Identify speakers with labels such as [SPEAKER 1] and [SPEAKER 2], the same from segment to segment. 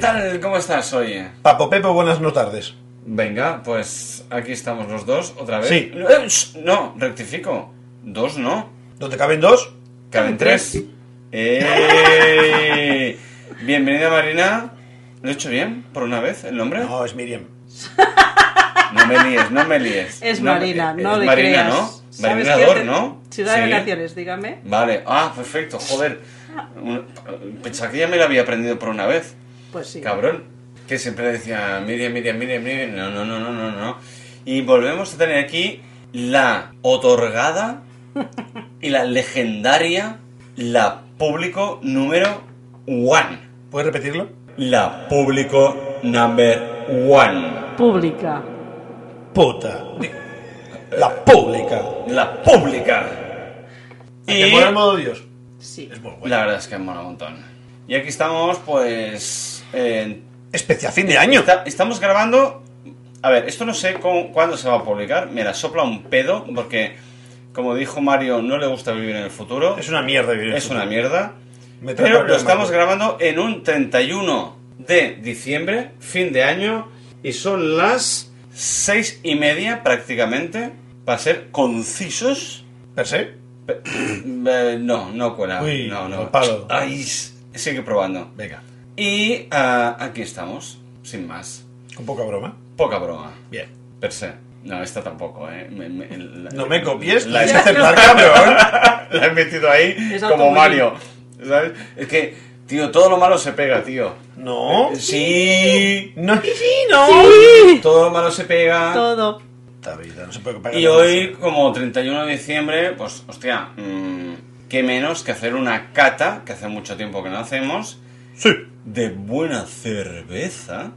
[SPEAKER 1] tal? ¿Cómo estás hoy?
[SPEAKER 2] Papo Pepo, buenas no tardes.
[SPEAKER 1] Venga, pues aquí estamos los dos otra vez.
[SPEAKER 2] Sí.
[SPEAKER 1] No, eh, sh- No, rectifico. Dos no.
[SPEAKER 2] ¿No te caben dos?
[SPEAKER 1] Caben tres. ¡Eh! Bienvenida Marina. ¿Lo he hecho bien por una vez el nombre?
[SPEAKER 2] No, es Miriam.
[SPEAKER 1] No me líes, no me líes.
[SPEAKER 3] Es
[SPEAKER 1] No me-
[SPEAKER 3] Marina,
[SPEAKER 1] eh,
[SPEAKER 3] no
[SPEAKER 1] es
[SPEAKER 3] le
[SPEAKER 1] Marina,
[SPEAKER 3] creas.
[SPEAKER 1] ¿no?
[SPEAKER 3] ¿Sabes
[SPEAKER 1] Marina
[SPEAKER 3] que yo
[SPEAKER 1] Dor,
[SPEAKER 3] te-
[SPEAKER 1] ¿no?
[SPEAKER 3] Ciudad de
[SPEAKER 1] Sí.
[SPEAKER 3] Relaciones, dígame.
[SPEAKER 1] Vale, ah, perfecto, joder. Un- Pensaba que ya me lo había aprendido por una vez.
[SPEAKER 3] Pues sí.
[SPEAKER 1] Cabrón. Que siempre decía, Miriam, Miriam, Miriam, Miriam. No, no, no, no, no, no. Y volvemos a tener aquí la otorgada y la legendaria, la público número one.
[SPEAKER 2] ¿Puedes repetirlo?
[SPEAKER 1] La público number one.
[SPEAKER 3] Pública.
[SPEAKER 2] Puta. Di- La pública.
[SPEAKER 1] La pública.
[SPEAKER 2] Y... ¿Te mola el modo Dios?
[SPEAKER 3] Sí.
[SPEAKER 2] Es muy bueno.
[SPEAKER 1] La verdad es que mola un montón. Y aquí estamos, pues... en
[SPEAKER 2] Especial fin de año.
[SPEAKER 1] Está- estamos grabando. A ver, esto no sé cómo- cuándo se va a publicar. Me la sopla un pedo porque, como dijo Mario, no le gusta vivir en el futuro.
[SPEAKER 2] Es una mierda vivir en
[SPEAKER 1] Es una
[SPEAKER 2] futuro.
[SPEAKER 1] mierda.
[SPEAKER 2] Me trata
[SPEAKER 1] Pero
[SPEAKER 2] de
[SPEAKER 1] lo
[SPEAKER 2] la
[SPEAKER 1] estamos
[SPEAKER 2] madre.
[SPEAKER 1] grabando en un 31 de diciembre, fin de año, y son las seis y media prácticamente, para ser concisos.
[SPEAKER 2] ¿Per se?
[SPEAKER 1] Pe- eh, no, no cuela.
[SPEAKER 2] Uy,
[SPEAKER 1] no, no.
[SPEAKER 2] al palo.
[SPEAKER 1] Ay, sigue probando.
[SPEAKER 2] Venga.
[SPEAKER 1] Y ah, aquí estamos, sin más.
[SPEAKER 2] Con poca broma.
[SPEAKER 1] Poca broma.
[SPEAKER 2] Bien.
[SPEAKER 1] Per se. No, esta tampoco, ¿eh? Me- me- la-
[SPEAKER 2] No me copies. pues
[SPEAKER 1] La,
[SPEAKER 2] La es
[SPEAKER 1] la-
[SPEAKER 2] aceptar, cabrón.
[SPEAKER 1] la he metido ahí
[SPEAKER 3] Es
[SPEAKER 1] como
[SPEAKER 3] automóvil.
[SPEAKER 1] Mario. ¿Sabes? Es que, tío, todo lo malo se pega, tío.
[SPEAKER 2] No.
[SPEAKER 1] Sí.
[SPEAKER 2] No. Sí, no.
[SPEAKER 1] Todo lo malo se pega.
[SPEAKER 3] Todo.
[SPEAKER 2] Esta vida, no se puede comparar
[SPEAKER 1] Y
[SPEAKER 2] con
[SPEAKER 1] hoy,
[SPEAKER 2] eso.
[SPEAKER 1] como 31 de diciembre, pues, hostia, mm, qué menos que hacer una cata, que hace mucho tiempo que no hacemos,
[SPEAKER 2] Sí.
[SPEAKER 1] de buena cerveza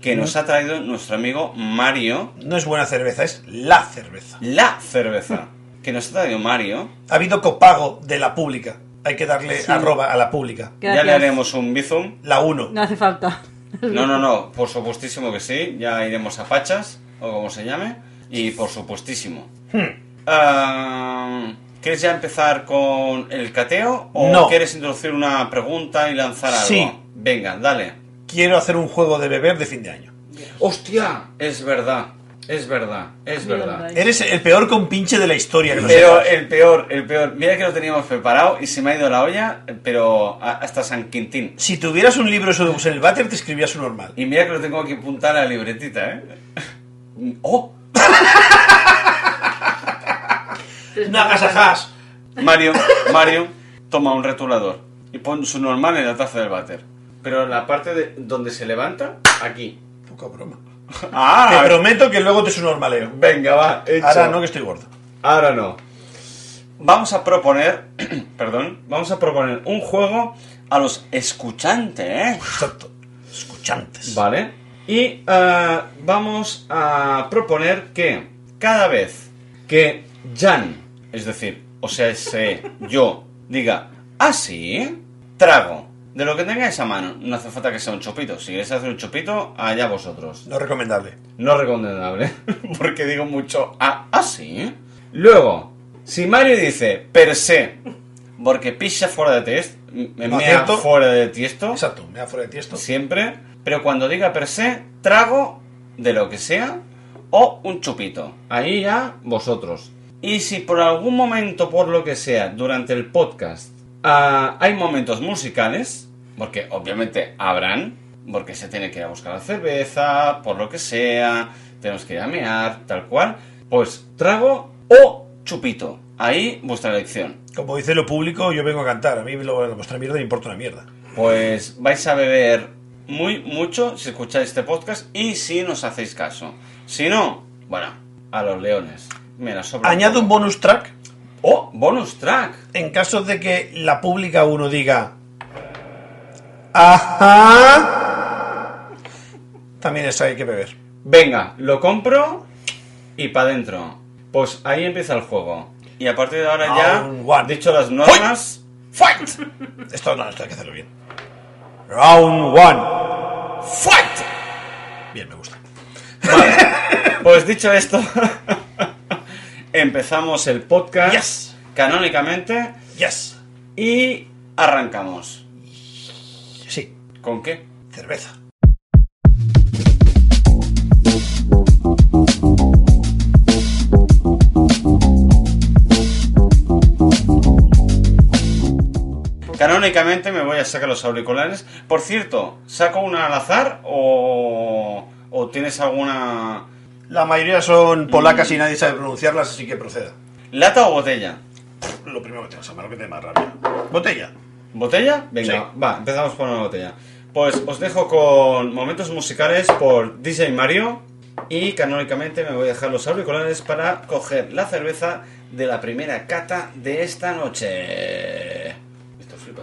[SPEAKER 1] que nos ha traído nuestro amigo Mario.
[SPEAKER 2] No es buena cerveza, es la cerveza.
[SPEAKER 1] La cerveza que nos ha traído Mario.
[SPEAKER 2] Ha habido copago de la pública. Hay que darle arroba a la pública.
[SPEAKER 1] Ya le
[SPEAKER 3] Gracias.
[SPEAKER 1] haremos un bizum.
[SPEAKER 2] La 1.
[SPEAKER 3] No hace falta.
[SPEAKER 1] No, no, no, por supuestísimo que sí. Ya iremos a Pachas, o como se llame. Y por supuestísimo.
[SPEAKER 2] Hmm,
[SPEAKER 1] Ah, ¿Quieres ya empezar con el cateo? ¿O
[SPEAKER 2] No.
[SPEAKER 1] quieres introducir una pregunta y lanzar algo?
[SPEAKER 2] Sí.
[SPEAKER 1] Venga, dale.
[SPEAKER 2] Quiero hacer un juego de beber de fin de año.
[SPEAKER 1] ¡Hostia! Es verdad, es verdad, es
[SPEAKER 3] Mira,
[SPEAKER 1] verdad.
[SPEAKER 3] Bryce.
[SPEAKER 2] Eres el peor compinche de la historia. Que lo
[SPEAKER 1] Pero
[SPEAKER 2] sepas.
[SPEAKER 1] el peor, el peor. Mira que lo teníamos preparado y se me ha ido la olla, pero a- hasta San Quintín.
[SPEAKER 2] Si tuvieras un libro sobre el váter, te escribías un normal.
[SPEAKER 1] Y mira que lo tengo que apuntar a la libretita, ¿eh? ¡Oh!
[SPEAKER 2] ¡No hagas ajás!
[SPEAKER 1] Mario, Mario, toma un retulador y pon su normal en la taza del váter. Pero la parte de donde se levanta, aquí.
[SPEAKER 2] Poca broma.
[SPEAKER 1] Ah,
[SPEAKER 2] Te prometo que luego te es un normaleo.
[SPEAKER 1] venga, va. hecho.
[SPEAKER 2] Ahora no, que estoy gordo.
[SPEAKER 1] Ahora no. Vamos a proponer, perdón, vamos a proponer un juego a los escuchantes, ¿eh?
[SPEAKER 2] Exacto. Escuchantes.
[SPEAKER 1] ¿vale? Y ah, vamos a proponer que cada vez que Jan, es decir, o sea, ese yo, diga, así, trago, de lo que tengáis a mano, no hace falta que sea un chupito, si queréis hacer un chupito, allá vosotros.
[SPEAKER 2] No recomendable.
[SPEAKER 1] No recomendable, porque digo mucho a así. Luego, si Mario dice per se, porque pisa fuera de test, me
[SPEAKER 2] No
[SPEAKER 1] mea
[SPEAKER 2] acierto.
[SPEAKER 1] fuera de tiesto,
[SPEAKER 2] Exacto, me da fuera de tiesto.
[SPEAKER 1] siempre, pero cuando diga per se, trago de lo que sea o un chupito. Ahí ya vosotros. Y si por algún momento, por lo que sea, durante el podcast ah, hay momentos musicales, porque obviamente habrán, porque se tiene que ir a buscar la cerveza, por lo que sea, tenemos que ir a mear, tal cual, pues trago o chupito. Ahí vuestra elección.
[SPEAKER 2] Como dice lo público, yo vengo a cantar. A mí luego la vuestra mierda me importa una mierda.
[SPEAKER 1] Pues vais a beber muy mucho si escucháis este podcast y si nos hacéis caso. Si no, bueno, a los leones. Mira, sobre
[SPEAKER 2] Añado un bonus track.
[SPEAKER 1] ¡Oh! ¡Bonus track!
[SPEAKER 2] En caso de que la pública uno diga... ¡Ajá! También eso hay que beber.
[SPEAKER 1] Venga, lo compro y pa' dentro. Pues ahí empieza el juego. Y a partir de ahora ya,
[SPEAKER 2] Round one.
[SPEAKER 1] dicho las normas...
[SPEAKER 2] ¡Fight! Esto no, esto hay que hacerlo bien. Round one.
[SPEAKER 1] ¡Fight!
[SPEAKER 2] Bien, me gusta.
[SPEAKER 1] Vale, pues dicho esto, empezamos el podcast
[SPEAKER 2] Yes.
[SPEAKER 1] canónicamente
[SPEAKER 2] Yes.
[SPEAKER 1] y arrancamos.
[SPEAKER 2] Sí.
[SPEAKER 1] ¿Con qué?
[SPEAKER 2] Cerveza.
[SPEAKER 1] Canónicamente me voy a sacar los auriculares. Por cierto, ¿saco una al azar o, o tienes alguna
[SPEAKER 2] La mayoría son polacas y nadie sabe pronunciarlas, así que proceda.
[SPEAKER 1] lata o botella?
[SPEAKER 2] Lo primero que tengas a mano que te dé más rabia. Botella.
[SPEAKER 1] ¿Botella? Venga,
[SPEAKER 2] Sí.
[SPEAKER 1] va, empezamos por una botella. Pues os dejo con momentos musicales por DJ Mario y canónicamente me voy a dejar los auriculares para coger la cerveza de la primera cata de esta noche. Esto flipa.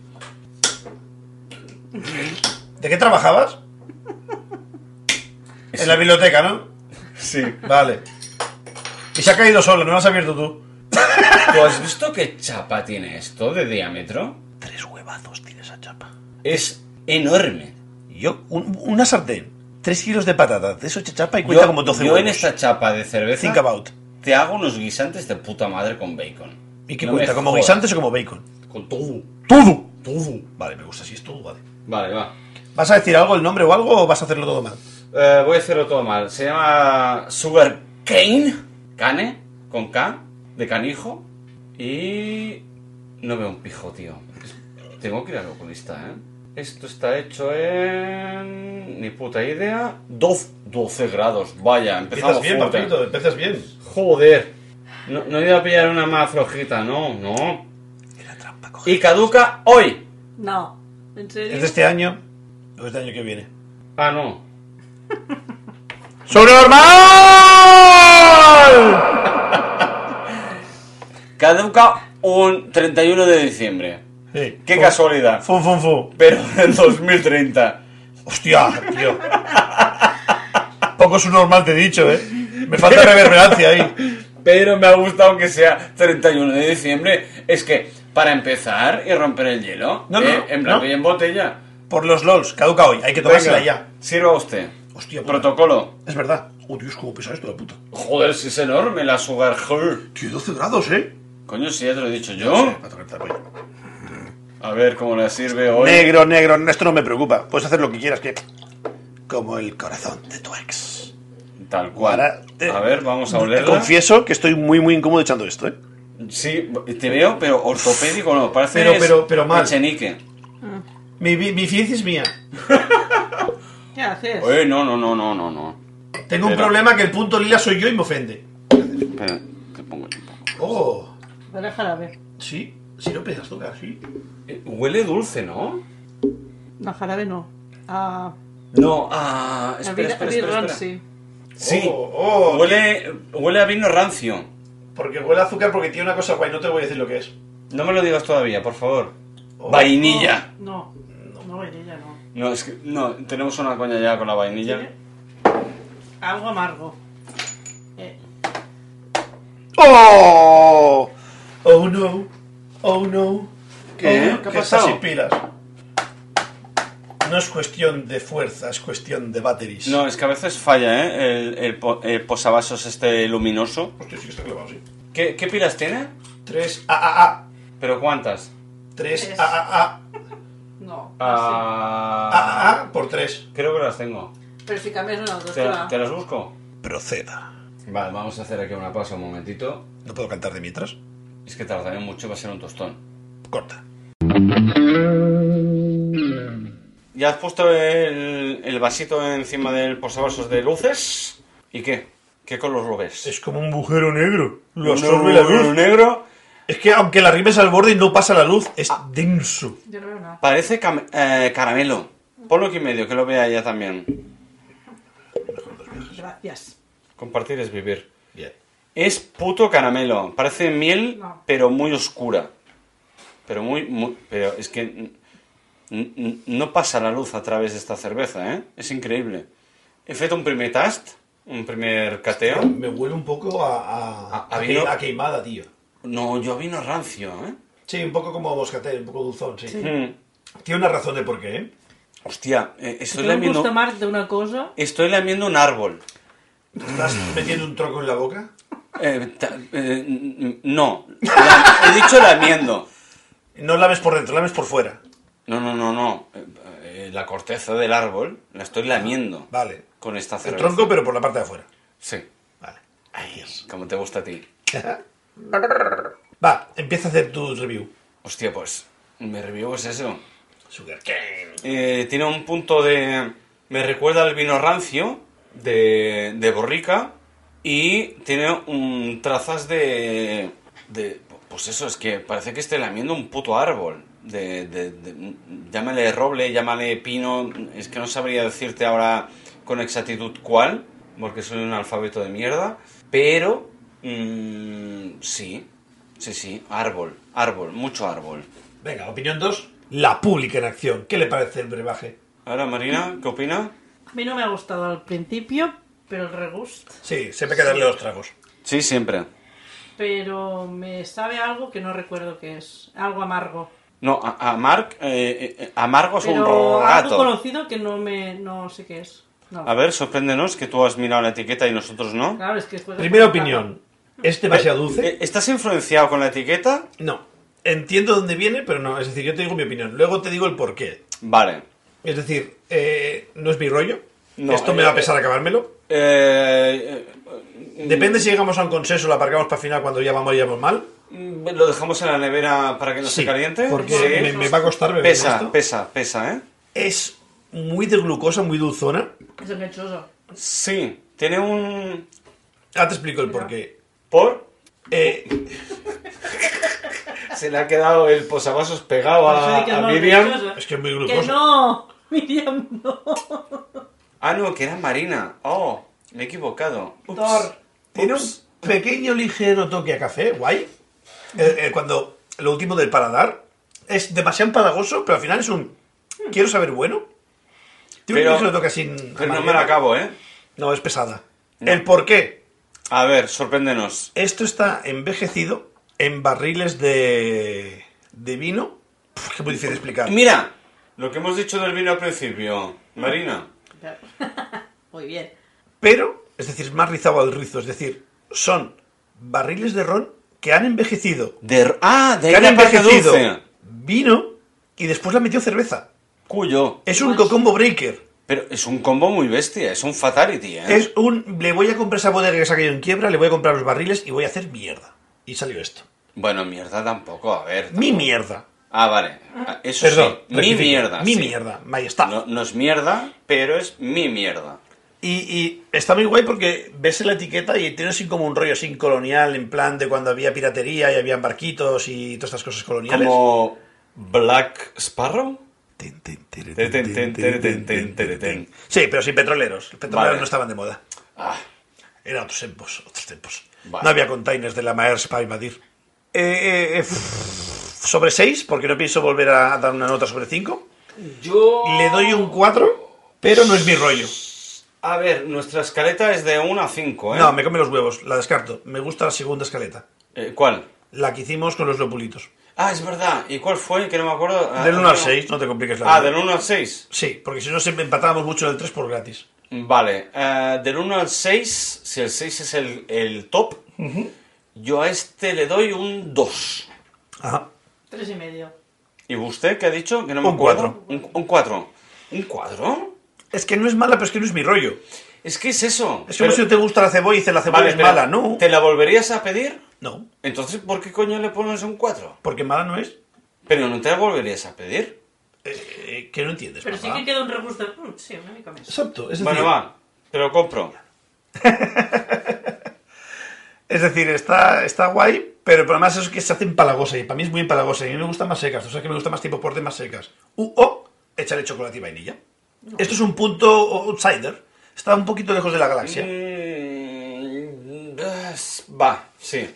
[SPEAKER 2] ¿De qué trabajabas? En la biblioteca, ¿no?
[SPEAKER 1] Sí.
[SPEAKER 2] Vale. Y se ha caído solo, no lo has abierto tú.
[SPEAKER 1] ¿Tú has visto qué chapa tiene esto de diámetro?
[SPEAKER 2] Tres huevazos tiene esa chapa.
[SPEAKER 1] Es enorme.
[SPEAKER 2] Yo, un- una sartén, tres kilos de patatas, de eso hecha chapa y
[SPEAKER 1] Yo-
[SPEAKER 2] cuenta como 12
[SPEAKER 1] yo en
[SPEAKER 2] huevos.
[SPEAKER 1] esta chapa de cerveza
[SPEAKER 2] Think about.
[SPEAKER 1] te hago unos guisantes de puta madre con bacon.
[SPEAKER 2] ¿Y qué
[SPEAKER 1] No
[SPEAKER 2] cuenta?
[SPEAKER 1] me
[SPEAKER 2] ¿Como
[SPEAKER 1] jodas.
[SPEAKER 2] guisantes o como bacon?
[SPEAKER 1] Con todo.
[SPEAKER 2] Todo. Todo. Vale, me gusta, si es todo, vale.
[SPEAKER 1] Vale, va.
[SPEAKER 2] ¿Vas a decir algo, el nombre o algo, o vas a hacerlo todo mal?
[SPEAKER 1] Eh, voy a hacerlo todo mal. Se llama Sugar Cane. Cane, con K, de canijo. Y. No veo un pijo, tío. Es- Tengo que ir al oculista, ¿eh? Esto está hecho en. Ni puta idea. 12, 12 grados, vaya, empezamos fuerte.
[SPEAKER 2] empiezas bien.
[SPEAKER 1] Joder. No, no he ido a pillar una más flojita, no, no.
[SPEAKER 2] Era trampa, coge.
[SPEAKER 1] Y caduca hoy.
[SPEAKER 4] No. ¿En serio?
[SPEAKER 2] ¿Es de este año o es del año que viene?
[SPEAKER 1] Ah, no.
[SPEAKER 2] ¡Sobrenormal!
[SPEAKER 1] Caduca un 31 de diciembre.
[SPEAKER 2] Sí.
[SPEAKER 1] Qué casualidad.
[SPEAKER 2] Fum, fum, fum.
[SPEAKER 1] Pero en 2030.
[SPEAKER 2] Hostia, tío. Poco es un normal te he dicho, eh. Me falta reverberancia ahí.
[SPEAKER 1] Pero me ha gustado que sea 31 de diciembre. Es que, para empezar y romper el hielo,
[SPEAKER 2] No,
[SPEAKER 1] ¿eh?
[SPEAKER 2] no,
[SPEAKER 1] en blanco
[SPEAKER 2] no.
[SPEAKER 1] y en botella.
[SPEAKER 2] Por los LOLs, caduca hoy, hay que tomársela
[SPEAKER 1] Venga,
[SPEAKER 2] ya.
[SPEAKER 1] Sirva usted.
[SPEAKER 2] Hostia, puta.
[SPEAKER 1] Protocolo.
[SPEAKER 2] Es verdad. Oh, Dios, cómo pesa esto, la puta.
[SPEAKER 1] Joder, si es enorme la Sugar Hall.
[SPEAKER 2] Tío, 12 grados, eh.
[SPEAKER 1] Coño, si ya te lo he dicho yo.
[SPEAKER 2] Va a traer esta polla.
[SPEAKER 1] A ver cómo le sirve hoy.
[SPEAKER 2] Negro, negro, esto no me preocupa. Puedes hacer lo que quieras, que. Como el corazón de tu ex.
[SPEAKER 1] Tal cual.
[SPEAKER 2] Ahora, eh,
[SPEAKER 1] A ver, vamos a
[SPEAKER 2] Te
[SPEAKER 1] olerla.
[SPEAKER 2] confieso que estoy muy, muy incómodo echando esto, eh.
[SPEAKER 1] Sí, te veo, pero ortopédico no. Parece
[SPEAKER 2] Pero- pero- pero mal.
[SPEAKER 1] Echenique.
[SPEAKER 2] Mi, mi, mi ciencia es mía.
[SPEAKER 4] ¿Qué haces?
[SPEAKER 1] Oye, no, no, no, no, no, no.
[SPEAKER 2] Tengo un
[SPEAKER 1] Pero-
[SPEAKER 2] problema que el punto lila soy yo y me ofende.
[SPEAKER 1] Espera, te pongo el poco.
[SPEAKER 2] Oh,
[SPEAKER 4] Voy a jarabe.
[SPEAKER 2] sí, sí lo piensas tocar, sí.
[SPEAKER 1] Eh, Huele dulce, ¿no?
[SPEAKER 4] No, jarabe no. Ah,
[SPEAKER 1] No, ah,
[SPEAKER 4] a
[SPEAKER 1] espera,
[SPEAKER 4] vida-
[SPEAKER 1] espera,
[SPEAKER 4] a vida
[SPEAKER 1] espera, espera.
[SPEAKER 4] ron, sí.
[SPEAKER 1] Sí,
[SPEAKER 2] Oh, oh,
[SPEAKER 1] huele, huele a vino rancio.
[SPEAKER 2] Porque huele a azúcar porque tiene una cosa guay, no te voy a decir lo que es.
[SPEAKER 1] No me lo digas todavía, por favor.
[SPEAKER 2] Oh.
[SPEAKER 1] Vainilla.
[SPEAKER 4] No, no, no vainilla no.
[SPEAKER 1] No, es que no, tenemos una coña ya con la vainilla.
[SPEAKER 4] Tiene Algo amargo. Eh,
[SPEAKER 2] ¡Oh! ¡Oh no! ¡Oh
[SPEAKER 1] ¿Qué?
[SPEAKER 2] no! Oh, no,
[SPEAKER 1] ¿Qué ha
[SPEAKER 2] que está
[SPEAKER 1] pasado?
[SPEAKER 2] sin pilas. No es cuestión de fuerza, es cuestión de batteries.
[SPEAKER 1] No, es que a veces falla, ¿eh? El, el po- el posavasos este luminoso.
[SPEAKER 2] Hostia, sí que está clavado, sí.
[SPEAKER 1] ¿Qué, qué pilas tiene?
[SPEAKER 2] 3 A A A.
[SPEAKER 1] ¿Pero cuántas?
[SPEAKER 2] 3
[SPEAKER 4] Tres.
[SPEAKER 2] A A A.
[SPEAKER 4] no, no
[SPEAKER 1] Ah,
[SPEAKER 2] A A A por 3.
[SPEAKER 1] Creo que las tengo.
[SPEAKER 4] sé. Pero si cambias una otra,
[SPEAKER 1] ¿Te, te las busco?
[SPEAKER 2] Proceda.
[SPEAKER 1] Vale, vamos a hacer aquí una pausa un momentito.
[SPEAKER 2] ¿No puedo cantar de mientras?
[SPEAKER 1] Es que tardaré mucho, va a ser un tostón.
[SPEAKER 2] Corta.
[SPEAKER 1] ¿Ya has puesto el, el vasito encima del posavasos de luces? ¿Y qué? ¿Qué color lo ves?
[SPEAKER 2] Es como un agujero negro. Lo
[SPEAKER 1] Un negro,
[SPEAKER 2] absorbe la
[SPEAKER 1] un
[SPEAKER 2] luz.
[SPEAKER 1] negro.
[SPEAKER 2] Es que aunque la rimes al borde y no pasa la luz, es denso.
[SPEAKER 4] Yo no veo nada.
[SPEAKER 1] Parece cam- eh, caramelo. Ponlo aquí en medio, que lo vea ella también.
[SPEAKER 4] Gracias.
[SPEAKER 1] Compartir es vivir.
[SPEAKER 2] Bien.
[SPEAKER 1] Es puto caramelo. Parece miel,
[SPEAKER 4] No.
[SPEAKER 1] pero muy oscura. Pero muy, muy- Pero es que... n- n- No pasa la luz a través de esta cerveza, ¿eh? Es increíble. He hecho un primer tast, un primer cateo.
[SPEAKER 2] Me huele un poco a,
[SPEAKER 1] A- a vino.
[SPEAKER 2] queimada, tío.
[SPEAKER 1] No, yo vino rancio, ¿eh?
[SPEAKER 2] Sí, un poco como Moscatel, un poco dulzón, sí.
[SPEAKER 4] Sí.
[SPEAKER 1] Mm.
[SPEAKER 2] Tiene una razón de por qué, ¿eh?
[SPEAKER 1] Hostia, eh, estoy
[SPEAKER 4] Tengo un
[SPEAKER 1] lamiendo,
[SPEAKER 4] gusto más de una cosa.
[SPEAKER 1] estoy lamiendo un árbol.
[SPEAKER 2] ¿Estás metiendo un troco en la boca?
[SPEAKER 1] Eh, ta- eh, n- no, La- he dicho lamiendo.
[SPEAKER 2] No lames por dentro, lames por fuera.
[SPEAKER 1] No, no, no, no. Eh, eh, la corteza del árbol la estoy lamiendo.
[SPEAKER 2] Vale.
[SPEAKER 1] Con esta
[SPEAKER 2] El
[SPEAKER 1] cerveza.
[SPEAKER 2] tronco, pero por la parte de afuera.
[SPEAKER 1] Sí.
[SPEAKER 2] Vale.
[SPEAKER 1] Como te gusta a ti.
[SPEAKER 2] Va, empieza a hacer tu review.
[SPEAKER 1] Hostia, pues. Me review es eso.
[SPEAKER 2] Sugar cane.
[SPEAKER 1] Eh, tiene un punto de. Me recuerda al vino rancio de, de Borrica. Y tiene un trazas de. de. Pues eso, es que parece que esté lamiendo un puto árbol. De, de- de- llámale roble, llámale pino. Es que no sabría decirte ahora con exactitud cuál, porque soy un alfabeto de mierda. Pero. mm, sí, sí, sí, árbol, árbol, mucho árbol.
[SPEAKER 2] Venga, opinión 2. La pública en acción. ¿Qué le parece el brebaje?
[SPEAKER 1] Ahora, Marina, ¿qué opina?
[SPEAKER 4] A mí no me ha gustado al principio, pero el regust.
[SPEAKER 2] Sí, siempre hay que darle los tragos.
[SPEAKER 1] Sí, siempre.
[SPEAKER 4] Pero me sabe a algo que no recuerdo qué es. Algo amargo.
[SPEAKER 1] No, a, a Mark, eh, eh, amargo es un
[SPEAKER 4] Pero algo
[SPEAKER 1] rato.
[SPEAKER 4] conocido que no me. no sé qué es. No.
[SPEAKER 1] A ver, sorpréndenos que tú has mirado la etiqueta y nosotros no.
[SPEAKER 4] Claro, es que juegas
[SPEAKER 2] Primera
[SPEAKER 4] con el
[SPEAKER 2] opinión. ¿Es demasiado dulce?
[SPEAKER 1] Eh, ¿Estás influenciado con la etiqueta?
[SPEAKER 2] No. Entiendo dónde viene, pero no. Es decir, yo te digo mi opinión. Luego te digo el por qué.
[SPEAKER 1] Vale.
[SPEAKER 2] Es decir, eh, no es mi rollo.
[SPEAKER 1] No,
[SPEAKER 2] Esto me va
[SPEAKER 1] eh,
[SPEAKER 2] a pesar acabármelo.
[SPEAKER 1] Eh, eh,
[SPEAKER 2] Depende si llegamos a un consenso, lo aparcamos para final cuando ya vamos, ya vamos mal.
[SPEAKER 1] mm, ¿Lo dejamos en la nevera para que no se caliente?
[SPEAKER 2] Porque
[SPEAKER 1] Sí.
[SPEAKER 2] me, me va a costar beber
[SPEAKER 1] Pesa,
[SPEAKER 2] esto.
[SPEAKER 1] pesa, pesa, ¿eh?
[SPEAKER 2] Es muy de glucosa, muy dulzona.
[SPEAKER 4] taco. Es enganchoso.
[SPEAKER 1] Sí, tiene un...
[SPEAKER 2] Ahora te explico el porqué.
[SPEAKER 1] ¿Por?
[SPEAKER 2] Eh,
[SPEAKER 1] Se le ha quedado el posavasos pegado
[SPEAKER 4] Por eso
[SPEAKER 1] a,
[SPEAKER 4] digo Pues que es
[SPEAKER 1] a
[SPEAKER 4] más
[SPEAKER 1] Miriam.
[SPEAKER 4] enganchoso.
[SPEAKER 2] es que es muy
[SPEAKER 4] Que
[SPEAKER 2] glucosa.
[SPEAKER 4] no, Miriam, no.
[SPEAKER 1] Ah, no, que era Marina. Oh, me he equivocado.
[SPEAKER 2] Ups.
[SPEAKER 4] Thor.
[SPEAKER 2] Tiene
[SPEAKER 1] Ups.
[SPEAKER 2] un pequeño ligero toque a café, guay. Eh, eh, cuando lo último del paladar es demasiado empalagoso, pero al final es un quiero saber bueno. Tiene
[SPEAKER 1] Pero-
[SPEAKER 2] un ligero toque sin.
[SPEAKER 1] Pero no me la acabo, ¿eh?
[SPEAKER 2] No, es pesada.
[SPEAKER 1] No.
[SPEAKER 2] El por qué.
[SPEAKER 1] A ver, sorpréndenos.
[SPEAKER 2] Esto está envejecido en barriles de, de vino. Puf, que es muy difícil de explicar.
[SPEAKER 1] Mira, Ah, lo que hemos dicho del vino al principio, Marina.
[SPEAKER 4] Muy bien.
[SPEAKER 2] Pero, es decir, es más rizado al rizo. Es decir, son barriles de ron que han envejecido.
[SPEAKER 1] De... Ah, de
[SPEAKER 2] Que
[SPEAKER 1] ahí
[SPEAKER 2] han
[SPEAKER 1] la parte
[SPEAKER 2] envejecido
[SPEAKER 1] dulce.
[SPEAKER 2] vino y después la metió cerveza.
[SPEAKER 1] Cuyo.
[SPEAKER 2] Es un cocombo breaker.
[SPEAKER 1] Pero es un combo muy bestia, es un fatality, ¿eh?
[SPEAKER 2] Es un. Le voy a comprar esa bodega que se ha caído en quiebra, le voy a comprar los barriles y voy a hacer mierda. Y salió esto.
[SPEAKER 1] Bueno, mierda tampoco, a ver.
[SPEAKER 2] Mi mierda.
[SPEAKER 1] Ah, vale. Ah, Eso
[SPEAKER 2] Perdón.
[SPEAKER 1] sí, mi
[SPEAKER 2] rectifico.
[SPEAKER 1] mierda.
[SPEAKER 2] Mi
[SPEAKER 1] sí.
[SPEAKER 2] mierda. Ahí está.
[SPEAKER 1] No, no es mierda, pero es mi mierda.
[SPEAKER 2] Y, y está muy guay porque ves en la etiqueta y tiene así como un rollo así colonial, en plan de cuando había piratería y había barquitos y todas estas cosas coloniales.
[SPEAKER 1] Como Black Sparrow.
[SPEAKER 3] Tin, tin, tiri,
[SPEAKER 1] Ten, ten,
[SPEAKER 3] tin, tin,
[SPEAKER 1] ten, ten,
[SPEAKER 3] tin,
[SPEAKER 1] ten, ten, ten, ten.
[SPEAKER 2] Sí, pero sin petroleros. Los petroleros
[SPEAKER 1] Vale.
[SPEAKER 2] no estaban de moda.
[SPEAKER 1] Ah,
[SPEAKER 2] Eran otros tiempos. Otros tiempos.
[SPEAKER 1] Vale.
[SPEAKER 2] No había containers de la Maersk para invadir. Eh, eh, eh, pff, sobre 6, porque no pienso volver a dar una nota sobre 5.
[SPEAKER 1] yo...
[SPEAKER 2] Le doy un 4, pero no es mi rollo.
[SPEAKER 1] A ver, nuestra escaleta es de 1 a 5, ¿eh?
[SPEAKER 2] No, me come los huevos, la descarto. Me gusta la segunda escaleta.
[SPEAKER 1] Eh, ¿Cuál?
[SPEAKER 2] La que hicimos con los lopulitos.
[SPEAKER 1] Ah, es verdad. ¿Y cuál fue? Que no me acuerdo. Ah,
[SPEAKER 2] Del 1 al
[SPEAKER 1] no.
[SPEAKER 2] 6, no te compliques la
[SPEAKER 1] Ah,
[SPEAKER 2] vida.
[SPEAKER 1] del 1 al 6.
[SPEAKER 2] Sí, porque si no siempre empatábamos mucho en el 3 por gratis.
[SPEAKER 1] Vale, eh, del 1 al 6, si el 6 es el, el top, yo a este le doy un 2.
[SPEAKER 2] Ajá.
[SPEAKER 4] Tres y medio.
[SPEAKER 1] ¿Y usted qué ha dicho? Que no me
[SPEAKER 2] Un
[SPEAKER 1] acuerdo. Un 4. ¿Un 4?
[SPEAKER 2] Es que no es mala, pero es que no es mi rollo.
[SPEAKER 1] Es que es eso.
[SPEAKER 2] Es como
[SPEAKER 1] Pero-
[SPEAKER 2] si no te gusta la cebolla y dices la cebolla
[SPEAKER 1] vale,
[SPEAKER 2] es
[SPEAKER 1] pero
[SPEAKER 2] mala, no.
[SPEAKER 1] ¿Te la volverías a pedir?
[SPEAKER 2] No,
[SPEAKER 1] Entonces, ¿por qué coño le pones un 4?
[SPEAKER 2] porque mala no es.
[SPEAKER 1] Pero no te la volverías a pedir.
[SPEAKER 2] Eh, eh, que no entiendes,
[SPEAKER 4] Pero sí
[SPEAKER 2] papá.
[SPEAKER 4] que queda un regusto. Mm, sí, una mica más.
[SPEAKER 2] Exacto, es decir,
[SPEAKER 1] Bueno, va, te lo compro.
[SPEAKER 2] es decir, está, está guay, pero el problema es eso que se hace empalagosa y para mí es muy empalagosa y a mí me gustan más secas, o sea que me gusta más tipo porte más secas. U o echarle chocolate y vainilla. Esto es un punto outsider, está un poquito lejos de la galaxia.
[SPEAKER 4] Eh,
[SPEAKER 1] Mm, es- va, sí.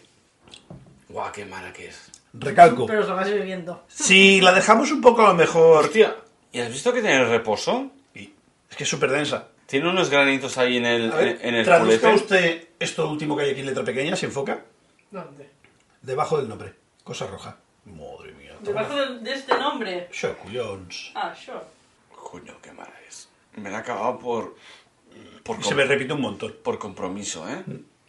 [SPEAKER 1] Guau, qué mala que es.
[SPEAKER 2] Recalco,
[SPEAKER 4] Pero os lo vais viviendo.
[SPEAKER 2] si la dejamos un poco a lo mejor...
[SPEAKER 1] Hostia, ¿y has visto que tiene reposo?
[SPEAKER 2] Y- Es que es súper densa.
[SPEAKER 1] Tiene unos granitos ahí en el,
[SPEAKER 2] A ver,
[SPEAKER 1] en el
[SPEAKER 2] traduzca
[SPEAKER 1] culete.
[SPEAKER 2] usted esto último que hay aquí en letra pequeña, se enfoca.
[SPEAKER 4] ¿Dónde?
[SPEAKER 2] Debajo del nombre, cosa roja. Madre
[SPEAKER 4] Debajo de, de este nombre.
[SPEAKER 2] Chocullons.
[SPEAKER 4] Ah, sure.
[SPEAKER 1] Coño, qué mala es. Me la he acabado por. Por,
[SPEAKER 2] Se
[SPEAKER 1] com-
[SPEAKER 2] me Mm. repite un montón.
[SPEAKER 1] por compromiso, ¿eh?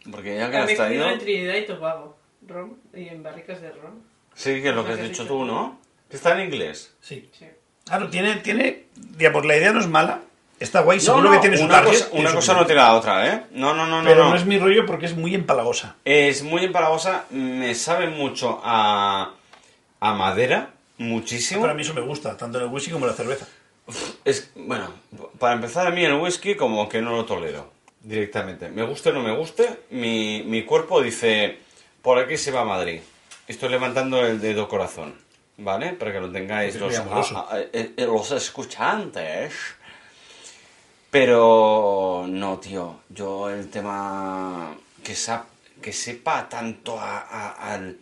[SPEAKER 1] Porque ya que
[SPEAKER 4] Me
[SPEAKER 1] has
[SPEAKER 4] he comido
[SPEAKER 1] traído.
[SPEAKER 4] en Trinidad y Tobago. Ron. Y en barricas de ron.
[SPEAKER 1] Sí, que es lo que has dicho tú, ¿no? Que está en inglés.
[SPEAKER 2] Sí.
[SPEAKER 4] Sí.
[SPEAKER 2] Claro, Ah, tiene, tiene, digamos, la idea no es mala. Está guay, seguro que tiene su
[SPEAKER 1] una
[SPEAKER 2] target,
[SPEAKER 1] cosa,
[SPEAKER 2] tiene
[SPEAKER 1] una
[SPEAKER 2] su
[SPEAKER 1] cosa no
[SPEAKER 2] público.
[SPEAKER 1] tiene la otra, ¿eh? No, no, no, no.
[SPEAKER 2] Pero
[SPEAKER 1] no.
[SPEAKER 2] no es mi rollo porque es muy empalagosa.
[SPEAKER 1] Es muy empalagosa, me sabe mucho a, a madera, muchísimo.
[SPEAKER 2] Para mí eso me gusta, tanto en el whisky como en la cerveza.
[SPEAKER 1] Es, bueno, para empezar a mí el whisky como que no lo tolero directamente. Me guste o no me guste, mi, mi cuerpo dice, por aquí se va a Madrid. Estoy levantando el dedo corazón, ¿vale? Para que lo tengáis
[SPEAKER 2] Es
[SPEAKER 1] los,
[SPEAKER 2] muy amoroso.
[SPEAKER 1] a- a- eh, los escuchantes. Pero no, tío, yo el tema que, sa- que sepa tanto a- a- al...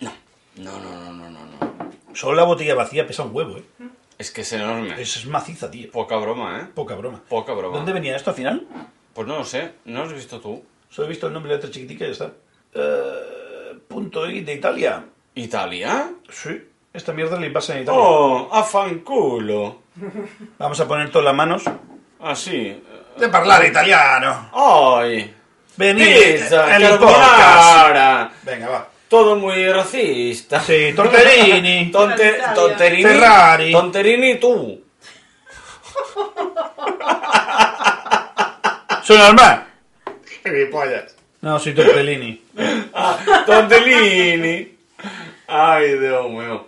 [SPEAKER 1] No, no, no, no, no, no, no.
[SPEAKER 2] Solo la botella vacía pesa un huevo, ¿eh?
[SPEAKER 4] Mm.
[SPEAKER 1] Es que es enorme.
[SPEAKER 2] Es, es maciza, tío.
[SPEAKER 1] Poca broma, ¿eh?
[SPEAKER 2] Poca broma.
[SPEAKER 1] Poca broma.
[SPEAKER 2] ¿Dónde venía esto al final?
[SPEAKER 1] Pues no lo sé, no lo has visto tú.
[SPEAKER 2] Solo he visto el nombre de la letra chiquitica y ya está. Eh, punto I de Italia.
[SPEAKER 1] ¿Italia?
[SPEAKER 2] Sí, esta mierda le pasa en Italia.
[SPEAKER 1] ¡Oh! ¡A fanculo!
[SPEAKER 2] Vamos a poner todas las manos.
[SPEAKER 1] Así. eh,
[SPEAKER 2] De hablar italiano.
[SPEAKER 1] ¡Ay!
[SPEAKER 2] Venid,
[SPEAKER 1] ¡Pizza!
[SPEAKER 2] el podcast.
[SPEAKER 1] ¡Carbonara!
[SPEAKER 2] Venga, va.
[SPEAKER 1] Todo muy racista.
[SPEAKER 2] Sí, tortellini.
[SPEAKER 1] Tonte-
[SPEAKER 4] Italia.
[SPEAKER 1] tonterini.
[SPEAKER 2] Ferrari.
[SPEAKER 1] Tonterini tú.
[SPEAKER 2] ¿Son normal? No, soy tortellini.
[SPEAKER 1] Ah, tontelini. Ay, Dios mío.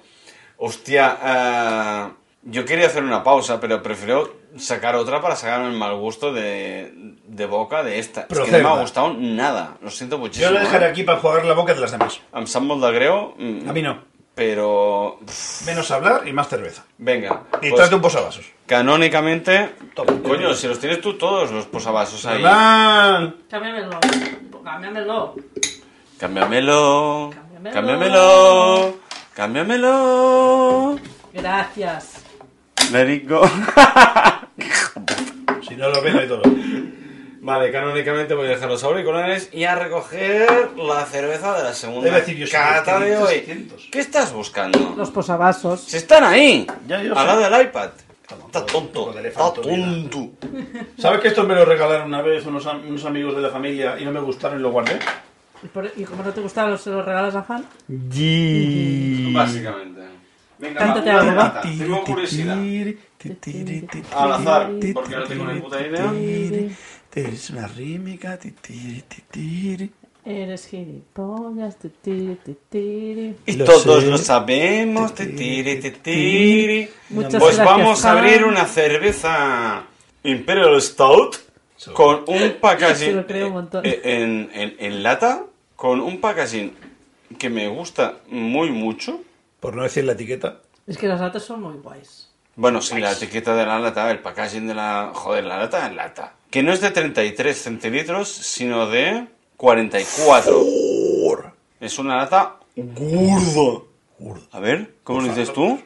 [SPEAKER 1] Hostia, eh, yo quería hacer una pausa, pero prefiero sacar otra para sacarme el mal gusto de, de boca de esta. Es que
[SPEAKER 2] Proceda.
[SPEAKER 1] no me ha gustado nada. Lo siento muchísimo.
[SPEAKER 2] Yo la
[SPEAKER 1] ¿eh?
[SPEAKER 2] dejaré aquí para jugar la boca de las demás.
[SPEAKER 1] Em sap molt de greu, mm,
[SPEAKER 2] A mí no.
[SPEAKER 1] pero... pff,
[SPEAKER 2] Menos hablar y más cerveza.
[SPEAKER 1] Venga,
[SPEAKER 2] Y
[SPEAKER 1] pues,
[SPEAKER 2] trate un posavasos.
[SPEAKER 1] canónicamente...
[SPEAKER 2] Toma.
[SPEAKER 1] Coño, si los tienes tú todos, los posavasos ahí.
[SPEAKER 2] Hernán.
[SPEAKER 4] Cámbiamelo. Cámbiamelo.
[SPEAKER 1] Cámbiamelo,
[SPEAKER 4] Cámbiamelo.
[SPEAKER 1] cámbiamelo, cámbiamelo.
[SPEAKER 4] Gracias.
[SPEAKER 1] Let it go.
[SPEAKER 2] Si no lo ven, no hay dolor.
[SPEAKER 1] vale, canónicamente voy a dejar los auriculares y a recoger la cerveza de la segunda
[SPEAKER 2] Debe decir yo,
[SPEAKER 1] cata de
[SPEAKER 2] 700,
[SPEAKER 1] hoy.
[SPEAKER 2] 700.
[SPEAKER 1] ¿Qué estás buscando?
[SPEAKER 4] Los posavasos.
[SPEAKER 1] Si están ahí,
[SPEAKER 2] Ya, yo
[SPEAKER 1] al
[SPEAKER 2] sé.
[SPEAKER 1] lado del iPad.
[SPEAKER 2] Toma,
[SPEAKER 1] Está
[SPEAKER 2] joder,
[SPEAKER 1] tonto,
[SPEAKER 2] joder,
[SPEAKER 1] está
[SPEAKER 2] elefante, vida.
[SPEAKER 1] tonto.
[SPEAKER 2] ¿Sabes que esto me lo regalaron una vez unos, am- unos amigos de la familia y no me gustaron y lo guardé?
[SPEAKER 4] ¿Y, por- y como no te gustaban los, se los regalas a Han?
[SPEAKER 1] Básicamente. Venga,
[SPEAKER 4] Cántate
[SPEAKER 1] va, una
[SPEAKER 4] algo, va.
[SPEAKER 1] nota. Tengo curiosidad. Al
[SPEAKER 3] Al
[SPEAKER 1] azar, porque no tengo ni puta idea.
[SPEAKER 3] Es una rímica. ti, ti, ti, ti.
[SPEAKER 4] Eres gilipollas. ti, ti, ti, ti.
[SPEAKER 1] Y
[SPEAKER 3] Lo
[SPEAKER 1] todos
[SPEAKER 3] sé.
[SPEAKER 1] lo sabemos. te tiri, te tiri.
[SPEAKER 4] Muchas
[SPEAKER 1] Pues
[SPEAKER 4] gracias,
[SPEAKER 1] vamos a
[SPEAKER 4] Juan.
[SPEAKER 1] abrir una cerveza Imperial Stout con un
[SPEAKER 4] Se
[SPEAKER 1] packaging
[SPEAKER 4] lo creo un montón.
[SPEAKER 1] eh, en, en- en lata, con un packaging que me gusta muy mucho.
[SPEAKER 2] Por no decir la etiqueta.
[SPEAKER 4] Es que las latas son muy guays.
[SPEAKER 1] Bueno, sí, la etiqueta de la lata, el packaging de la... Joder, la lata en lata. Que no es de 33 centilitros, sino de 44. Es una lata gorda. A ver, ¿cómo lo dices tú?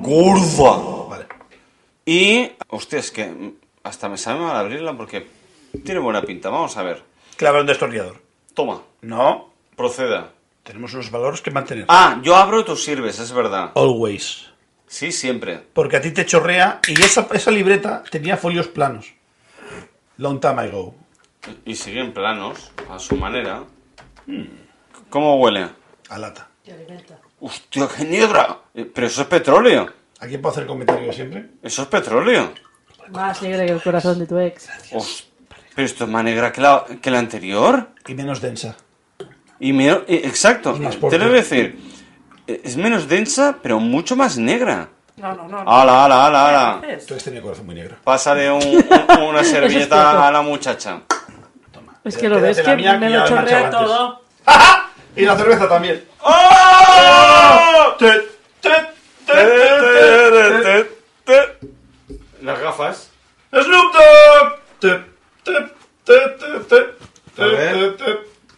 [SPEAKER 1] Gorda.
[SPEAKER 2] Vale.
[SPEAKER 1] Y... Hostia, es que hasta me sabe mal abrirla porque tiene buena pinta. Vamos a ver.
[SPEAKER 2] Clavar un destornillador.
[SPEAKER 1] Toma,
[SPEAKER 2] No.
[SPEAKER 1] proceda.
[SPEAKER 2] Tenemos unos valores que mantener.
[SPEAKER 1] Ah, yo abro y tú sirves, es verdad.
[SPEAKER 2] Always.
[SPEAKER 1] Sí, siempre.
[SPEAKER 2] Porque a ti te chorrea y esa, esa libreta tenía folios planos. Long time ago.
[SPEAKER 1] Y siguen planos, a su manera. Hmm. ¿Cómo huele?
[SPEAKER 2] A lata.
[SPEAKER 4] Te alimenta.
[SPEAKER 1] ¡Hostia, qué negra! Eh, Pero eso es petróleo.
[SPEAKER 2] Aquí puedo hacer comentario siempre.
[SPEAKER 1] Eso es petróleo.
[SPEAKER 4] Más negra que el corazón de tu ex.
[SPEAKER 1] Hos- Pero esto es más negra que la, que la anterior.
[SPEAKER 2] Y menos densa.
[SPEAKER 1] Y me- eh, exacto.
[SPEAKER 2] Y más
[SPEAKER 1] Te lo
[SPEAKER 2] fuerte.
[SPEAKER 1] voy a decir. Eh, Es menos densa, pero mucho más negra.
[SPEAKER 4] No, no, no.
[SPEAKER 1] ¡Hala, hala, hala, hala!
[SPEAKER 4] Es-
[SPEAKER 2] Tú has tenido el corazón muy negro.
[SPEAKER 1] Pásale un- un- una
[SPEAKER 4] cierto.
[SPEAKER 1] servilleta a la muchacha.
[SPEAKER 4] Es que lo
[SPEAKER 2] Quédate
[SPEAKER 4] ves
[SPEAKER 2] la
[SPEAKER 4] que
[SPEAKER 2] mía,
[SPEAKER 4] me
[SPEAKER 2] que
[SPEAKER 4] lo
[SPEAKER 2] ya la he
[SPEAKER 4] chorrea
[SPEAKER 2] manchado
[SPEAKER 4] todo.
[SPEAKER 2] Y la cerveza también. ¡Oh!
[SPEAKER 1] Las gafas.
[SPEAKER 2] ¡Snoop Dogg!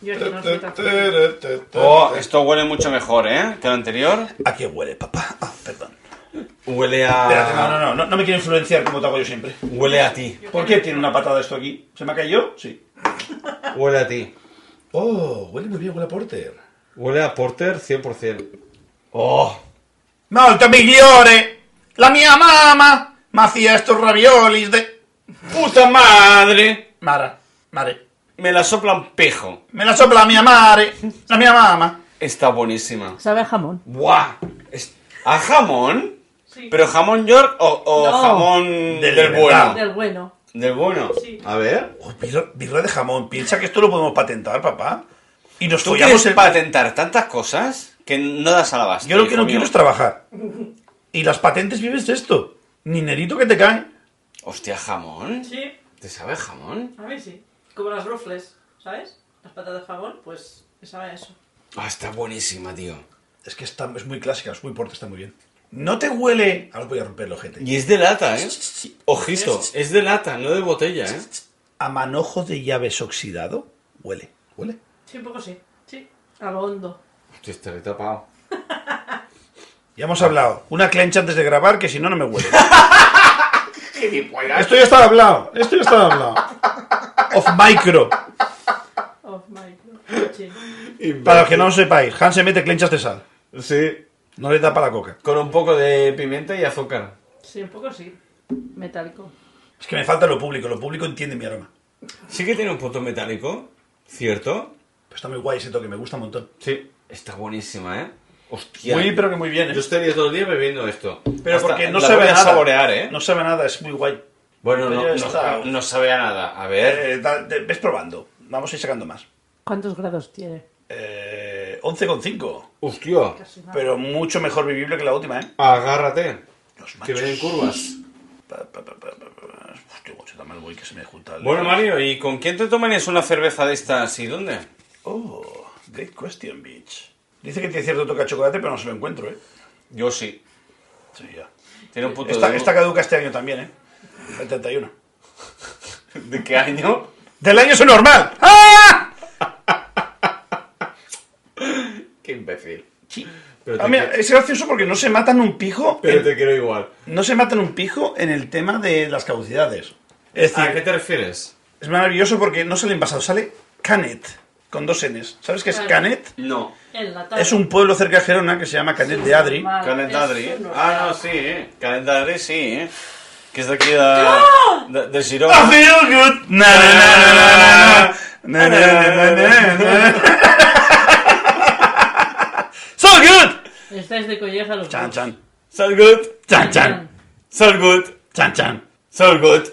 [SPEAKER 4] Yo es que no soy tan-
[SPEAKER 1] Oh, esto huele mucho mejor, ¿eh? Que el anterior.
[SPEAKER 2] ¿A qué huele, papá? Ah, perdón.
[SPEAKER 1] Huele
[SPEAKER 2] Espérate, no, no, no, no, no me quiero influenciar como te hago yo siempre.
[SPEAKER 1] Huele a ti.
[SPEAKER 2] ¿Por qué tiene una patada esto aquí? ¿Se me ha caído? Sí.
[SPEAKER 1] Huele a ti.
[SPEAKER 2] Oh, huele muy bien, huele a porter.
[SPEAKER 5] Huele a porter 100%.
[SPEAKER 2] ¡Oh! ¡Molto migliore! La mia mamma me hacía estos raviolis de...
[SPEAKER 1] ¡Puta madre!
[SPEAKER 2] Mara, mare.
[SPEAKER 1] Me la sopla un pejo.
[SPEAKER 2] Me la sopla la mia madre, la mia mamma.
[SPEAKER 1] Está buenísima.
[SPEAKER 4] Sabe a jamón.
[SPEAKER 1] ¡Buah! Es- ¿A jamón?
[SPEAKER 4] Sí.
[SPEAKER 1] ¿Pero jamón York o, o
[SPEAKER 4] No.
[SPEAKER 1] jamón
[SPEAKER 2] Del
[SPEAKER 1] del,
[SPEAKER 2] libertad.
[SPEAKER 1] bueno?
[SPEAKER 4] Del bueno.
[SPEAKER 1] Del bueno.
[SPEAKER 4] Sí.
[SPEAKER 5] A ver.
[SPEAKER 2] Oh, birra, birra de jamón. Piensa que esto lo podemos patentar, papá. Y nos
[SPEAKER 1] ¿Tú
[SPEAKER 2] follamos
[SPEAKER 1] quieres
[SPEAKER 2] el...
[SPEAKER 1] patentar tantas cosas que no das a la base?
[SPEAKER 2] Yo lo que no quiero es trabajar. Y las patentes vives de esto. Ninerito que te caen.
[SPEAKER 1] Hostia, jamón.
[SPEAKER 4] Sí,
[SPEAKER 1] ¿Te sabe a jamón?
[SPEAKER 4] a mí sí. Como las rufles, ¿sabes? Las patatas de jamón, pues me sabe a eso.
[SPEAKER 1] Ah, está buenísima, tío.
[SPEAKER 2] Es que está, es muy clásica, es muy porte, está muy bien. No te huele... Ahora os voy a romper el ojete.
[SPEAKER 1] Y es de lata, ¿eh? Ojito, es de lata, no de botella, ¿eh?
[SPEAKER 2] A manojo de llaves oxidado. Huele, huele.
[SPEAKER 4] Sí, un poco sí. Sí. A lo hondo.
[SPEAKER 5] Hostia, estaré tapado.
[SPEAKER 2] Ya hemos hablado. Una clencha antes de grabar, que si no, no me huele. Esto ya estaba hablado. Esto ya estaba hablado. Off micro.
[SPEAKER 4] Oh my god. Sí.
[SPEAKER 2] Para los que no lo sepáis, Han se mete clenchas de sal.
[SPEAKER 5] Sí.
[SPEAKER 2] No le da para la coca.
[SPEAKER 5] Con un poco de pimienta y azúcar.
[SPEAKER 4] Sí, un poco sí. Metálico.
[SPEAKER 2] Es que me falta lo público. Lo público entiende mi aroma.
[SPEAKER 1] Sí que tiene un punto metálico, ¿cierto?
[SPEAKER 2] Pero está muy guay ese toque, me gusta un montón.
[SPEAKER 5] Sí.
[SPEAKER 1] Está buenísima, ¿eh? Hostia.
[SPEAKER 2] pero que muy bien. ¿eh?
[SPEAKER 5] Yo estaría todo el día bebiendo esto.
[SPEAKER 2] Pero
[SPEAKER 1] Hasta
[SPEAKER 2] porque no
[SPEAKER 1] la
[SPEAKER 2] sabe
[SPEAKER 1] voy a
[SPEAKER 2] nada.
[SPEAKER 1] saborear, ¿eh?
[SPEAKER 2] No sabe nada, es muy guay.
[SPEAKER 1] Bueno,
[SPEAKER 2] Pero
[SPEAKER 1] no,
[SPEAKER 2] ya está.
[SPEAKER 1] no, no sabe a nada. A ver.
[SPEAKER 2] Eh, da- de- ves probando. Vamos a ir sacando más.
[SPEAKER 4] ¿Cuántos grados tiene?
[SPEAKER 2] Eh, 11,5.
[SPEAKER 5] Hostia.
[SPEAKER 4] Casi nada.
[SPEAKER 2] Pero mucho mejor vivible que la última, ¿eh?
[SPEAKER 5] Agárrate.
[SPEAKER 2] Los
[SPEAKER 5] Que
[SPEAKER 2] machos.
[SPEAKER 5] vienen curvas.
[SPEAKER 2] Pa, pa, pa, pa, pa, pa. Hostia, guacho, tan mal voy que se me junta el...
[SPEAKER 1] Bueno, Mario, ¿y con quién te tomarías una cerveza de estas y dónde?
[SPEAKER 2] Oh, great question, bitch. Dice que tiene cierto toque a chocolate, pero no se lo encuentro, ¿eh?
[SPEAKER 1] Yo sí.
[SPEAKER 2] Sí, ya.
[SPEAKER 1] Tiene un puto
[SPEAKER 2] Esta,
[SPEAKER 1] de...
[SPEAKER 2] esta caduca este año también, ¿eh? El 31.
[SPEAKER 1] ¿De qué año?
[SPEAKER 2] ¡Del año es normal! ¡Ah!
[SPEAKER 1] Qué imbécil.
[SPEAKER 5] Pero
[SPEAKER 2] Ah,
[SPEAKER 5] te,
[SPEAKER 2] mira,
[SPEAKER 5] qui-
[SPEAKER 2] es gracioso porque no se matan un pijo...
[SPEAKER 5] pero
[SPEAKER 2] en-
[SPEAKER 5] te quiero igual.
[SPEAKER 2] No se matan un pijo en el tema de las caducidades. Es
[SPEAKER 5] ¿A qué
[SPEAKER 2] decir,
[SPEAKER 5] te refieres?
[SPEAKER 2] es maravilloso porque no sale envasado, sale Canet, con dos Ns. ¿Sabes qué es
[SPEAKER 4] Claro.
[SPEAKER 2] Canet?
[SPEAKER 1] No.
[SPEAKER 4] Enlatado.
[SPEAKER 2] Es un pueblo cerca de Gerona que se llama Canet de Adri.
[SPEAKER 6] Ah,
[SPEAKER 4] Vale,
[SPEAKER 1] Calendadri.
[SPEAKER 4] eso no es
[SPEAKER 1] Ah, no,
[SPEAKER 4] nada.
[SPEAKER 1] sí, eh. Calendadri, sí, eh. Que es de aquí de... De, de Girona.
[SPEAKER 2] I feel good. Na, na, na, na, na, na. Na, na, na, na, na, na. So good.
[SPEAKER 4] Estáis de colleja los
[SPEAKER 2] Chan,
[SPEAKER 4] dos.
[SPEAKER 2] chan.
[SPEAKER 1] So good.
[SPEAKER 2] Chan, chan.
[SPEAKER 1] So good.
[SPEAKER 2] Chan, chan.
[SPEAKER 1] So good.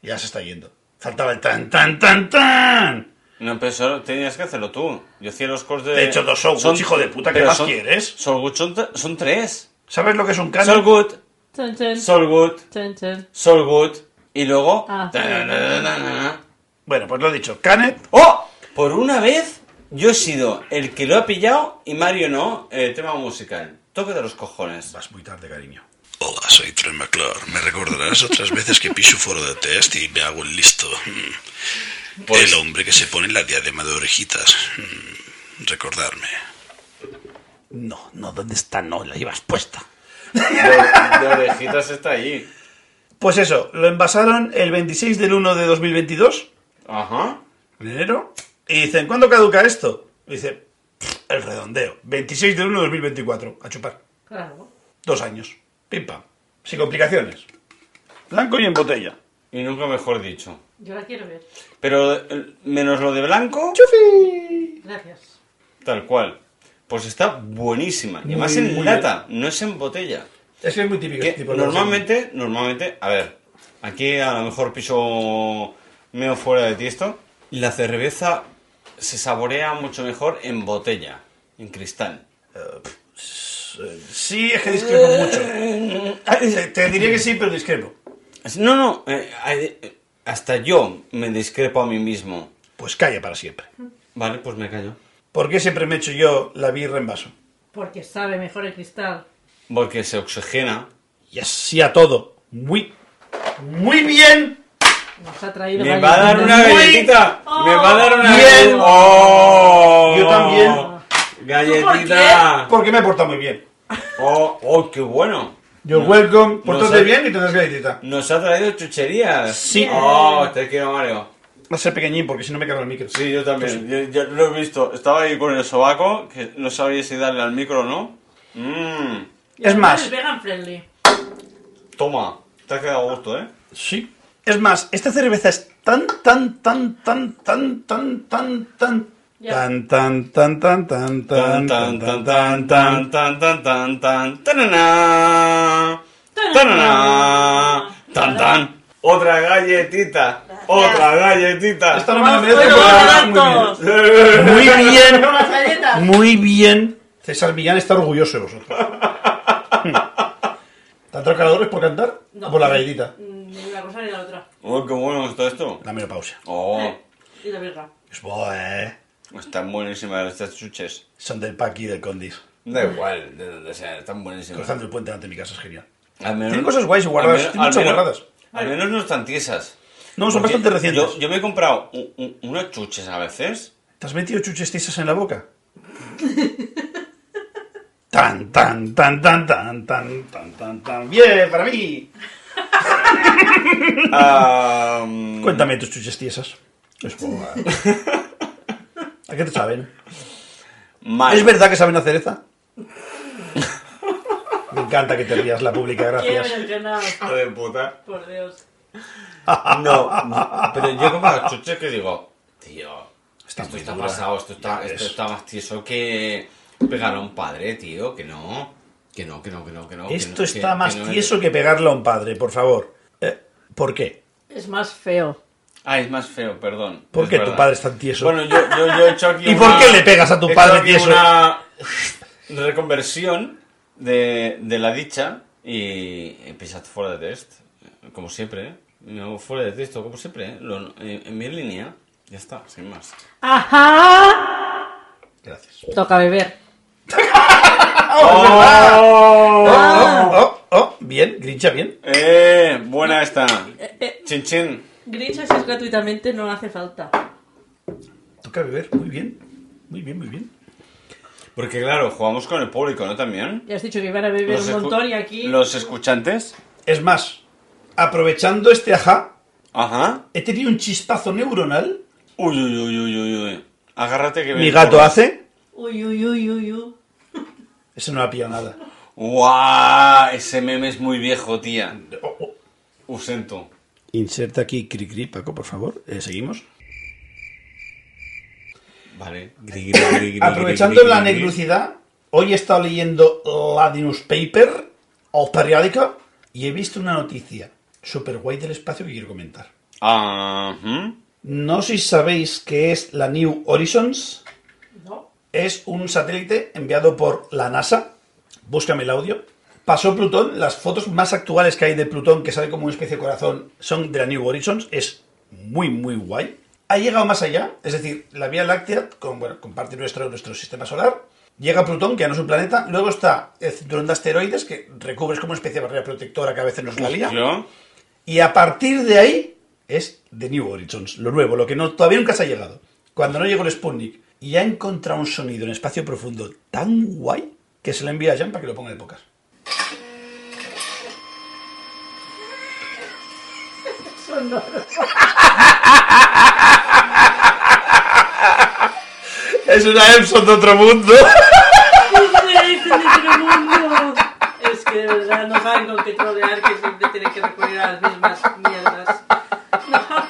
[SPEAKER 2] Ya se está yendo. Faltaba el tan, tan, tan, tan.
[SPEAKER 1] No, pero eso tenías que hacerlo tú. Yo hacía los cores de...
[SPEAKER 2] Te he hecho dos Soul Goods, hijo de puta, ¿qué
[SPEAKER 1] pero
[SPEAKER 2] más
[SPEAKER 1] son-
[SPEAKER 2] quieres?
[SPEAKER 1] Soul Goods son, tre- son tres.
[SPEAKER 2] ¿Sabes lo que es un
[SPEAKER 1] Soul
[SPEAKER 2] canet?
[SPEAKER 1] good,
[SPEAKER 4] Chan, chan.
[SPEAKER 1] soul good,
[SPEAKER 4] Chan, chan.
[SPEAKER 1] soul good. Y luego...
[SPEAKER 4] Ah.
[SPEAKER 1] Ta-na-na-na-na-na.
[SPEAKER 2] Bueno, pues lo he dicho. Canet.
[SPEAKER 1] ¡Oh! Por una vez yo he sido el que lo ha pillado y Mario no. eh, tema musical. Toque de los cojones.
[SPEAKER 2] Vas muy tarde, cariño. Hola, soy Trent McClure. Me recordarás otras veces que piso foro de test y me hago el listo.
[SPEAKER 1] Pues- El
[SPEAKER 2] hombre que se pone la diadema de orejitas. Mm, Recordarme. No, no, ¿dónde está? No, la llevas puesta.
[SPEAKER 1] De, de orejitas está allí.
[SPEAKER 2] Pues eso, lo envasaron el 26 del 1 de 2022,
[SPEAKER 1] Ajá.
[SPEAKER 2] en enero, y dicen, ¿cuándo caduca esto? Y dice, el redondeo, 26 del 1 de 2024, a chupar.
[SPEAKER 4] Claro.
[SPEAKER 2] Dos años, pim pam, sin complicaciones. Blanco y en botella.
[SPEAKER 1] Y nunca mejor dicho.
[SPEAKER 4] Yo la quiero ver.
[SPEAKER 1] Pero eh, menos lo de blanco,
[SPEAKER 4] Gracias.
[SPEAKER 1] tal cual. Pues está buenísima. Y más en lata, no es en botella.
[SPEAKER 2] Es que es muy típico
[SPEAKER 1] Que
[SPEAKER 2] este tipo de cosas.
[SPEAKER 1] normalmente, normalmente, a ver, aquí a lo mejor piso medio fuera de tiesto. La cerveza se saborea mucho mejor en botella, en cristal.
[SPEAKER 2] Sí, es que discrepo mucho. Te, te diría que sí, pero discrepo.
[SPEAKER 1] No, no, eh, eh, hasta yo me discrepo a mí mismo.
[SPEAKER 2] Pues calla para siempre.
[SPEAKER 1] Vale, pues me callo.
[SPEAKER 2] ¿Por qué siempre me echo yo la birra en vaso?
[SPEAKER 4] Porque sabe mejor el cristal.
[SPEAKER 1] Porque se oxigena.
[SPEAKER 2] Y así a todo. Muy, muy bien.
[SPEAKER 4] Nos ha traído.
[SPEAKER 1] Me
[SPEAKER 4] varios
[SPEAKER 1] va a dar una
[SPEAKER 4] mundos.
[SPEAKER 1] galletita.
[SPEAKER 4] Oh.
[SPEAKER 1] Me va a dar una
[SPEAKER 2] Bien.
[SPEAKER 1] galletita. Oh.
[SPEAKER 2] Yo también.
[SPEAKER 1] Galletita.
[SPEAKER 2] Porque me he portado muy bien.
[SPEAKER 1] Oh, oh, qué bueno.
[SPEAKER 2] Yo welcome.
[SPEAKER 1] No sé.
[SPEAKER 2] bien y te das galletita.
[SPEAKER 1] Nos ha traído chucherías.
[SPEAKER 2] Sí.
[SPEAKER 1] Oh, te quiero, Mario.
[SPEAKER 2] Va a ser pequeñín porque si no me cargo el micro.
[SPEAKER 1] Sí, yo también. Yo, Pues, yo lo he visto. Estaba ahí con el sobaco, que no sabía si darle al micro o no. Mmm.
[SPEAKER 6] Y además
[SPEAKER 2] más-
[SPEAKER 6] Es vegan friendly.
[SPEAKER 1] Toma. Te ha quedado a gusto, ¿eh?
[SPEAKER 2] Sí. Es más, esta cerveza es tan, tan, tan, tan, tan, tan, tan, tan.
[SPEAKER 6] Ya.
[SPEAKER 2] Tan, tan, tan, tan, tan,
[SPEAKER 1] Tan, tan, tan, tan, tan, tan, tan, tan, tan, tanana, tanana, tan, tan. Otra galletita, otra galletita.
[SPEAKER 2] Esta no me la
[SPEAKER 6] Vamos,
[SPEAKER 2] merezco, pero la
[SPEAKER 6] bueno,
[SPEAKER 2] verdad,
[SPEAKER 6] gatos.
[SPEAKER 2] muy bien. Muy bien.
[SPEAKER 6] Las galletas.
[SPEAKER 2] Muy bien. César Millán está orgulloso de vosotros. ¿Te han calores por cantar?
[SPEAKER 6] No.
[SPEAKER 2] ¿O por la galletita?
[SPEAKER 6] Mm, Ni la cosa ni la otra.
[SPEAKER 1] Uy, Oh, qué bueno está esto.
[SPEAKER 2] La menopausia.
[SPEAKER 1] Oh,
[SPEAKER 6] Y la verga.
[SPEAKER 2] Es boe.
[SPEAKER 1] están buenísimas estas chuches.
[SPEAKER 2] Son del Paqui y del Condis.
[SPEAKER 1] Da igual, de donde sea, están buenísimas.
[SPEAKER 2] Cruzando el puente delante de mi casa es genial.
[SPEAKER 1] Al menos-
[SPEAKER 2] Tienen cosas guays y
[SPEAKER 1] al
[SPEAKER 2] guardadas,
[SPEAKER 1] menos-
[SPEAKER 2] tienen
[SPEAKER 1] al
[SPEAKER 2] muchas
[SPEAKER 1] menos-
[SPEAKER 2] guardadas.
[SPEAKER 1] Al menos no están tiesas.
[SPEAKER 2] No, son
[SPEAKER 1] Porque
[SPEAKER 2] bastante recientes.
[SPEAKER 1] Yo, yo me he comprado u- u- unas chuches a veces.
[SPEAKER 2] ¿Te has metido chuches tizas en la boca? Tan, tan, tan, tan, tan, tan, tan, tan, tan. Bien, para mí.
[SPEAKER 1] Ah,
[SPEAKER 2] Cuéntame tus chuches tiesas. Es boa. ¿A qué te saben?
[SPEAKER 1] mal.
[SPEAKER 2] ¿Es verdad que saben a cereza? Me encanta que te rías la pública,
[SPEAKER 6] Quiero
[SPEAKER 2] gracias.
[SPEAKER 6] mencionar,
[SPEAKER 1] Hijo de puta.
[SPEAKER 6] por Dios.
[SPEAKER 1] No, pero yo como los chuches que digo, tío,
[SPEAKER 2] Está
[SPEAKER 1] esto
[SPEAKER 2] muy
[SPEAKER 1] está
[SPEAKER 2] dura,
[SPEAKER 1] pasado, esto está,
[SPEAKER 2] ya
[SPEAKER 1] esto
[SPEAKER 2] ves.
[SPEAKER 1] está más tieso que pegar a un padre, tío, que no, que no, que no, que no, que no. que
[SPEAKER 2] Esto
[SPEAKER 1] no,
[SPEAKER 2] está
[SPEAKER 1] que-
[SPEAKER 2] más
[SPEAKER 1] que no es-
[SPEAKER 2] tieso que pegarle a un padre, por favor. Eh, ¿Por qué?
[SPEAKER 6] Es más feo.
[SPEAKER 1] Ah, es más feo, perdón.
[SPEAKER 2] ¿Por
[SPEAKER 1] es
[SPEAKER 2] qué tu
[SPEAKER 1] verdad.
[SPEAKER 2] padre es tan tieso?
[SPEAKER 1] Bueno, yo, yo, yo he hecho aquí
[SPEAKER 2] ¿Y por
[SPEAKER 1] una-
[SPEAKER 2] qué le pegas a tu
[SPEAKER 1] he hecho
[SPEAKER 2] padre
[SPEAKER 1] aquí
[SPEAKER 2] tieso?
[SPEAKER 1] una reconversión de, de la dicha y empiezas fuera de test, como siempre, ¿eh? No, fuera de texto, como siempre, ¿eh? Lo- en, en mi línea, ya está, sin más.
[SPEAKER 6] ¡Ajá!
[SPEAKER 2] Gracias.
[SPEAKER 6] Toca beber. Ah.
[SPEAKER 2] Oh, oh, oh, bien, grincha, bien.
[SPEAKER 1] ¡Eh! Buena esta.
[SPEAKER 6] Eh, eh,
[SPEAKER 1] Chin chin.
[SPEAKER 6] Grinch, si es gratuitamente, no hace falta.
[SPEAKER 2] Toca beber, muy bien. Muy bien, muy bien.
[SPEAKER 1] Porque claro, jugamos con el público, ¿no? También.
[SPEAKER 6] Ya has dicho que iban a beber un
[SPEAKER 1] escu-
[SPEAKER 6] montón y aquí...
[SPEAKER 1] Los escuchantes.
[SPEAKER 2] Es más, aprovechando este ajá,
[SPEAKER 1] Ajá.
[SPEAKER 2] he tenido un chispazo neuronal.
[SPEAKER 1] Uy, uy, uy, uy, uy, uy. Agárrate que
[SPEAKER 2] Mi gato hace.
[SPEAKER 6] Uy, uy, uy, uy, uy.
[SPEAKER 2] Ese no ha pillado nada.
[SPEAKER 1] ¡Guau! Ese meme es muy viejo, tía.
[SPEAKER 2] Oh, oh.
[SPEAKER 1] Usento.
[SPEAKER 2] Inserta aquí cri cri, Paco, por favor. Eh, seguimos.
[SPEAKER 1] Vale. Gri, gri, gri, gri, gri,
[SPEAKER 2] Aprovechando
[SPEAKER 1] gri,
[SPEAKER 2] la
[SPEAKER 1] gri, gri.
[SPEAKER 2] negrucidad, hoy he estado leyendo la newspaper o periódico y he visto una noticia super guay del espacio que quiero comentar.
[SPEAKER 1] Ajá.
[SPEAKER 2] No sé si sabéis qué es la New Horizons.
[SPEAKER 6] No.
[SPEAKER 2] es un satélite enviado por la NASA. Búscame el audio. Pasó Plutón. Las fotos más actuales que hay de Plutón, que sale como una especie de corazón, son de la New Horizons. Es muy, muy guay. Ha llegado más allá, es decir, la Vía Láctea con, bueno, comparte nuestro, nuestro sistema solar. Llega Plutón, que ya no es un planeta. Luego está el cinturón de asteroides, que recubres como una especie de barrera protectora que a veces nos la lía.
[SPEAKER 1] Yo.
[SPEAKER 2] Y a partir de ahí es The New Horizons, lo nuevo, lo que no, todavía nunca se ha llegado. Cuando no llegó el Sputnik y ha encontrado un sonido en espacio profundo tan guay que se lo envía a Jan para que lo ponga de pocas. Es una Epson de otro mundo.
[SPEAKER 6] ¡Es el mundo! Es que de verdad no saben con qué trolear que siempre tienen que recurrir a las mismas mierdas.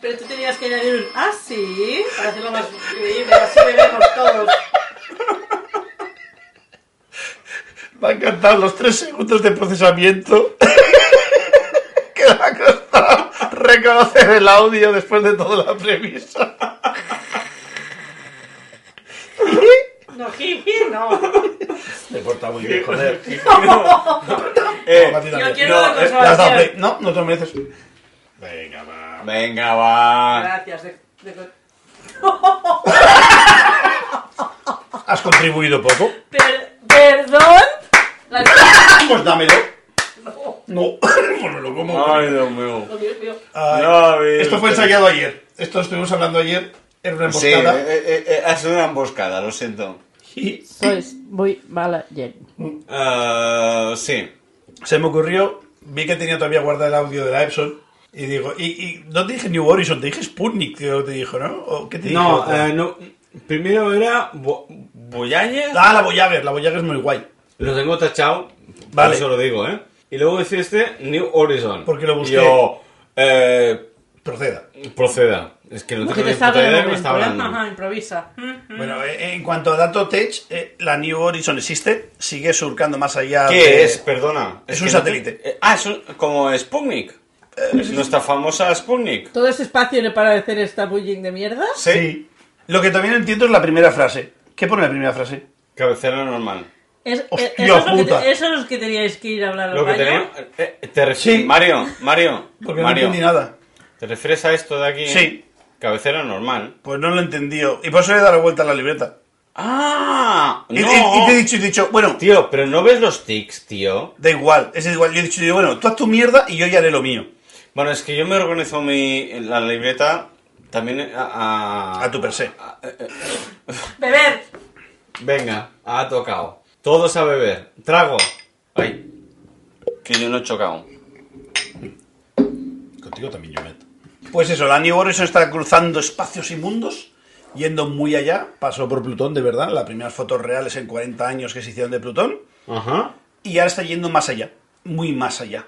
[SPEAKER 6] Pero tú tenías que añadir un ah, sí, para hacerlo más creíble, así bebemos todos.
[SPEAKER 2] Va a encantar los tres segundos de procesamiento que le ha costado reconocer el audio después de toda la premisa.
[SPEAKER 6] No, jiji, no.
[SPEAKER 2] Me he portado muy bien, joder.
[SPEAKER 1] Eh,
[SPEAKER 6] Yo
[SPEAKER 2] Venga,
[SPEAKER 6] quiero
[SPEAKER 1] No,
[SPEAKER 6] la
[SPEAKER 1] eh,
[SPEAKER 6] consola.
[SPEAKER 2] play. No, no te lo mereces. Venga, va.
[SPEAKER 1] venga, va.
[SPEAKER 6] Gracias. De, de-
[SPEAKER 2] Has contribuido poco.
[SPEAKER 6] Per- ¿Perdón? La-
[SPEAKER 2] Pues dámelo. No, pues me lo como.
[SPEAKER 1] Ay, Dios mío.
[SPEAKER 6] Lo que yo- yo-
[SPEAKER 2] Ay,
[SPEAKER 1] No, a ver,
[SPEAKER 2] esto fue
[SPEAKER 1] pero-
[SPEAKER 2] ensayado ayer. Esto estuvimos hablando ayer. Era una
[SPEAKER 1] Sí,
[SPEAKER 2] emboscada.
[SPEAKER 1] eh, eh, eh, ha sido una emboscada, lo siento.
[SPEAKER 2] Y
[SPEAKER 6] Sois muy mala gente.
[SPEAKER 1] Ah, sí.
[SPEAKER 2] se me ocurrió vi que tenía todavía guardado el audio de la Epson y digo, y, y no te dije New Horizon, te dije Sputnik, creo que te dijo, ¿no? ¿O qué te dijo?
[SPEAKER 1] No,
[SPEAKER 2] otra?
[SPEAKER 1] eh, no, primero era Bo- Voyager.
[SPEAKER 2] Ah, la Voyager, la Voyager es muy guay.
[SPEAKER 1] Lo tengo tachado.
[SPEAKER 2] Vale.
[SPEAKER 1] Por eso lo digo, ¿eh? Y luego hiciste New Horizon.
[SPEAKER 2] Porque lo busqué.
[SPEAKER 1] Yo, eh,
[SPEAKER 2] Proceda.
[SPEAKER 1] proceda. Es que no
[SPEAKER 6] Porque
[SPEAKER 1] tengo
[SPEAKER 6] te
[SPEAKER 1] ni
[SPEAKER 6] está
[SPEAKER 1] puta idea de lo que está
[SPEAKER 6] hablando. ¿eh?
[SPEAKER 1] hablando.
[SPEAKER 6] Ajá, improvisa. Mm, mm.
[SPEAKER 2] Bueno, eh, en cuanto a dato tech, eh, la New Horizon existe, sigue surcando más allá. de-
[SPEAKER 1] ¿Qué es? Perdona.
[SPEAKER 2] Es
[SPEAKER 1] que
[SPEAKER 2] un
[SPEAKER 1] no
[SPEAKER 2] satélite.
[SPEAKER 1] te- eh, ah, es un- como Sputnik. Nuestra famosa Sputnik.
[SPEAKER 6] ¿Todo ese espacio le para hacer esta bullying de mierda?
[SPEAKER 2] Sí. Lo que también entiendo es la primera frase. ¿Qué pone la primera frase?
[SPEAKER 1] Cabecera normal.
[SPEAKER 6] Es,
[SPEAKER 2] Hostia
[SPEAKER 6] eh, esos los que
[SPEAKER 2] puta.
[SPEAKER 6] te- esos los que teníais que ir a hablar al
[SPEAKER 1] Lo que
[SPEAKER 6] baño.
[SPEAKER 1] tenemos. eh, eh, te ref-
[SPEAKER 2] Sí.
[SPEAKER 1] Mario, Mario.
[SPEAKER 2] Porque
[SPEAKER 1] Mario,
[SPEAKER 2] no entendí nada.
[SPEAKER 1] ¿Te refieres a esto de aquí?
[SPEAKER 2] Sí.
[SPEAKER 1] Cabecera normal.
[SPEAKER 2] Pues no lo entendió. Y por eso le he dado la vuelta a la libreta.
[SPEAKER 1] ¡Ah!
[SPEAKER 2] Y,
[SPEAKER 1] ¡No!
[SPEAKER 2] y- y te he dicho, y te he dicho, bueno,
[SPEAKER 1] Tío, pero no ves los tics, tío.
[SPEAKER 2] da igual, es igual. Yo he dicho, digo, bueno, tú haz tu mierda y yo ya haré lo mío.
[SPEAKER 1] Bueno, es que yo me organizo mi, la libreta también a... a-
[SPEAKER 2] A tu per se.
[SPEAKER 6] Beber.
[SPEAKER 1] Venga, ha tocado. Todos a beber. Trago. Ay. Que yo no he chocado.
[SPEAKER 2] Contigo también yo meto. Pues eso, la New Horizon está cruzando espacios inmundos, yendo muy allá. Pasó por Plutón, de verdad. Las primeras fotos reales en 40 años que se hicieron de Plutón.
[SPEAKER 1] Ajá.
[SPEAKER 2] Y ahora está yendo más allá. Muy más allá.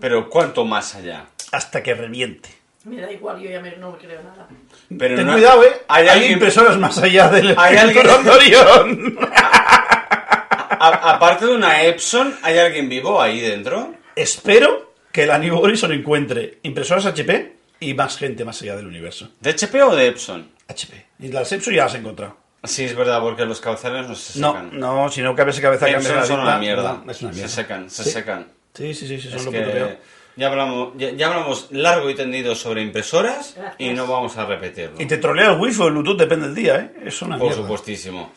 [SPEAKER 1] Pero ¿cuánto más allá?
[SPEAKER 2] Hasta que reviente.
[SPEAKER 6] Me da igual, yo ya me- no me creo nada.
[SPEAKER 1] Pero
[SPEAKER 2] Ten
[SPEAKER 1] no-
[SPEAKER 2] cuidado, ¿eh?
[SPEAKER 1] Hay, alguien-
[SPEAKER 2] impresoras más allá del
[SPEAKER 1] Hay alguien-
[SPEAKER 2] cinturón de Orión.
[SPEAKER 1] a- aparte de una Epson, ¿hay alguien vivo ahí dentro?
[SPEAKER 2] Espero que la New Horizon encuentre impresoras HP y más gente más allá del universo.
[SPEAKER 1] ¿De HP o de Epson?
[SPEAKER 2] HP. Y las Epson ya las he encontrado.
[SPEAKER 1] Sí, es verdad, porque los cabezales no se
[SPEAKER 2] No,
[SPEAKER 1] secan.
[SPEAKER 2] no, si no cabeza cabeza
[SPEAKER 1] Epson
[SPEAKER 2] cambia la
[SPEAKER 1] son
[SPEAKER 2] cinta.
[SPEAKER 1] una mierda.
[SPEAKER 2] No, es una mierda.
[SPEAKER 1] Se secan, se
[SPEAKER 2] Sí.
[SPEAKER 1] secan.
[SPEAKER 2] Sí, sí, sí, sí, son
[SPEAKER 1] Es
[SPEAKER 2] lo
[SPEAKER 1] que
[SPEAKER 2] puto peor.
[SPEAKER 1] ya hablamos, ya, ya hablamos largo y tendido sobre impresoras y no vamos a repetirlo.
[SPEAKER 2] Y te trolea el wifi o el Bluetooth, depende del día, ¿eh? Es una
[SPEAKER 1] Por
[SPEAKER 2] mierda.
[SPEAKER 1] supuestísimo.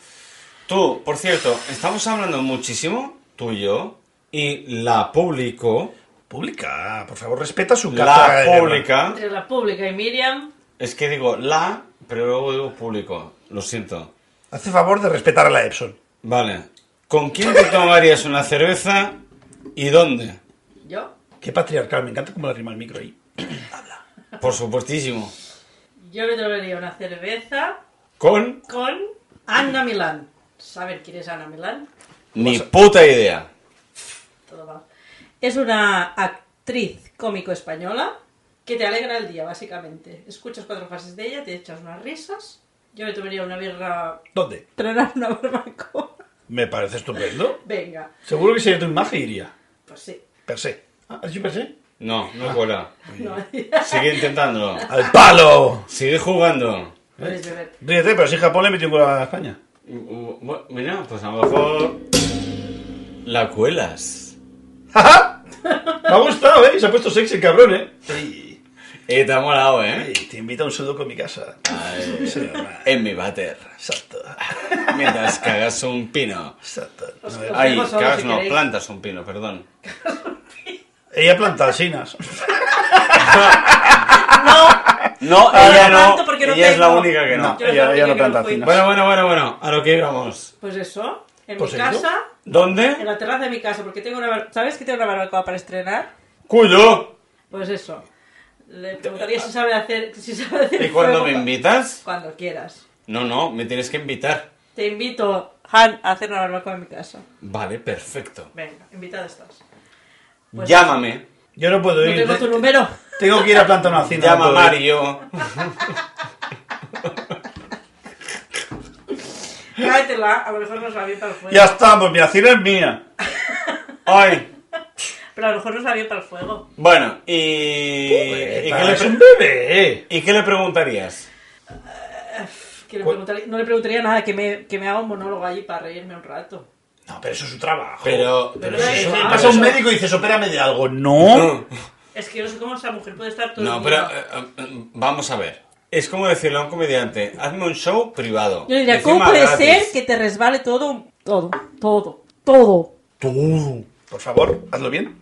[SPEAKER 1] Tú, por cierto, estamos hablando muchísimo, tú y yo, y la público,
[SPEAKER 2] Pública, por favor, respeta su carta
[SPEAKER 1] la
[SPEAKER 2] de guerra.
[SPEAKER 1] pública,
[SPEAKER 6] Entre la pública y Miriam,
[SPEAKER 1] es que digo la, pero luego digo público, lo siento.
[SPEAKER 2] Hace favor de respetar a la Epson.
[SPEAKER 1] Vale, ¿con quién te tomarías una cerveza y dónde?
[SPEAKER 6] yo,
[SPEAKER 2] Qué patriarcal, me encanta cómo le rima el micro ahí.
[SPEAKER 1] Por supuestísimo,
[SPEAKER 6] yo me tomaría una cerveza
[SPEAKER 1] con
[SPEAKER 6] con Ana Milán. ¿Saben quién es Ana Milán?
[SPEAKER 1] ni puta idea.
[SPEAKER 6] Todo mal. Es una actriz cómico española que te alegra el día, básicamente. Escuchas cuatro frases de ella, te echas unas risas. Yo me tomaría una birra...
[SPEAKER 2] ¿Dónde?
[SPEAKER 6] Tronar una barbacoa.
[SPEAKER 2] Me parece estupendo.
[SPEAKER 6] Venga.
[SPEAKER 2] Seguro que sería tu imagen iría.
[SPEAKER 6] Pues sí.
[SPEAKER 2] Per se. Ah, ¿Has dicho per se?
[SPEAKER 1] No, no cuela.
[SPEAKER 6] No,
[SPEAKER 1] Sigue intentándolo.
[SPEAKER 2] ¡Al palo!
[SPEAKER 1] Sigue jugando.
[SPEAKER 6] puedes beber.
[SPEAKER 2] Ríete, pero si Japón le metió un gol a España.
[SPEAKER 1] Bu- Mira, pues a lo mejor la cuelas.
[SPEAKER 2] ¡Ja, ja! Me ha gustado, ¿eh? Se ha puesto sexy el cabrón, ¿eh? Sí.
[SPEAKER 1] Y te ha molado, ¿eh?
[SPEAKER 2] Te invito a un sudoku a mi casa. Sí, normal.
[SPEAKER 1] En mi váter.
[SPEAKER 2] Exacto.
[SPEAKER 1] Mientras cagas un pino.
[SPEAKER 2] Exacto.
[SPEAKER 6] Os-
[SPEAKER 2] No,
[SPEAKER 6] os
[SPEAKER 1] Ay,
[SPEAKER 6] dejo solo
[SPEAKER 1] cagas
[SPEAKER 6] si
[SPEAKER 1] no,
[SPEAKER 6] queréis.
[SPEAKER 1] plantas un pino, perdón.
[SPEAKER 2] Ella planta alcinas.
[SPEAKER 1] No,
[SPEAKER 6] Ah,
[SPEAKER 1] ella
[SPEAKER 6] no
[SPEAKER 1] no.
[SPEAKER 6] planto porque no
[SPEAKER 1] ella es la
[SPEAKER 6] tengo.
[SPEAKER 1] única que no.
[SPEAKER 2] No.
[SPEAKER 6] Yo era
[SPEAKER 2] Ella-
[SPEAKER 6] la
[SPEAKER 2] ella
[SPEAKER 6] única
[SPEAKER 2] no planta
[SPEAKER 6] que fui.
[SPEAKER 2] encina.
[SPEAKER 1] Bueno, bueno, bueno, bueno. A lo que íbamos.
[SPEAKER 6] Pues eso, en
[SPEAKER 2] Pues
[SPEAKER 6] mi
[SPEAKER 2] eso.
[SPEAKER 6] casa, en
[SPEAKER 1] ¿Dónde?
[SPEAKER 6] la terraza de mi casa, porque tengo una... bar- ¿Sabes que tengo una barbacoa para estrenar?
[SPEAKER 1] Cuyo.
[SPEAKER 6] Pues eso. Le preguntaría si sabe hacer... Si sabe hacer
[SPEAKER 1] ¿Y cuando me
[SPEAKER 6] barbacoa.
[SPEAKER 1] invitas?
[SPEAKER 6] Cuando quieras.
[SPEAKER 1] No, no, me tienes que invitar.
[SPEAKER 6] Te invito, Han, a hacer una barbacoa en mi casa.
[SPEAKER 1] Vale, perfecto.
[SPEAKER 6] Venga, invitada estás. Pues-
[SPEAKER 1] Llámame.
[SPEAKER 2] Yo no puedo
[SPEAKER 6] No
[SPEAKER 2] ir.
[SPEAKER 6] tengo tu
[SPEAKER 2] Te-
[SPEAKER 6] número.
[SPEAKER 2] Tengo que ir a plantar una alcina.
[SPEAKER 1] Llama
[SPEAKER 2] no
[SPEAKER 1] a
[SPEAKER 2] puedo ir.
[SPEAKER 1] Mario.
[SPEAKER 6] Cáetela, a lo mejor nos va bien para el fuego.
[SPEAKER 2] Ya estamos, mi alcina es mía.
[SPEAKER 1] Ay.
[SPEAKER 6] Pero a lo mejor nos va bien para el fuego.
[SPEAKER 1] Bueno, y. Eh, ¿Y qué le
[SPEAKER 2] Eh, es
[SPEAKER 1] pre-
[SPEAKER 2] un bebé.
[SPEAKER 1] ¿Y qué le preguntarías?
[SPEAKER 6] Que le preguntaría- no le preguntaría nada, que me, que me haga un monólogo allí para reírme un rato.
[SPEAKER 2] No, pero eso es su trabajo.
[SPEAKER 1] Pero, pero
[SPEAKER 6] Pero
[SPEAKER 1] eso-
[SPEAKER 6] eso-
[SPEAKER 1] pero
[SPEAKER 2] Vas a un
[SPEAKER 1] eso-
[SPEAKER 2] médico y dices, opérame de algo. No.
[SPEAKER 6] Es que yo no sé cómo esa mujer puede estar todo
[SPEAKER 1] No,
[SPEAKER 6] el
[SPEAKER 1] pero
[SPEAKER 6] día.
[SPEAKER 1] eh, eh, vamos a ver. Es como decirle a un comediante, hazme un show privado.
[SPEAKER 6] Yo le diría,
[SPEAKER 1] Encima
[SPEAKER 6] ¿cómo puede
[SPEAKER 1] gratis".
[SPEAKER 6] ser que te resbale todo? Todo, todo, todo,
[SPEAKER 2] Tú. Por favor, hazlo bien.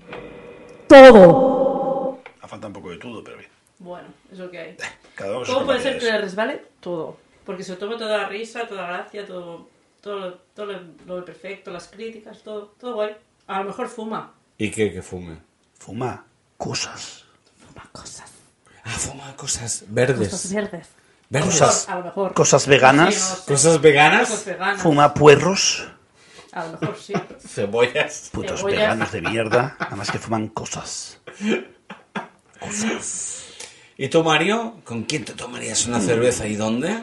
[SPEAKER 6] todo.
[SPEAKER 2] Ha faltado un poco de todo, pero bien.
[SPEAKER 6] Bueno, es lo que hay.
[SPEAKER 2] Cada uno con sus
[SPEAKER 6] ¿Cómo puede ser que le
[SPEAKER 2] capacidades.
[SPEAKER 6] resbale todo? Porque se toma toda la risa, toda la gracia, todo, todo, lo- todo lo, lo perfecto, las críticas, todo, todo guay. A lo mejor fuma.
[SPEAKER 1] ¿Y qué? Que fume.
[SPEAKER 2] Fuma cosas.
[SPEAKER 6] Fuma cosas.
[SPEAKER 1] Ah, fuma cosas verdes.
[SPEAKER 6] Cosas verdes.
[SPEAKER 1] verdes.
[SPEAKER 2] Cosas.
[SPEAKER 6] A lo mejor.
[SPEAKER 2] Cosas veganas.
[SPEAKER 1] Cosas
[SPEAKER 6] Cosas
[SPEAKER 1] veganas.
[SPEAKER 6] Pues veganas.
[SPEAKER 2] Fuma puerros.
[SPEAKER 6] A lo mejor sí.
[SPEAKER 1] Cebollas.
[SPEAKER 2] Putos
[SPEAKER 6] Cebollas.
[SPEAKER 2] veganos de mierda. Nada más que fuman cosas.
[SPEAKER 1] ¿Y tú, Mario? ¿Con quién te tomarías una cerveza y dónde?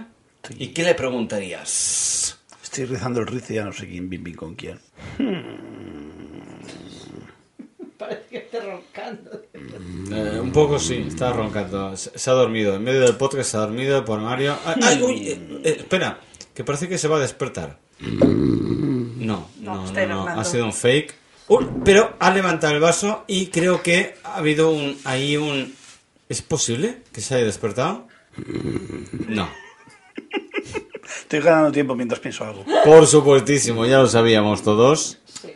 [SPEAKER 1] ¿Y qué le preguntarías?
[SPEAKER 2] Estoy rizando el rizo y ya no sé quién, bim, bim, con quién.
[SPEAKER 6] Parece que esté roncando.
[SPEAKER 1] Eh, un poco sí, está roncando. Se, se ha dormido. En medio del podcast se ha dormido por Mario. ¡Ay, ay, uy! eh, eh, espera, que parece que se va a despertar. No,
[SPEAKER 6] No,
[SPEAKER 1] no,
[SPEAKER 6] está
[SPEAKER 1] no, no,
[SPEAKER 6] hibernando.
[SPEAKER 1] ha sido un fake. Uy, pero ha levantado el vaso y creo que ha habido un ahí un. ¿Es posible que se haya despertado? No.
[SPEAKER 2] Estoy ganando tiempo mientras pienso algo.
[SPEAKER 1] Por supuestísimo, ya lo sabíamos todos.
[SPEAKER 6] Sí.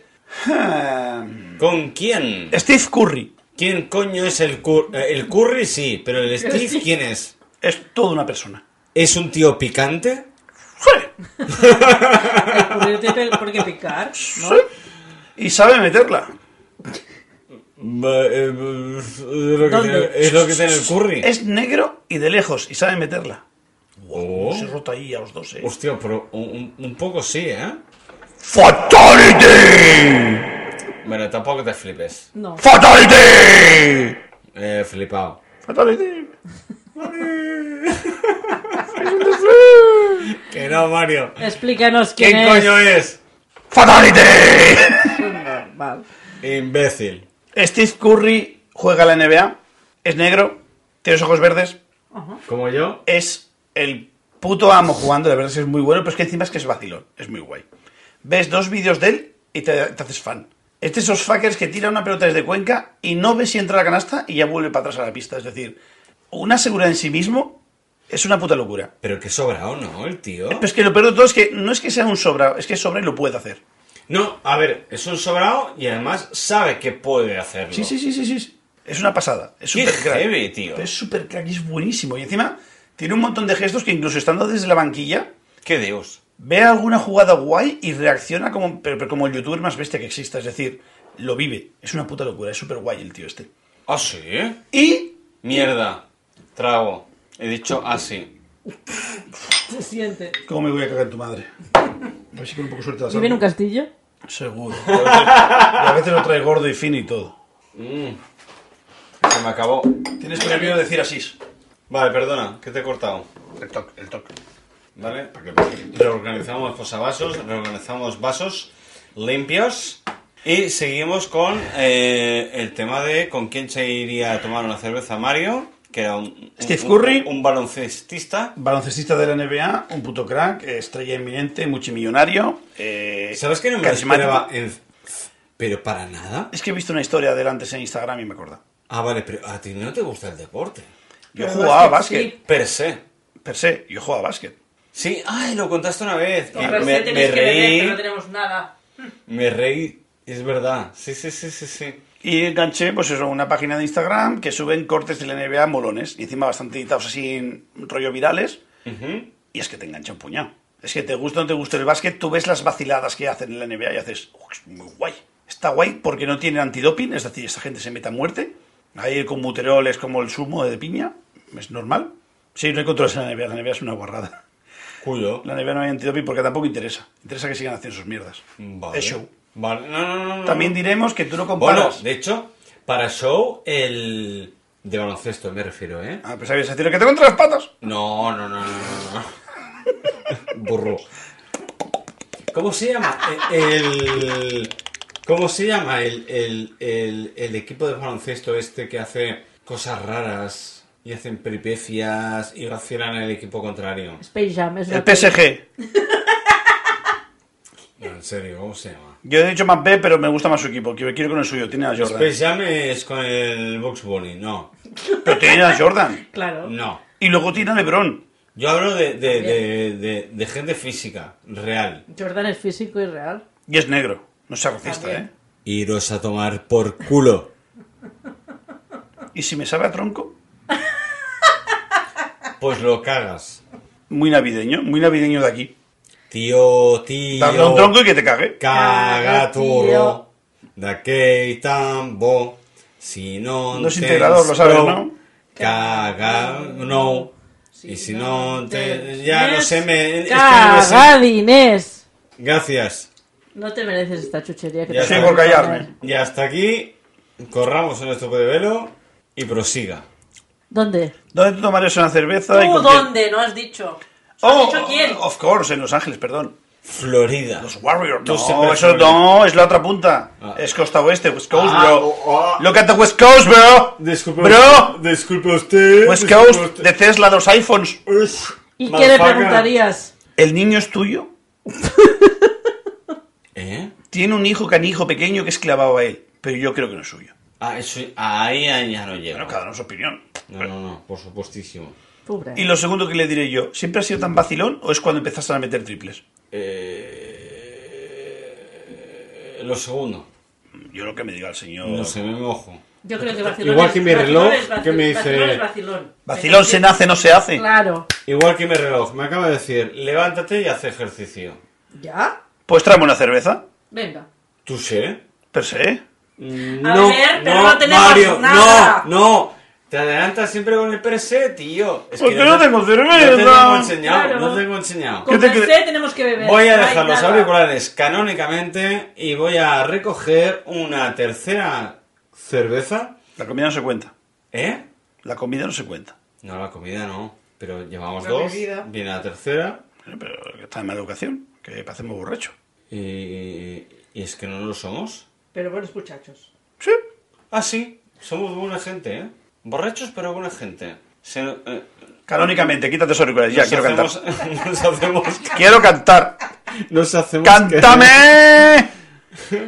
[SPEAKER 2] Hmm.
[SPEAKER 1] ¿Con quién?
[SPEAKER 2] Steve Curry
[SPEAKER 1] ¿Quién coño es el Curry? El Curry sí, pero el Steve, ¿quién es?
[SPEAKER 2] es toda una persona.
[SPEAKER 1] ¿Es un tío picante?
[SPEAKER 2] Sí,
[SPEAKER 6] Ocurrirte pel- ¿Por qué picar? ¿No?
[SPEAKER 2] Y sabe meterla.
[SPEAKER 1] Ba- eh, b- Es lo, que
[SPEAKER 6] ¿Dónde?
[SPEAKER 1] tiene, es lo que tiene el curry.
[SPEAKER 2] Es negro y de lejos y sabe meterla.
[SPEAKER 1] Oh.
[SPEAKER 2] Se rota ahí a los dos, eh.
[SPEAKER 1] Hostia, pero un, un poco sí, ¿eh?
[SPEAKER 2] ¡Fatality!
[SPEAKER 1] Bueno, tampoco te flipes.
[SPEAKER 6] No.
[SPEAKER 2] ¡Fatality!
[SPEAKER 1] Eh, flipado.
[SPEAKER 2] ¡Fatality!
[SPEAKER 1] Que no, Mario.
[SPEAKER 6] Explícanos quién,
[SPEAKER 1] ¿Quién
[SPEAKER 6] es.
[SPEAKER 1] coño es?
[SPEAKER 2] ¡Fatality!
[SPEAKER 6] Normal.
[SPEAKER 1] Imbécil.
[SPEAKER 2] Steve Curry juega a la NBA, es negro, tiene los ojos verdes,
[SPEAKER 1] Como yo.
[SPEAKER 2] es el puto amo jugando, la verdad es que es muy bueno, pero es que encima es que es vacilón, es muy guay. Ves dos vídeos de él y te, te haces fan. Es de esos fuckers que tira una pelota desde Cuenca y no ves si entra a la canasta y ya vuelve para atrás a la pista. Es decir, una seguridad en sí mismo es una puta locura.
[SPEAKER 1] Pero que sobrado, ¿no? El tío.
[SPEAKER 2] Pero es que lo peor de todo es que no es que sea un sobra, es que sobra y lo puede hacer.
[SPEAKER 1] No, a ver, es un sobrado y además sabe que puede hacerlo.
[SPEAKER 2] Sí, sí, sí, sí, sí. sí. Es una pasada. Es
[SPEAKER 1] Qué
[SPEAKER 2] súper crack.
[SPEAKER 1] heavy, tío.
[SPEAKER 2] Es súper crack y es buenísimo. Y encima tiene un montón de gestos que incluso estando desde la banquilla,
[SPEAKER 1] Qué dios.
[SPEAKER 2] ve alguna jugada guay y reacciona como, pero, pero como el youtuber más bestia que exista. Es decir, lo vive. Es una puta locura. Es súper guay el tío este.
[SPEAKER 1] Ah, sí.
[SPEAKER 2] Y
[SPEAKER 1] Mierda. Trago. He dicho ah, así.
[SPEAKER 6] Se siente.
[SPEAKER 2] ¿Cómo me voy a cagar en tu madre? A ver si con un poco de suerte la
[SPEAKER 6] ¿Vive en un
[SPEAKER 2] salvo.
[SPEAKER 6] castillo?
[SPEAKER 2] Seguro. Y a veces lo trae gordo y fino y todo.
[SPEAKER 1] Se me acabó.
[SPEAKER 2] Tienes prohibido decir así.
[SPEAKER 1] Vale, perdona, que te he cortado.
[SPEAKER 2] El toque, el toque.
[SPEAKER 1] ¿Vale? Para que reorganizamos posavasos, reorganizamos vasos limpios y seguimos con eh, el tema de con quién se iría a tomar una cerveza Mario, que era un,
[SPEAKER 2] Steve
[SPEAKER 1] un-
[SPEAKER 2] Curry.
[SPEAKER 1] un, baloncestista.
[SPEAKER 2] Baloncestista de la NBA, un puto crack, eh, estrella inminente, multimillonario. eh,
[SPEAKER 1] ¿Sabes que no me lo
[SPEAKER 2] carismático.
[SPEAKER 1] esperaba en- Pero para nada.
[SPEAKER 2] Es que he visto una historia de él antes en Instagram y me acuerdo.
[SPEAKER 1] Ah, vale, pero a ti no te gusta el deporte.
[SPEAKER 2] Yo
[SPEAKER 6] Pero
[SPEAKER 2] jugaba a
[SPEAKER 6] básquet,
[SPEAKER 2] básquet,
[SPEAKER 1] Per se.
[SPEAKER 2] per se, yo jugaba a básquet.
[SPEAKER 1] Sí, ay, lo contaste una vez.
[SPEAKER 6] No,
[SPEAKER 1] y
[SPEAKER 6] pero
[SPEAKER 1] me,
[SPEAKER 6] sí
[SPEAKER 1] me
[SPEAKER 6] tenéis que beber,
[SPEAKER 1] reí.
[SPEAKER 6] que no tenemos nada.
[SPEAKER 1] Me reí. Es verdad. Sí, sí, sí, sí, sí.
[SPEAKER 2] Y enganché, pues eso, una página de Instagram que suben cortes de la NBA molones. Y encima bastante editados así en rollo virales.
[SPEAKER 1] Ujú.
[SPEAKER 2] Y es que te engancha un puñado. Es que te gusta o no te gusta el básquet, tú ves las vaciladas que hacen en la NBA y haces, "Uy, es muy guay. Está guay porque no tienen antidoping, es decir, esta gente se mete a muerte. Ahí con buterol es como el zumo de piña, es normal. Sí, no hay controles en la NBA, la NBA es una guarrada.
[SPEAKER 1] Culo.
[SPEAKER 2] La NBA no hay antidoping porque tampoco interesa. Interesa que sigan haciendo sus mierdas.
[SPEAKER 1] Vale.
[SPEAKER 2] Es show.
[SPEAKER 1] Vale. No, no, no, no.
[SPEAKER 2] También diremos que tú lo comparas.
[SPEAKER 1] Bueno, de hecho, para show, el. De baloncesto me refiero, ¿eh?
[SPEAKER 2] Ah, pues habías decir que tengo entre las patas.
[SPEAKER 1] No, no, no, no, no. no. Burro. ¿Cómo se llama? El. el- ¿Cómo se llama el, el, el, el equipo de baloncesto este que hace cosas raras y hacen peripecias y vacilan al equipo contrario?
[SPEAKER 6] Space Jam es una
[SPEAKER 1] Este
[SPEAKER 2] El PSG.
[SPEAKER 1] No, en serio, ¿cómo se llama?
[SPEAKER 2] Yo he dicho más B, pero me gusta más su equipo. Quiero, quiero con el suyo. Tiene a Jordan.
[SPEAKER 1] Space Jam Pues es con el Box Bunny, no.
[SPEAKER 2] Pero tiene a Jordan.
[SPEAKER 6] peli- Claro.
[SPEAKER 1] No.
[SPEAKER 2] Y luego tiene a LeBron.
[SPEAKER 1] Yo hablo de, de, de, de- de gente física, real.
[SPEAKER 6] Jordan es físico y real.
[SPEAKER 2] Y es negro. No es racista, ¿eh?
[SPEAKER 6] También.
[SPEAKER 1] Iros a tomar por culo.
[SPEAKER 2] Y si me sabe a tronco,
[SPEAKER 1] Pues lo cagas.
[SPEAKER 2] muy navideño. Muy navideño de aquí.
[SPEAKER 1] Tío, tío.
[SPEAKER 2] Dame un tronco y que te cague.
[SPEAKER 1] Cagaturo. Da que tambo. Si no...
[SPEAKER 2] No es integrador, lo sabes, ¿no?
[SPEAKER 1] Caga, no. Y si no te- ya no sé, me- es que no me sé.
[SPEAKER 6] Cagadines.
[SPEAKER 1] Gracias.
[SPEAKER 6] No te mereces esta chuchería que
[SPEAKER 1] Ya
[SPEAKER 6] te
[SPEAKER 1] sé
[SPEAKER 6] acaban
[SPEAKER 1] por
[SPEAKER 6] de
[SPEAKER 2] callarme.
[SPEAKER 6] poner.
[SPEAKER 1] Y hasta aquí, corramos en nuestro velo y prosiga.
[SPEAKER 6] ¿Dónde?
[SPEAKER 2] ¿Dónde te tomarías una cerveza? y
[SPEAKER 6] ¿Tú
[SPEAKER 2] con quién?
[SPEAKER 6] dónde? No has dicho.
[SPEAKER 2] Oh,
[SPEAKER 6] ¿Has dicho quién?
[SPEAKER 2] Of course, en Los Ángeles, perdón.
[SPEAKER 1] Florida.
[SPEAKER 2] Los Warriors.
[SPEAKER 1] Tú
[SPEAKER 2] No,
[SPEAKER 1] siempre
[SPEAKER 2] eso
[SPEAKER 1] Florida.
[SPEAKER 2] no, es la otra punta.
[SPEAKER 1] Ah.
[SPEAKER 2] Es costa oeste, West Coast,
[SPEAKER 1] Ah,
[SPEAKER 2] bro.
[SPEAKER 1] oh, oh.
[SPEAKER 2] Look at the West Coast, bro.
[SPEAKER 1] Disculpe,
[SPEAKER 2] Bro. Pues,
[SPEAKER 1] disculpe usted.
[SPEAKER 2] West
[SPEAKER 1] disculpe
[SPEAKER 2] Coast
[SPEAKER 1] usted.
[SPEAKER 2] de Tesla, dos iPhones.
[SPEAKER 6] ¿Y qué le
[SPEAKER 1] Motherfucker.
[SPEAKER 6] preguntarías?
[SPEAKER 2] ¿El niño es tuyo?
[SPEAKER 1] ¿Eh?
[SPEAKER 2] Tiene un hijo canijo pequeño que es clavado a él, pero yo creo que no es suyo.
[SPEAKER 1] Ah, eso, ahí, ahí ya no llego.
[SPEAKER 2] Pero cada uno su opinión.
[SPEAKER 1] No, no, no, por supuestísimo.
[SPEAKER 6] Pobre.
[SPEAKER 2] Y lo segundo que le diré yo, ¿siempre has sido tan vacilón o es cuando empezaste a meter triples?
[SPEAKER 1] Eh, lo segundo,
[SPEAKER 2] Yo lo que me diga el señor.
[SPEAKER 1] no se me mojo.
[SPEAKER 6] Yo creo que vacilón
[SPEAKER 1] Igual
[SPEAKER 6] es-
[SPEAKER 1] que mi
[SPEAKER 6] vacilón
[SPEAKER 1] reloj,
[SPEAKER 6] es vaci-
[SPEAKER 1] que me dice-
[SPEAKER 6] Vacilón es vacilón.
[SPEAKER 2] Vacilón se nace, no se hace.
[SPEAKER 6] Claro.
[SPEAKER 1] Igual que mi reloj, me acaba de decir, levántate y haz ejercicio.
[SPEAKER 6] ¿Ya?
[SPEAKER 2] Pues tráeme una cerveza.
[SPEAKER 6] Venga.
[SPEAKER 1] ¿Tú sé?
[SPEAKER 2] Per se.
[SPEAKER 1] No,
[SPEAKER 6] A ver, pero no tenemos nada.
[SPEAKER 1] no, no. Te adelantas siempre con el per se, tío. Es
[SPEAKER 2] Porque
[SPEAKER 1] yo
[SPEAKER 2] no
[SPEAKER 1] te-
[SPEAKER 2] tengo cerveza.
[SPEAKER 1] No te tengo enseñado,
[SPEAKER 6] Claro.
[SPEAKER 1] no te tengo enseñado.
[SPEAKER 6] Con
[SPEAKER 2] te
[SPEAKER 6] el
[SPEAKER 2] cre-
[SPEAKER 6] C tenemos que beber.
[SPEAKER 1] Voy a
[SPEAKER 6] no hay
[SPEAKER 1] dejar los
[SPEAKER 6] nada.
[SPEAKER 1] auriculares canónicamente y voy a recoger una tercera cerveza.
[SPEAKER 2] La comida no se cuenta.
[SPEAKER 1] ¿Eh?
[SPEAKER 2] La comida no se cuenta.
[SPEAKER 1] No, la comida no. Pero llevamos
[SPEAKER 6] La
[SPEAKER 1] dos.
[SPEAKER 6] bebida.
[SPEAKER 1] Viene la tercera.
[SPEAKER 2] Eh, Pero que está en mala educación, que parecemos borracho.
[SPEAKER 1] Y, y es que no lo somos.
[SPEAKER 6] Pero buenos muchachos.
[SPEAKER 2] Sí.
[SPEAKER 1] Ah, sí. Somos buena gente, ¿eh? Borrachos, pero buena gente. Se- eh,
[SPEAKER 2] Canónicamente, quítate esos auriculares, ya,
[SPEAKER 1] nos
[SPEAKER 2] quiero
[SPEAKER 1] hacemos,
[SPEAKER 2] cantar.
[SPEAKER 1] Nos hacemos...
[SPEAKER 2] Quiero cantar.
[SPEAKER 1] Nos hacemos...
[SPEAKER 2] ¡Cántame!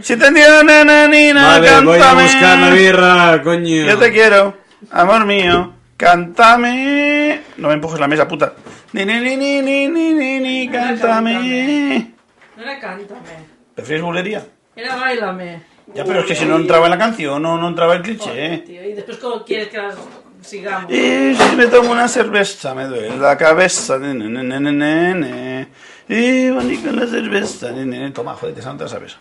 [SPEAKER 2] Si te dio na, na, ni, na,
[SPEAKER 1] Vale,
[SPEAKER 2] cántame.
[SPEAKER 1] voy a buscar la birra, coño.
[SPEAKER 2] Yo te quiero, amor mío. Cántame. No me empujes la mesa, puta. Ni, ni, ni, ni, ni, ni, ni, ni, cántame.
[SPEAKER 6] No era cántame.
[SPEAKER 2] ¿Prefieres bulería?
[SPEAKER 6] Era bailame.
[SPEAKER 2] Ya, pero es que si no entraba en la canción, no, no entraba el cliché. ¿eh?
[SPEAKER 6] Tío, y después, ¿cómo quieres que las sigamos?
[SPEAKER 2] Y si me tomo una cerveza me duele la cabeza. ne, ne, ne, ne, ne, ne. Y vení con la cerveza. ne, ne, ne. Toma, joder, te santa la cerveza.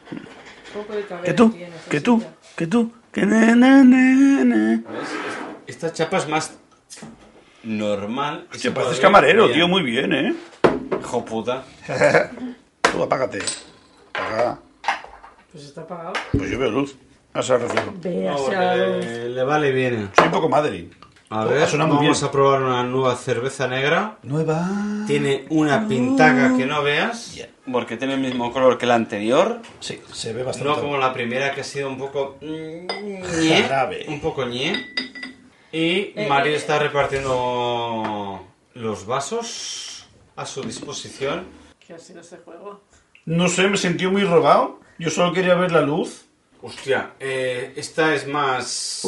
[SPEAKER 6] Poco de cabello
[SPEAKER 2] Que tú,
[SPEAKER 6] tienes,
[SPEAKER 2] que
[SPEAKER 6] así
[SPEAKER 2] tú,
[SPEAKER 6] ya.
[SPEAKER 2] que tú, que ne, ne, ne, ne.
[SPEAKER 1] Esta chapa es más normal.
[SPEAKER 2] Hostia, pareces camarero, tío, muy bien, ¿eh?
[SPEAKER 1] Hijo puta.
[SPEAKER 2] Tú apágate. Apaga.
[SPEAKER 6] Pues está apagado.
[SPEAKER 2] Pues yo veo luz. A ese reflejo.
[SPEAKER 6] Vea,
[SPEAKER 1] No,
[SPEAKER 6] se ha dado-
[SPEAKER 1] le, le vale bien.
[SPEAKER 2] Soy un poco Madeline.
[SPEAKER 1] A
[SPEAKER 2] Oh,
[SPEAKER 1] ver,
[SPEAKER 2] ha sonado muy
[SPEAKER 1] vamos
[SPEAKER 2] bien.
[SPEAKER 1] a probar una nueva cerveza negra.
[SPEAKER 2] Nueva.
[SPEAKER 1] Tiene una pintaca que no veas. Porque tiene el mismo color que la anterior.
[SPEAKER 2] Sí, se ve
[SPEAKER 1] No
[SPEAKER 2] bastante.
[SPEAKER 1] como la primera que ha sido un poco... mm, ñe,
[SPEAKER 2] Jarabe.
[SPEAKER 1] un poco ñe. Y
[SPEAKER 6] Eh,
[SPEAKER 1] Mario
[SPEAKER 6] eh,
[SPEAKER 1] está repartiendo los vasos a su disposición.
[SPEAKER 6] ¿Qué ha sido ese juego?
[SPEAKER 2] No sé, me sentí muy robado. Yo solo quería ver la luz.
[SPEAKER 1] Hostia, eh, esta es más...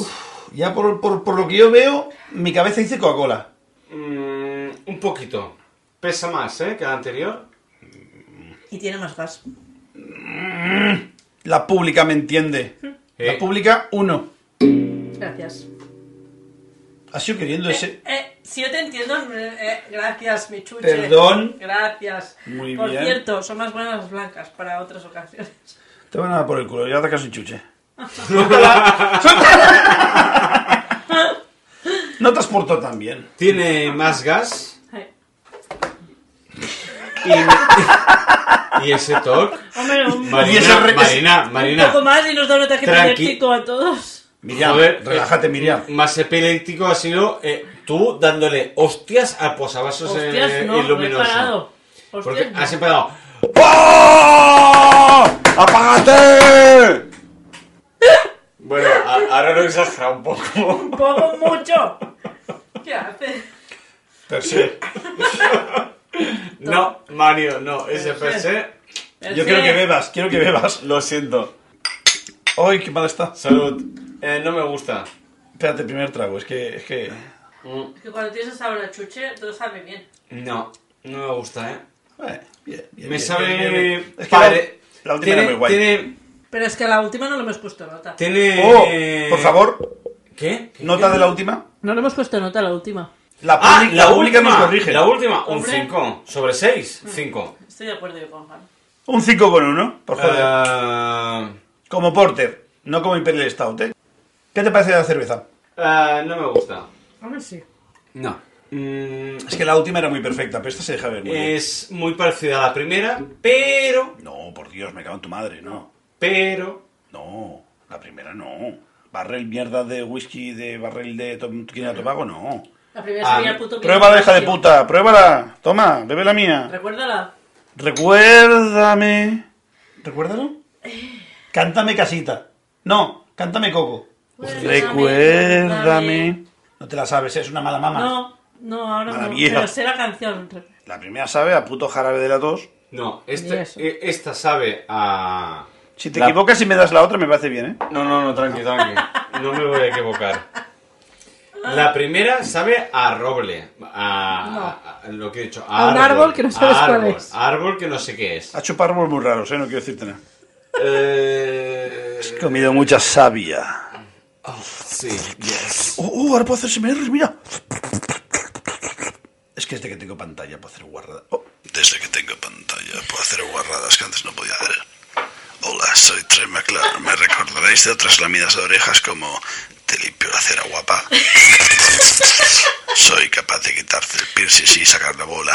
[SPEAKER 2] Ya por, por, por lo que yo veo, mi cabeza dice Coca-Cola.
[SPEAKER 1] Mm, un poquito. Pesa más, ¿eh? Que la anterior.
[SPEAKER 6] Y tiene más gas.
[SPEAKER 2] La pública me entiende.
[SPEAKER 1] Eh.
[SPEAKER 2] La pública, uno.
[SPEAKER 6] Gracias.
[SPEAKER 2] Ha sido queriendo ese.
[SPEAKER 6] Eh, si yo te entiendo, eh, gracias, mi chuche.
[SPEAKER 2] Perdón.
[SPEAKER 6] Gracias.
[SPEAKER 2] Muy
[SPEAKER 6] Por
[SPEAKER 2] bien.
[SPEAKER 6] cierto, son más buenas las blancas para otras ocasiones.
[SPEAKER 2] Te van a dar por el culo, ya te caso un chuche. No te has portado tan bien.
[SPEAKER 1] Tiene más gas
[SPEAKER 6] Ay,
[SPEAKER 1] y, y ese toque.
[SPEAKER 6] Hombre, un,
[SPEAKER 1] Marina,
[SPEAKER 2] Y ese re-
[SPEAKER 1] Marina,
[SPEAKER 6] un
[SPEAKER 1] Marina.
[SPEAKER 6] poco más y nos da un ataque
[SPEAKER 1] Tranqui-
[SPEAKER 6] epiléptico a todos.
[SPEAKER 2] Miriam,
[SPEAKER 1] Joder,
[SPEAKER 2] relájate,
[SPEAKER 1] eh,
[SPEAKER 2] Miriam.
[SPEAKER 1] Más epiléptico ha sido eh, tú dándole hostias al posavasos eh,
[SPEAKER 6] Hostias, no, no he
[SPEAKER 1] iluminoso.
[SPEAKER 6] parado.
[SPEAKER 1] Porque
[SPEAKER 6] Hostias, no.
[SPEAKER 1] has empezado.
[SPEAKER 2] ¡Apágate!
[SPEAKER 1] Bueno, a- ahora lo he exagerado un poco.
[SPEAKER 6] Un poco mucho. ¿Qué hace?
[SPEAKER 2] Per se.
[SPEAKER 1] No, Mario, no, ese
[SPEAKER 6] Pero sí.
[SPEAKER 1] PC.
[SPEAKER 2] Yo quiero que bebas, quiero que bebas.
[SPEAKER 1] Lo siento.
[SPEAKER 2] ¡Ay, qué mal está!
[SPEAKER 1] Salud. Eh, no me gusta.
[SPEAKER 2] Espérate, primer trago, es que. Es que...
[SPEAKER 1] Mm,
[SPEAKER 6] Es que cuando tienes esa hora chuche, todo sabe bien.
[SPEAKER 1] No, no me gusta, eh.
[SPEAKER 2] Bueno, bien, bien,
[SPEAKER 1] Me
[SPEAKER 2] bien,
[SPEAKER 1] sabe.
[SPEAKER 2] bien, bien, bien. Es que
[SPEAKER 1] padre.
[SPEAKER 2] la, la última
[SPEAKER 1] tiene,
[SPEAKER 2] era muy guay.
[SPEAKER 1] Tiene.
[SPEAKER 6] Pero es que a la última no le hemos puesto nota.
[SPEAKER 1] tiene-
[SPEAKER 2] Oh, por favor,
[SPEAKER 1] ¿Qué? eh, ¿Qué-
[SPEAKER 2] nota
[SPEAKER 1] qué?
[SPEAKER 2] de la última.
[SPEAKER 6] No le hemos puesto nota a la última.
[SPEAKER 2] La,
[SPEAKER 1] Ah,
[SPEAKER 2] publi-
[SPEAKER 1] la,
[SPEAKER 2] pública
[SPEAKER 1] última
[SPEAKER 2] nos corrige.
[SPEAKER 1] La última, un
[SPEAKER 6] Hombre.
[SPEAKER 1] 5. Sobre
[SPEAKER 2] Mm.
[SPEAKER 1] 6, 5.
[SPEAKER 6] Estoy de acuerdo yo con Juan.
[SPEAKER 2] Un
[SPEAKER 1] Ah,
[SPEAKER 2] 5 con 1, por joder. Como Porter, no como Imperial Stout, ¿eh? ¿Qué te parece la cerveza?
[SPEAKER 1] Ah, no me gusta.
[SPEAKER 6] A ver si.
[SPEAKER 1] No. Mm,
[SPEAKER 2] Es que la última era muy perfecta, pero esta se deja ver muy bien.
[SPEAKER 1] es muy parecida a la primera, pero.
[SPEAKER 2] No, por Dios, me cago en tu madre, no.
[SPEAKER 1] Pero.
[SPEAKER 2] No, la primera no. Barrel mierda de whisky de barril de Tom- Trinidad y Tobago, no.
[SPEAKER 6] La primera
[SPEAKER 1] Ah,
[SPEAKER 6] sería el puto
[SPEAKER 2] Pruébala,
[SPEAKER 6] Pinocchio.
[SPEAKER 2] hija de puta, pruébala. Toma, bebe la mía.
[SPEAKER 6] Recuérdala.
[SPEAKER 2] Recuérdame. ¿Recuérdalo? Cántame casita. No, cántame coco.
[SPEAKER 6] Pues Recuérdame.
[SPEAKER 2] No te la sabes, ¿eh? es una mala mama.
[SPEAKER 6] No, no, ahora
[SPEAKER 2] Mala
[SPEAKER 6] no.
[SPEAKER 2] vieja.
[SPEAKER 6] Pero sé la canción.
[SPEAKER 2] La primera sabe a puto jarabe de la tos.
[SPEAKER 1] No,
[SPEAKER 6] Ni
[SPEAKER 1] esta,
[SPEAKER 6] eso.
[SPEAKER 1] e- esta sabe a.
[SPEAKER 2] Si te
[SPEAKER 1] La-
[SPEAKER 2] equivocas y me das la otra, me parece bien, ¿eh?
[SPEAKER 1] No, no, no, tranqui, tranqui. No me voy a equivocar. La primera sabe a roble. A, a- a lo que he dicho.
[SPEAKER 7] A un árbol que no sabes
[SPEAKER 1] a
[SPEAKER 7] cuál
[SPEAKER 1] árbol,
[SPEAKER 7] es.
[SPEAKER 1] Árbol que no sé qué es.
[SPEAKER 2] Ha hecho párvulos muy raros, ¿eh? No quiero decirte nada.
[SPEAKER 1] Eh,
[SPEAKER 2] Has comido mucha savia.
[SPEAKER 1] sí, yes.
[SPEAKER 2] Uh, uh, ahora puedo hacer SMR, mira. Es que desde que tengo pantalla puedo hacer Oh. guarradas. Desde que tengo pantalla puedo hacer guarradas que antes no podía hacer. Hola, soy Trey McClure. Me recordaréis de otras lamidas de orejas como Te limpio la cera guapa. Soy capaz de quitarte el piercing y sacar la bola.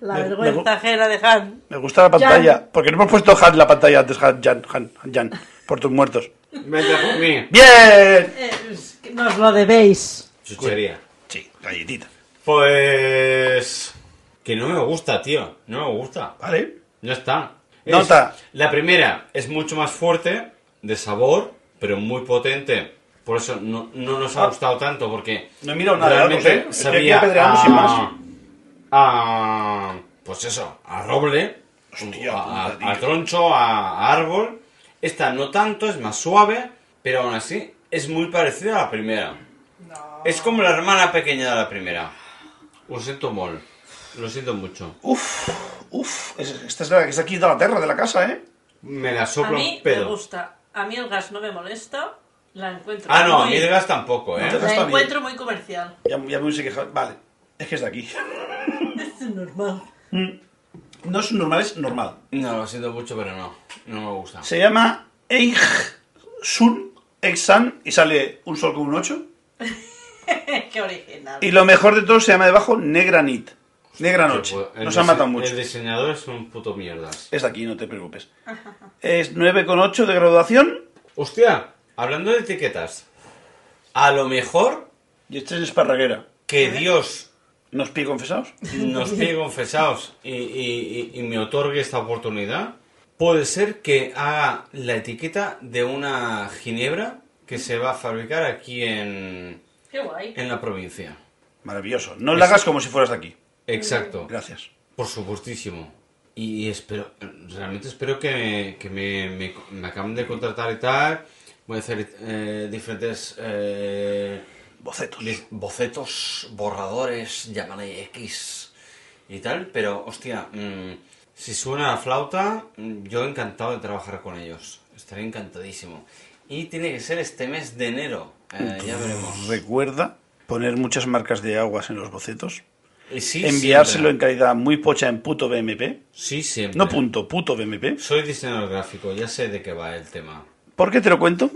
[SPEAKER 6] La
[SPEAKER 2] Me-
[SPEAKER 6] vergüenza ajena de Han.
[SPEAKER 2] Me gusta la pantalla, porque no hemos puesto Han en la pantalla antes, Han, Jan, Han, Jan, por tus muertos.
[SPEAKER 1] Vete por mí.
[SPEAKER 2] ¡Bien!
[SPEAKER 6] Eh, es que nos lo debéis.
[SPEAKER 1] Chuchería.
[SPEAKER 2] Sí, galletita.
[SPEAKER 1] Pues. Que no me gusta, tío. No me gusta.
[SPEAKER 2] Vale.
[SPEAKER 1] Ya está. Es-
[SPEAKER 2] Nota.
[SPEAKER 1] la primera es mucho más fuerte, de sabor, pero muy potente. Por eso no, no nos ha gustado tanto, porque.
[SPEAKER 2] Ah. No he mirado nada de
[SPEAKER 1] realmente
[SPEAKER 2] datos, ¿eh? Estoy aquí
[SPEAKER 1] sabía
[SPEAKER 2] apedreando
[SPEAKER 1] a- Ah.
[SPEAKER 2] sin más.
[SPEAKER 1] a- pues eso, a roble,
[SPEAKER 2] Hostia,
[SPEAKER 1] a,
[SPEAKER 2] puta, tío.
[SPEAKER 1] a troncho, a, a árbol. Esta no tanto, es más suave, pero aún así es muy parecida a la primera. Es como la hermana pequeña de la primera. Lo siento, Mol. Lo siento mucho.
[SPEAKER 2] Uf, uf, es- esta es la que está aquí de la tierra de la casa, ¿eh?
[SPEAKER 1] Me la
[SPEAKER 6] a
[SPEAKER 1] sopla
[SPEAKER 6] mí
[SPEAKER 1] un
[SPEAKER 6] me
[SPEAKER 1] pedo.
[SPEAKER 6] gusta. A mí el gas no me molesta. La encuentro.
[SPEAKER 1] Ah, no, a
[SPEAKER 6] muy-
[SPEAKER 1] mí de gas tampoco,
[SPEAKER 2] No te-
[SPEAKER 1] ¿eh?
[SPEAKER 6] La
[SPEAKER 2] Está
[SPEAKER 6] encuentro muy comercial.
[SPEAKER 2] Ya, ya me hubiese quejado. Vale, es que es de aquí.
[SPEAKER 6] Es normal.
[SPEAKER 2] No es normal, es normal.
[SPEAKER 1] No, lo siento mucho, pero no. No me gusta.
[SPEAKER 2] Se llama Eig Sun Exan y sale un sol con un 8.
[SPEAKER 6] Qué original.
[SPEAKER 2] Y lo mejor de todo se llama debajo Negra Nit. Negra Noche.
[SPEAKER 1] Pues, el
[SPEAKER 2] Nos ha matado
[SPEAKER 1] dise-
[SPEAKER 2] mucho.
[SPEAKER 1] El diseñador es un puto mierdas.
[SPEAKER 2] Es de aquí, no te preocupes. Es 9,8 de graduación.
[SPEAKER 1] Hostia, hablando de etiquetas, a lo mejor
[SPEAKER 2] Y este es esparraguera.
[SPEAKER 1] que Dios
[SPEAKER 2] ¿Nos pide confesados?
[SPEAKER 1] nos pide confesados y, y- y- y me otorgue esta oportunidad, puede ser que haga la etiqueta de una ginebra que se va a fabricar aquí en,
[SPEAKER 6] Qué guay.
[SPEAKER 1] en la provincia.
[SPEAKER 2] Maravilloso. No la hagas como si fueras de aquí.
[SPEAKER 1] Exacto.
[SPEAKER 2] Gracias.
[SPEAKER 1] Por supuestísimo. Y espero, realmente espero que, que me, me- me acaben de contratar y tal. Voy a hacer eh, diferentes eh,
[SPEAKER 2] Bocetos.
[SPEAKER 1] li- bocetos, borradores, llámale X y tal. Pero, hostia, mm, si suena la flauta, mm, yo encantado de trabajar con ellos. Estaré encantadísimo. Y tiene que ser este mes de enero. Eh, ya veremos.
[SPEAKER 2] Recuerda poner muchas marcas de aguas en los bocetos.
[SPEAKER 1] Y sí,
[SPEAKER 2] enviárselo en
[SPEAKER 1] siempre.
[SPEAKER 2] calidad muy pocha en puto BMP.
[SPEAKER 1] Sí, siempre.
[SPEAKER 2] No punto, puto BMP.
[SPEAKER 1] Soy diseñador gráfico, ya sé de qué va el tema.
[SPEAKER 2] ¿Por qué te lo cuento?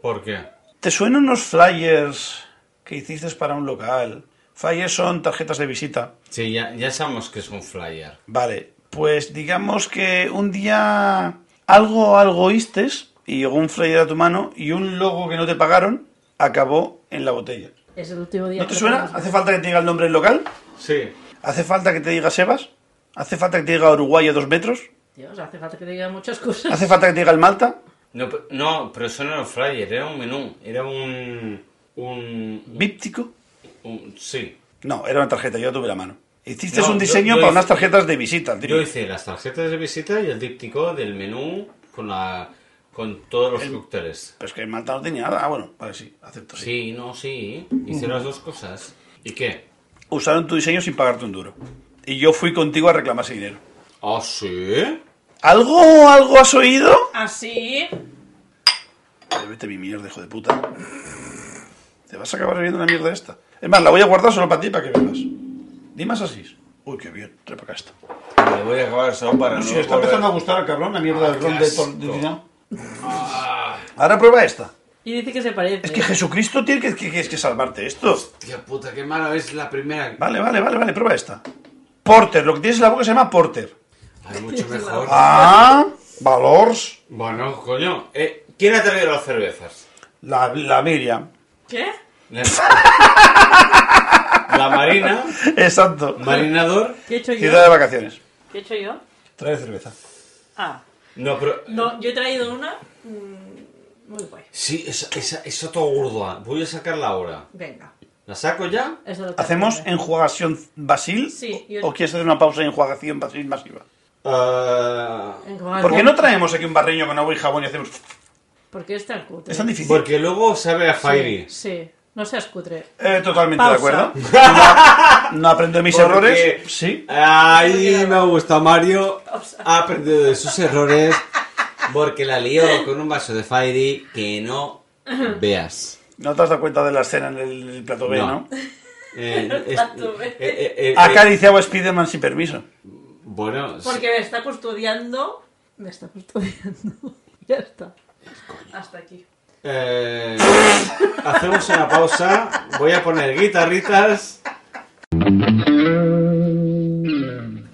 [SPEAKER 1] ¿Por qué?
[SPEAKER 2] ¿Te suenan unos flyers que hiciste para un local? Flyers son tarjetas de visita.
[SPEAKER 1] Sí, ya, ya sabemos que es un flyer.
[SPEAKER 2] Vale, pues digamos que un día algo, algo oístes y llegó un flyer a tu mano y un logo que no te pagaron acabó en la botella.
[SPEAKER 6] Es el último día.
[SPEAKER 2] ¿No te
[SPEAKER 6] que
[SPEAKER 2] suena?
[SPEAKER 6] tenemos.
[SPEAKER 2] ¿Hace falta que te diga el nombre del local?
[SPEAKER 1] Sí.
[SPEAKER 2] ¿Hace falta que te diga Sebas? ¿Hace falta que te diga Uruguay a dos metros?
[SPEAKER 6] Dios, hace falta que diga muchas cosas.
[SPEAKER 2] ¿Hace falta que te diga el Malta?
[SPEAKER 1] No, pe- no, pero eso no era un flyer, era un menú. Era un. Un.
[SPEAKER 2] ¿Víptico?
[SPEAKER 1] un- sí.
[SPEAKER 2] No, era una tarjeta, yo la tuve en la mano. Hiciste
[SPEAKER 1] No,
[SPEAKER 2] un
[SPEAKER 1] yo-
[SPEAKER 2] diseño
[SPEAKER 1] yo
[SPEAKER 2] para
[SPEAKER 1] hice-
[SPEAKER 2] unas tarjetas de visita. tío.
[SPEAKER 1] Yo hice las tarjetas de visita y el díptico del menú con la. con todos los cócteles.
[SPEAKER 2] Pero es que en Malta no tenía nada. Ah, bueno, vale, sí, acepto. Sí.
[SPEAKER 1] Sí, no, sí. Hice las dos cosas. ¿Y qué?
[SPEAKER 2] Usaron tu diseño sin pagarte un duro. Y yo fui contigo a reclamar ese dinero.
[SPEAKER 1] ¿Ah, sí?
[SPEAKER 2] ¿Algo, algo has oído?
[SPEAKER 6] Así.
[SPEAKER 2] Ay, Vete mi mierda, hijo de puta. Te vas a acabar bebiendo una mierda esta. Es más, la voy a guardar solo para ti, para que bebas. Dimas así. Uy, qué bien, trae para acá esto.
[SPEAKER 8] Me voy a acabar solo para
[SPEAKER 2] Si
[SPEAKER 8] no
[SPEAKER 2] está
[SPEAKER 8] volver.
[SPEAKER 2] empezando a gustar al cabrón la mierda del ron de
[SPEAKER 1] asco.
[SPEAKER 2] Tor- de Trinidad. Ahora prueba esta.
[SPEAKER 6] Y dice que se parece.
[SPEAKER 2] Es que Jesucristo tiene que, que- que- que salvarte esto.
[SPEAKER 1] Tía puta, qué mala es la primera.
[SPEAKER 2] Vale, vale, vale, vale, prueba esta. Porter, lo que tienes en la boca se llama Porter.
[SPEAKER 1] Ay, mucho mejor.
[SPEAKER 2] Ah, valors.
[SPEAKER 1] Bueno, coño. eh, ¿Quién ha traído las cervezas?
[SPEAKER 2] La, la Miriam.
[SPEAKER 6] ¿Qué?
[SPEAKER 1] La, la Marina,
[SPEAKER 2] Exacto.
[SPEAKER 1] Marinador.
[SPEAKER 6] ¿Qué he hecho yo?
[SPEAKER 2] Ciudad de vacaciones.
[SPEAKER 6] ¿Qué he hecho yo?
[SPEAKER 2] Trae cerveza.
[SPEAKER 6] Ah.
[SPEAKER 1] No, pero.
[SPEAKER 6] No, yo he traído una mm, muy guay.
[SPEAKER 1] Sí, esa, esa, esa todo gorda. ¿eh? Voy a sacarla ahora.
[SPEAKER 6] Venga.
[SPEAKER 1] ¿La saco ya?
[SPEAKER 6] Eso lo que
[SPEAKER 2] ¿Hacemos
[SPEAKER 6] hago.
[SPEAKER 2] enjuagación basil?
[SPEAKER 6] Sí,
[SPEAKER 2] ¿O-
[SPEAKER 6] yo-
[SPEAKER 2] ¿O quieres hacer una pausa de enjuagación basil masiva?
[SPEAKER 6] Eh,
[SPEAKER 1] Ah,
[SPEAKER 6] Enjuagar-
[SPEAKER 2] ¿Por qué no traemos aquí un barreño con agua y jabón y hacemos...
[SPEAKER 6] Porque es tan cutre.
[SPEAKER 2] Es tan difícil.
[SPEAKER 1] porque luego sabe a Fairy.
[SPEAKER 6] Sí, no seas cutre.
[SPEAKER 2] Eh, totalmente
[SPEAKER 6] Pausa.
[SPEAKER 2] de acuerdo. No, no aprendo de mis
[SPEAKER 1] Porque-
[SPEAKER 2] errores. Sí.
[SPEAKER 1] Ay, me gusta Mario. Ha aprendido de sus errores porque la lió con un vaso de Fairy que no veas.
[SPEAKER 2] No te has dado cuenta de la escena en el, el plato B,
[SPEAKER 1] No.
[SPEAKER 2] ¿no?
[SPEAKER 1] Eh, es-
[SPEAKER 6] Tanto ve.
[SPEAKER 1] eh, eh, eh,
[SPEAKER 2] Acariciaba a Spiderman sin permiso.
[SPEAKER 1] bueno, sí.
[SPEAKER 6] Porque me está custodiando. Me está custodiando. ya está. Hasta aquí.
[SPEAKER 1] Eh, hacemos una pausa. Voy a poner guitarritas.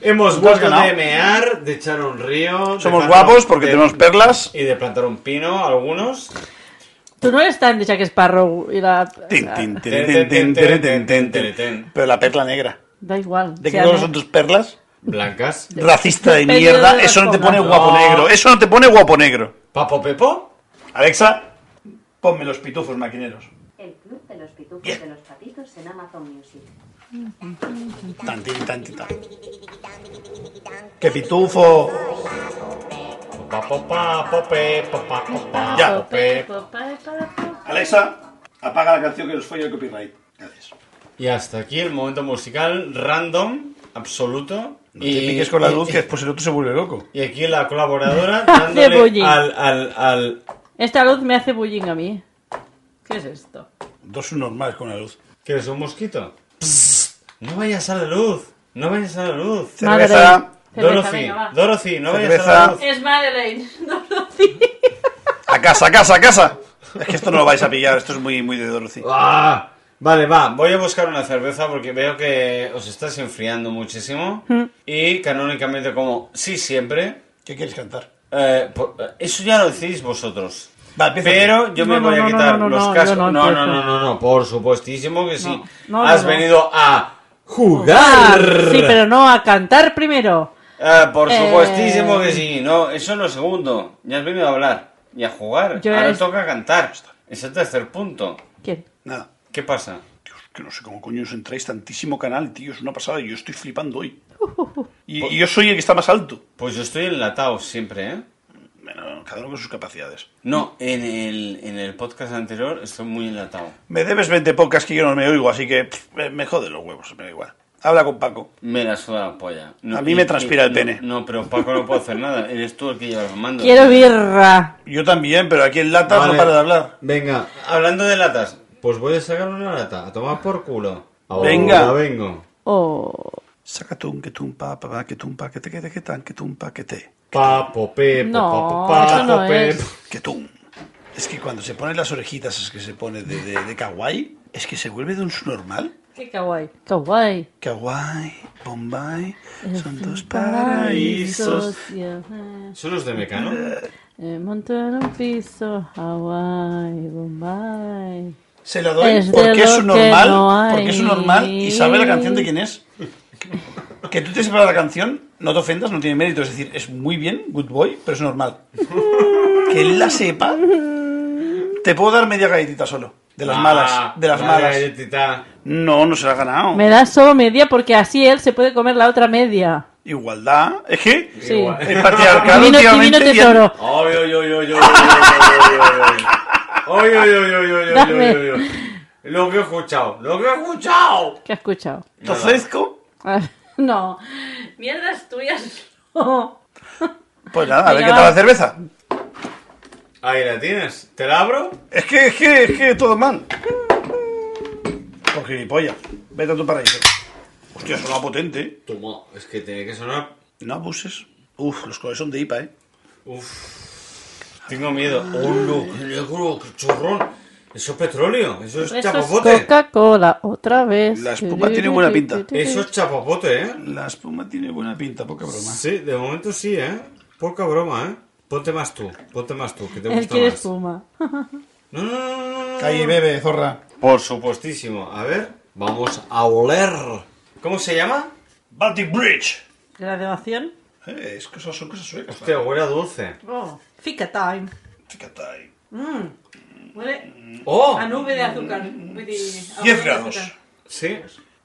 [SPEAKER 1] Hemos vuelto
[SPEAKER 2] ganado.
[SPEAKER 1] de mear, de echar un río. de
[SPEAKER 2] Somos
[SPEAKER 1] plantar-
[SPEAKER 2] guapos porque
[SPEAKER 1] de-
[SPEAKER 2] tenemos perlas.
[SPEAKER 1] Y de plantar un pino, algunos.
[SPEAKER 6] Tú no eres tan de Jack Sparrow y la.
[SPEAKER 2] Tin, tin, tin, tin, tin, tin, tin, tin, tin. Pero la perla negra.
[SPEAKER 6] Da igual.
[SPEAKER 2] ¿De qué color son tus perlas?
[SPEAKER 1] Blancas.
[SPEAKER 2] Racista de
[SPEAKER 6] Periodo
[SPEAKER 2] mierda.
[SPEAKER 6] de
[SPEAKER 2] Eso no te pone
[SPEAKER 6] Barcelona.
[SPEAKER 2] guapo negro. Eso no te pone guapo negro.
[SPEAKER 1] Papo Pepo.
[SPEAKER 2] Alexa, ponme los pitufos maquineros.
[SPEAKER 9] El Club de los Pitufos
[SPEAKER 2] Bien.
[SPEAKER 9] de los Patitos en Amazon Music.
[SPEAKER 2] Tan, tin, tan, tin, tan. ¡Qué pitufo! Ya. Alexa, apaga la canción que nos fue el copyright. Gracias.
[SPEAKER 1] Y hasta aquí el momento musical random, absoluto.
[SPEAKER 2] No te piques con la luz, que después el otro se vuelve loco.
[SPEAKER 1] Y aquí la colaboradora
[SPEAKER 6] Hace bullying.
[SPEAKER 1] dándole al, al, al...
[SPEAKER 6] Esta luz me hace bullying a mí. ¿Qué es esto?
[SPEAKER 2] Dos subnormales con la luz.
[SPEAKER 1] ¿Qué es un mosquito? No vayas a la luz. No vayas a la luz.
[SPEAKER 6] Madre.
[SPEAKER 2] Cerveza.
[SPEAKER 6] Cerveza,
[SPEAKER 1] Dorothy,
[SPEAKER 6] venga, va.
[SPEAKER 1] Dorothy, no vayas a
[SPEAKER 2] Cerveza.
[SPEAKER 1] la luz.
[SPEAKER 6] Es Madeleine. No, no, sí.
[SPEAKER 2] A casa, a casa, a casa. Es que esto no lo vais a pillar, esto es muy, muy de Dorothy.
[SPEAKER 1] Ah, vale, va. Voy a buscar una cerveza porque veo que os estáis enfriando muchísimo. Y canónicamente, como sí siempre,
[SPEAKER 2] ¿Qué quieres cantar?
[SPEAKER 1] eh, por- eh, eso ya lo decís vosotros.
[SPEAKER 2] Va, empieza
[SPEAKER 1] Pero yo me
[SPEAKER 6] No, no,
[SPEAKER 1] voy a
[SPEAKER 6] no,
[SPEAKER 1] quitar
[SPEAKER 6] no, no,
[SPEAKER 1] los
[SPEAKER 6] no,
[SPEAKER 1] cascos.
[SPEAKER 6] yo no
[SPEAKER 1] No no, no,
[SPEAKER 6] empiezo.
[SPEAKER 1] no, no, por supuestísimo que sí.
[SPEAKER 6] No, no,
[SPEAKER 1] Has
[SPEAKER 6] no, no.
[SPEAKER 1] venido a
[SPEAKER 6] Ah,
[SPEAKER 1] jugar.
[SPEAKER 6] Sí, pero no a cantar primero.
[SPEAKER 1] Ah, por
[SPEAKER 6] Eh.
[SPEAKER 1] supuestísimo que sí. No, eso es lo segundo. Ya has venido a hablar y a jugar.
[SPEAKER 6] Yo
[SPEAKER 1] Ahora
[SPEAKER 6] es-
[SPEAKER 1] toca cantar. Es el tercer punto.
[SPEAKER 6] ¿Quién?
[SPEAKER 2] Nada.
[SPEAKER 1] ¿Qué pasa?
[SPEAKER 2] Dios, que no sé cómo coño os entráis tantísimo canal, tío. Es una pasada. Yo estoy flipando hoy. Y, y yo soy el que está más alto.
[SPEAKER 1] Pues yo estoy enlatado siempre, ¿eh?
[SPEAKER 2] Bueno, cada uno con sus capacidades.
[SPEAKER 1] No, en el, en el podcast anterior estoy muy enlatado.
[SPEAKER 2] Me debes 20 pocas que yo no me oigo, así que pff, me- me jode los huevos, me da igual. Habla con Paco.
[SPEAKER 1] Me la suda la polla. No,
[SPEAKER 2] A mí me transpira el
[SPEAKER 1] no,
[SPEAKER 2] pene.
[SPEAKER 1] No, pero Paco no puedo hacer nada. Eres tú el que lleva el mando. Ah,
[SPEAKER 6] Quiero birra.
[SPEAKER 2] Yo también, pero aquí en lata
[SPEAKER 1] Vale.
[SPEAKER 2] no para de hablar.
[SPEAKER 1] Venga, hablando de latas, pues voy a sacar una lata. A tomar por culo. Ahora
[SPEAKER 2] Venga.
[SPEAKER 1] vengo.
[SPEAKER 6] Oh.
[SPEAKER 2] Saca tun, que tumpa, pa, pa, que tumpa, que te, que te, que tan, que tumpa, que te,
[SPEAKER 1] Papo, pepo,
[SPEAKER 6] No,
[SPEAKER 1] papo,
[SPEAKER 6] eso no
[SPEAKER 1] papo,
[SPEAKER 6] es.
[SPEAKER 1] pepo.
[SPEAKER 2] que tum. Es que cuando se ponen las orejitas, es que se pone de, de, de kawaii, es que se vuelve de un normal.
[SPEAKER 6] Qué kawaii. Kawaii.
[SPEAKER 2] Kawaii, Bombay, son dos paraísos.
[SPEAKER 6] yeah.
[SPEAKER 1] ¿Son los de Mecano?
[SPEAKER 6] Eh, montar un piso. Hawaii, Bombay.
[SPEAKER 2] Se la doy
[SPEAKER 6] Es de
[SPEAKER 2] porque es
[SPEAKER 6] lo
[SPEAKER 2] un
[SPEAKER 6] que
[SPEAKER 2] normal,
[SPEAKER 6] no hay.
[SPEAKER 2] porque es un normal y sabe la canción de quién es. Que tú te sepas la canción, no te ofendas, no tiene mérito. Es decir, es muy bien, good boy, pero es normal. Que él la sepa, te puedo dar media galletita solo. De
[SPEAKER 1] Ah,
[SPEAKER 2] las malas, de las malas. No, no se la ha ganado.
[SPEAKER 6] Me da solo media porque así él se puede comer la otra media.
[SPEAKER 2] Igualdad. Es que
[SPEAKER 6] Sí.
[SPEAKER 2] el patriarcado
[SPEAKER 6] Divino, divino
[SPEAKER 2] últimamente ya-
[SPEAKER 6] tesoro.
[SPEAKER 1] Oy, oy, oy, oy, oy, oy, oy, oy, oy, oy, oy, oy, oy, oy,
[SPEAKER 6] Dame.
[SPEAKER 1] oy, oy, oy. Lo que he escuchado, lo que he escuchado.
[SPEAKER 6] ¿Qué has escuchado?
[SPEAKER 2] Te ofrezco.
[SPEAKER 6] Ah, No. Mierdas tuyas. No.
[SPEAKER 2] Pues nada, a ver
[SPEAKER 6] Venga,
[SPEAKER 2] qué tal
[SPEAKER 6] va.
[SPEAKER 2] la cerveza.
[SPEAKER 1] Ahí la tienes. ¿Te la abro?
[SPEAKER 2] Es que, es que, es que todo mal. Por gilipollas. Vete a tu paraíso. Hostia, suena potente. ¿eh?
[SPEAKER 1] Toma, es que tiene que sonar.
[SPEAKER 2] No abuses. Uf, los colores son de IPA, ¿eh?
[SPEAKER 1] Uf. Tengo miedo. ¡Oh, no! ¡Qué negro! ¡Qué chorrón! Eso es petróleo. Eso es
[SPEAKER 10] Eso es
[SPEAKER 1] chapapote.
[SPEAKER 6] Coca-Cola, otra vez.
[SPEAKER 2] La espuma tiene buena pinta.
[SPEAKER 1] Eso es chapapote, ¿eh?
[SPEAKER 2] La espuma tiene buena pinta, poca broma.
[SPEAKER 1] Sí, de momento sí, ¿eh? Poca broma, ¿eh? Ponte más tú, ponte más tú, que te
[SPEAKER 6] Él
[SPEAKER 1] gusta
[SPEAKER 6] quiere
[SPEAKER 1] más.
[SPEAKER 6] espuma.
[SPEAKER 1] No, no, no, no, no, no.
[SPEAKER 2] Calle bebe, zorra.
[SPEAKER 1] Por supuestísimo. A ver, vamos a oler. ¿Cómo se llama?
[SPEAKER 2] Baltic Bridge.
[SPEAKER 10] Graduación.
[SPEAKER 2] Eh, es que son, son cosas suecas.
[SPEAKER 1] Hostia, huele a dulce.
[SPEAKER 10] Oh. Fica time.
[SPEAKER 2] Fíjate ahí.
[SPEAKER 10] Mm. Huele
[SPEAKER 1] ¡Oh!
[SPEAKER 10] a nube de azúcar. Muy de- a
[SPEAKER 2] 10
[SPEAKER 10] nube de
[SPEAKER 2] grados.
[SPEAKER 10] azúcar.
[SPEAKER 1] Sí.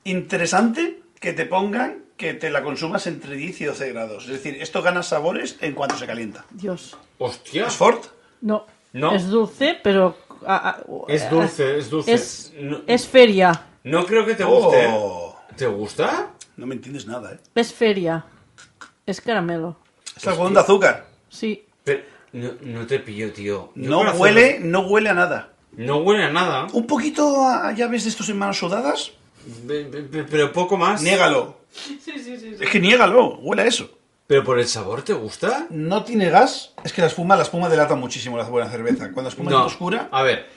[SPEAKER 2] Interesante que te pongan que te la consumas entre 10 y 12 grados. Es decir, esto gana sabores en cuanto se calienta.
[SPEAKER 6] Dios.
[SPEAKER 1] Hostia.
[SPEAKER 2] ¿Es Ford?
[SPEAKER 6] No.
[SPEAKER 1] No.
[SPEAKER 6] Es dulce, pero. a- a-
[SPEAKER 2] eh,
[SPEAKER 1] Es dulce, es dulce.
[SPEAKER 6] Es,
[SPEAKER 1] No-
[SPEAKER 6] es feria.
[SPEAKER 1] No creo que te guste.
[SPEAKER 2] Oh,
[SPEAKER 1] ¿Te gusta?
[SPEAKER 2] no me entiendes nada, ¿eh?
[SPEAKER 6] Es feria. Es caramelo.
[SPEAKER 2] Es algodón de azúcar.
[SPEAKER 6] Sí.
[SPEAKER 1] Pero no, no te pillo, tío. Yo
[SPEAKER 2] No
[SPEAKER 1] para hacer-
[SPEAKER 2] huele, no huele a nada.
[SPEAKER 1] No huele a nada.
[SPEAKER 2] Un poquito a a llaves de estos en manos sudadas.
[SPEAKER 1] Pe- pe- pe- Pero poco más.
[SPEAKER 2] Niégalo.
[SPEAKER 10] Sí, sí, sí. sí.
[SPEAKER 2] Es que niégalo, huele a eso.
[SPEAKER 1] ¿Pero por el sabor te gusta?
[SPEAKER 2] No tiene gas. Es que la espuma, la espuma delata muchísimo la buena cerveza. Cuando la espuma es oscura,
[SPEAKER 1] A ver,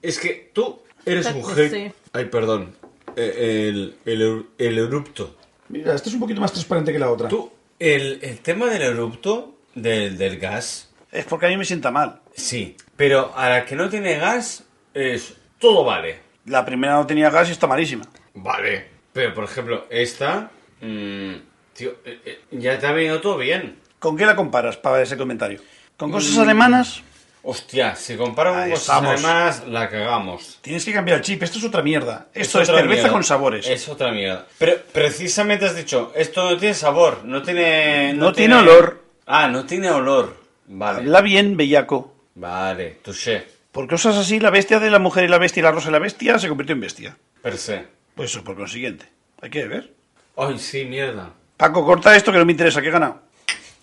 [SPEAKER 1] es que tú eres
[SPEAKER 6] Exacto,
[SPEAKER 1] mujer.
[SPEAKER 6] sí.
[SPEAKER 1] Ay, perdón. Eh, El, el, eru- el erupto.
[SPEAKER 2] mira, esta es un poquito más transparente que la otra.
[SPEAKER 1] Tú, el, el tema del erupto, del, del gas,
[SPEAKER 2] Es porque a mí me sienta mal.
[SPEAKER 1] sí. Pero a la que no tiene gas, es todo vale.
[SPEAKER 2] La primera no tenía gas y está malísima.
[SPEAKER 1] Vale. Pero, por ejemplo, esta. mm, tío, eh, eh, ya te ha venido todo bien.
[SPEAKER 2] ¿Con qué la comparas para ese comentario? ¿Con cosas alemanas?
[SPEAKER 1] Hostia, si comparamos
[SPEAKER 2] Ahí
[SPEAKER 1] con cosas
[SPEAKER 2] estamos.
[SPEAKER 1] alemanas, la cagamos.
[SPEAKER 2] Tienes que cambiar el chip. Esto es otra mierda.
[SPEAKER 1] Es
[SPEAKER 2] Esto es,
[SPEAKER 1] otra
[SPEAKER 2] Pues cerveza
[SPEAKER 1] mierda.
[SPEAKER 2] con sabores.
[SPEAKER 1] Es otra mierda. Pero precisamente has dicho, esto no tiene sabor, no tiene...
[SPEAKER 2] No tiene olor.
[SPEAKER 1] Ah, no tiene olor. Vale.
[SPEAKER 2] Habla bien, bellaco.
[SPEAKER 1] Vale, touché.
[SPEAKER 2] Por cosas así, la bestia de la mujer y la bestia y la rosa y la bestia se convirtió en bestia.
[SPEAKER 1] Per se.
[SPEAKER 2] Pues eso, por consiguiente. Hay que ver.
[SPEAKER 1] Ay, sí, mierda.
[SPEAKER 2] Paco, corta esto que no me interesa, que he ganado.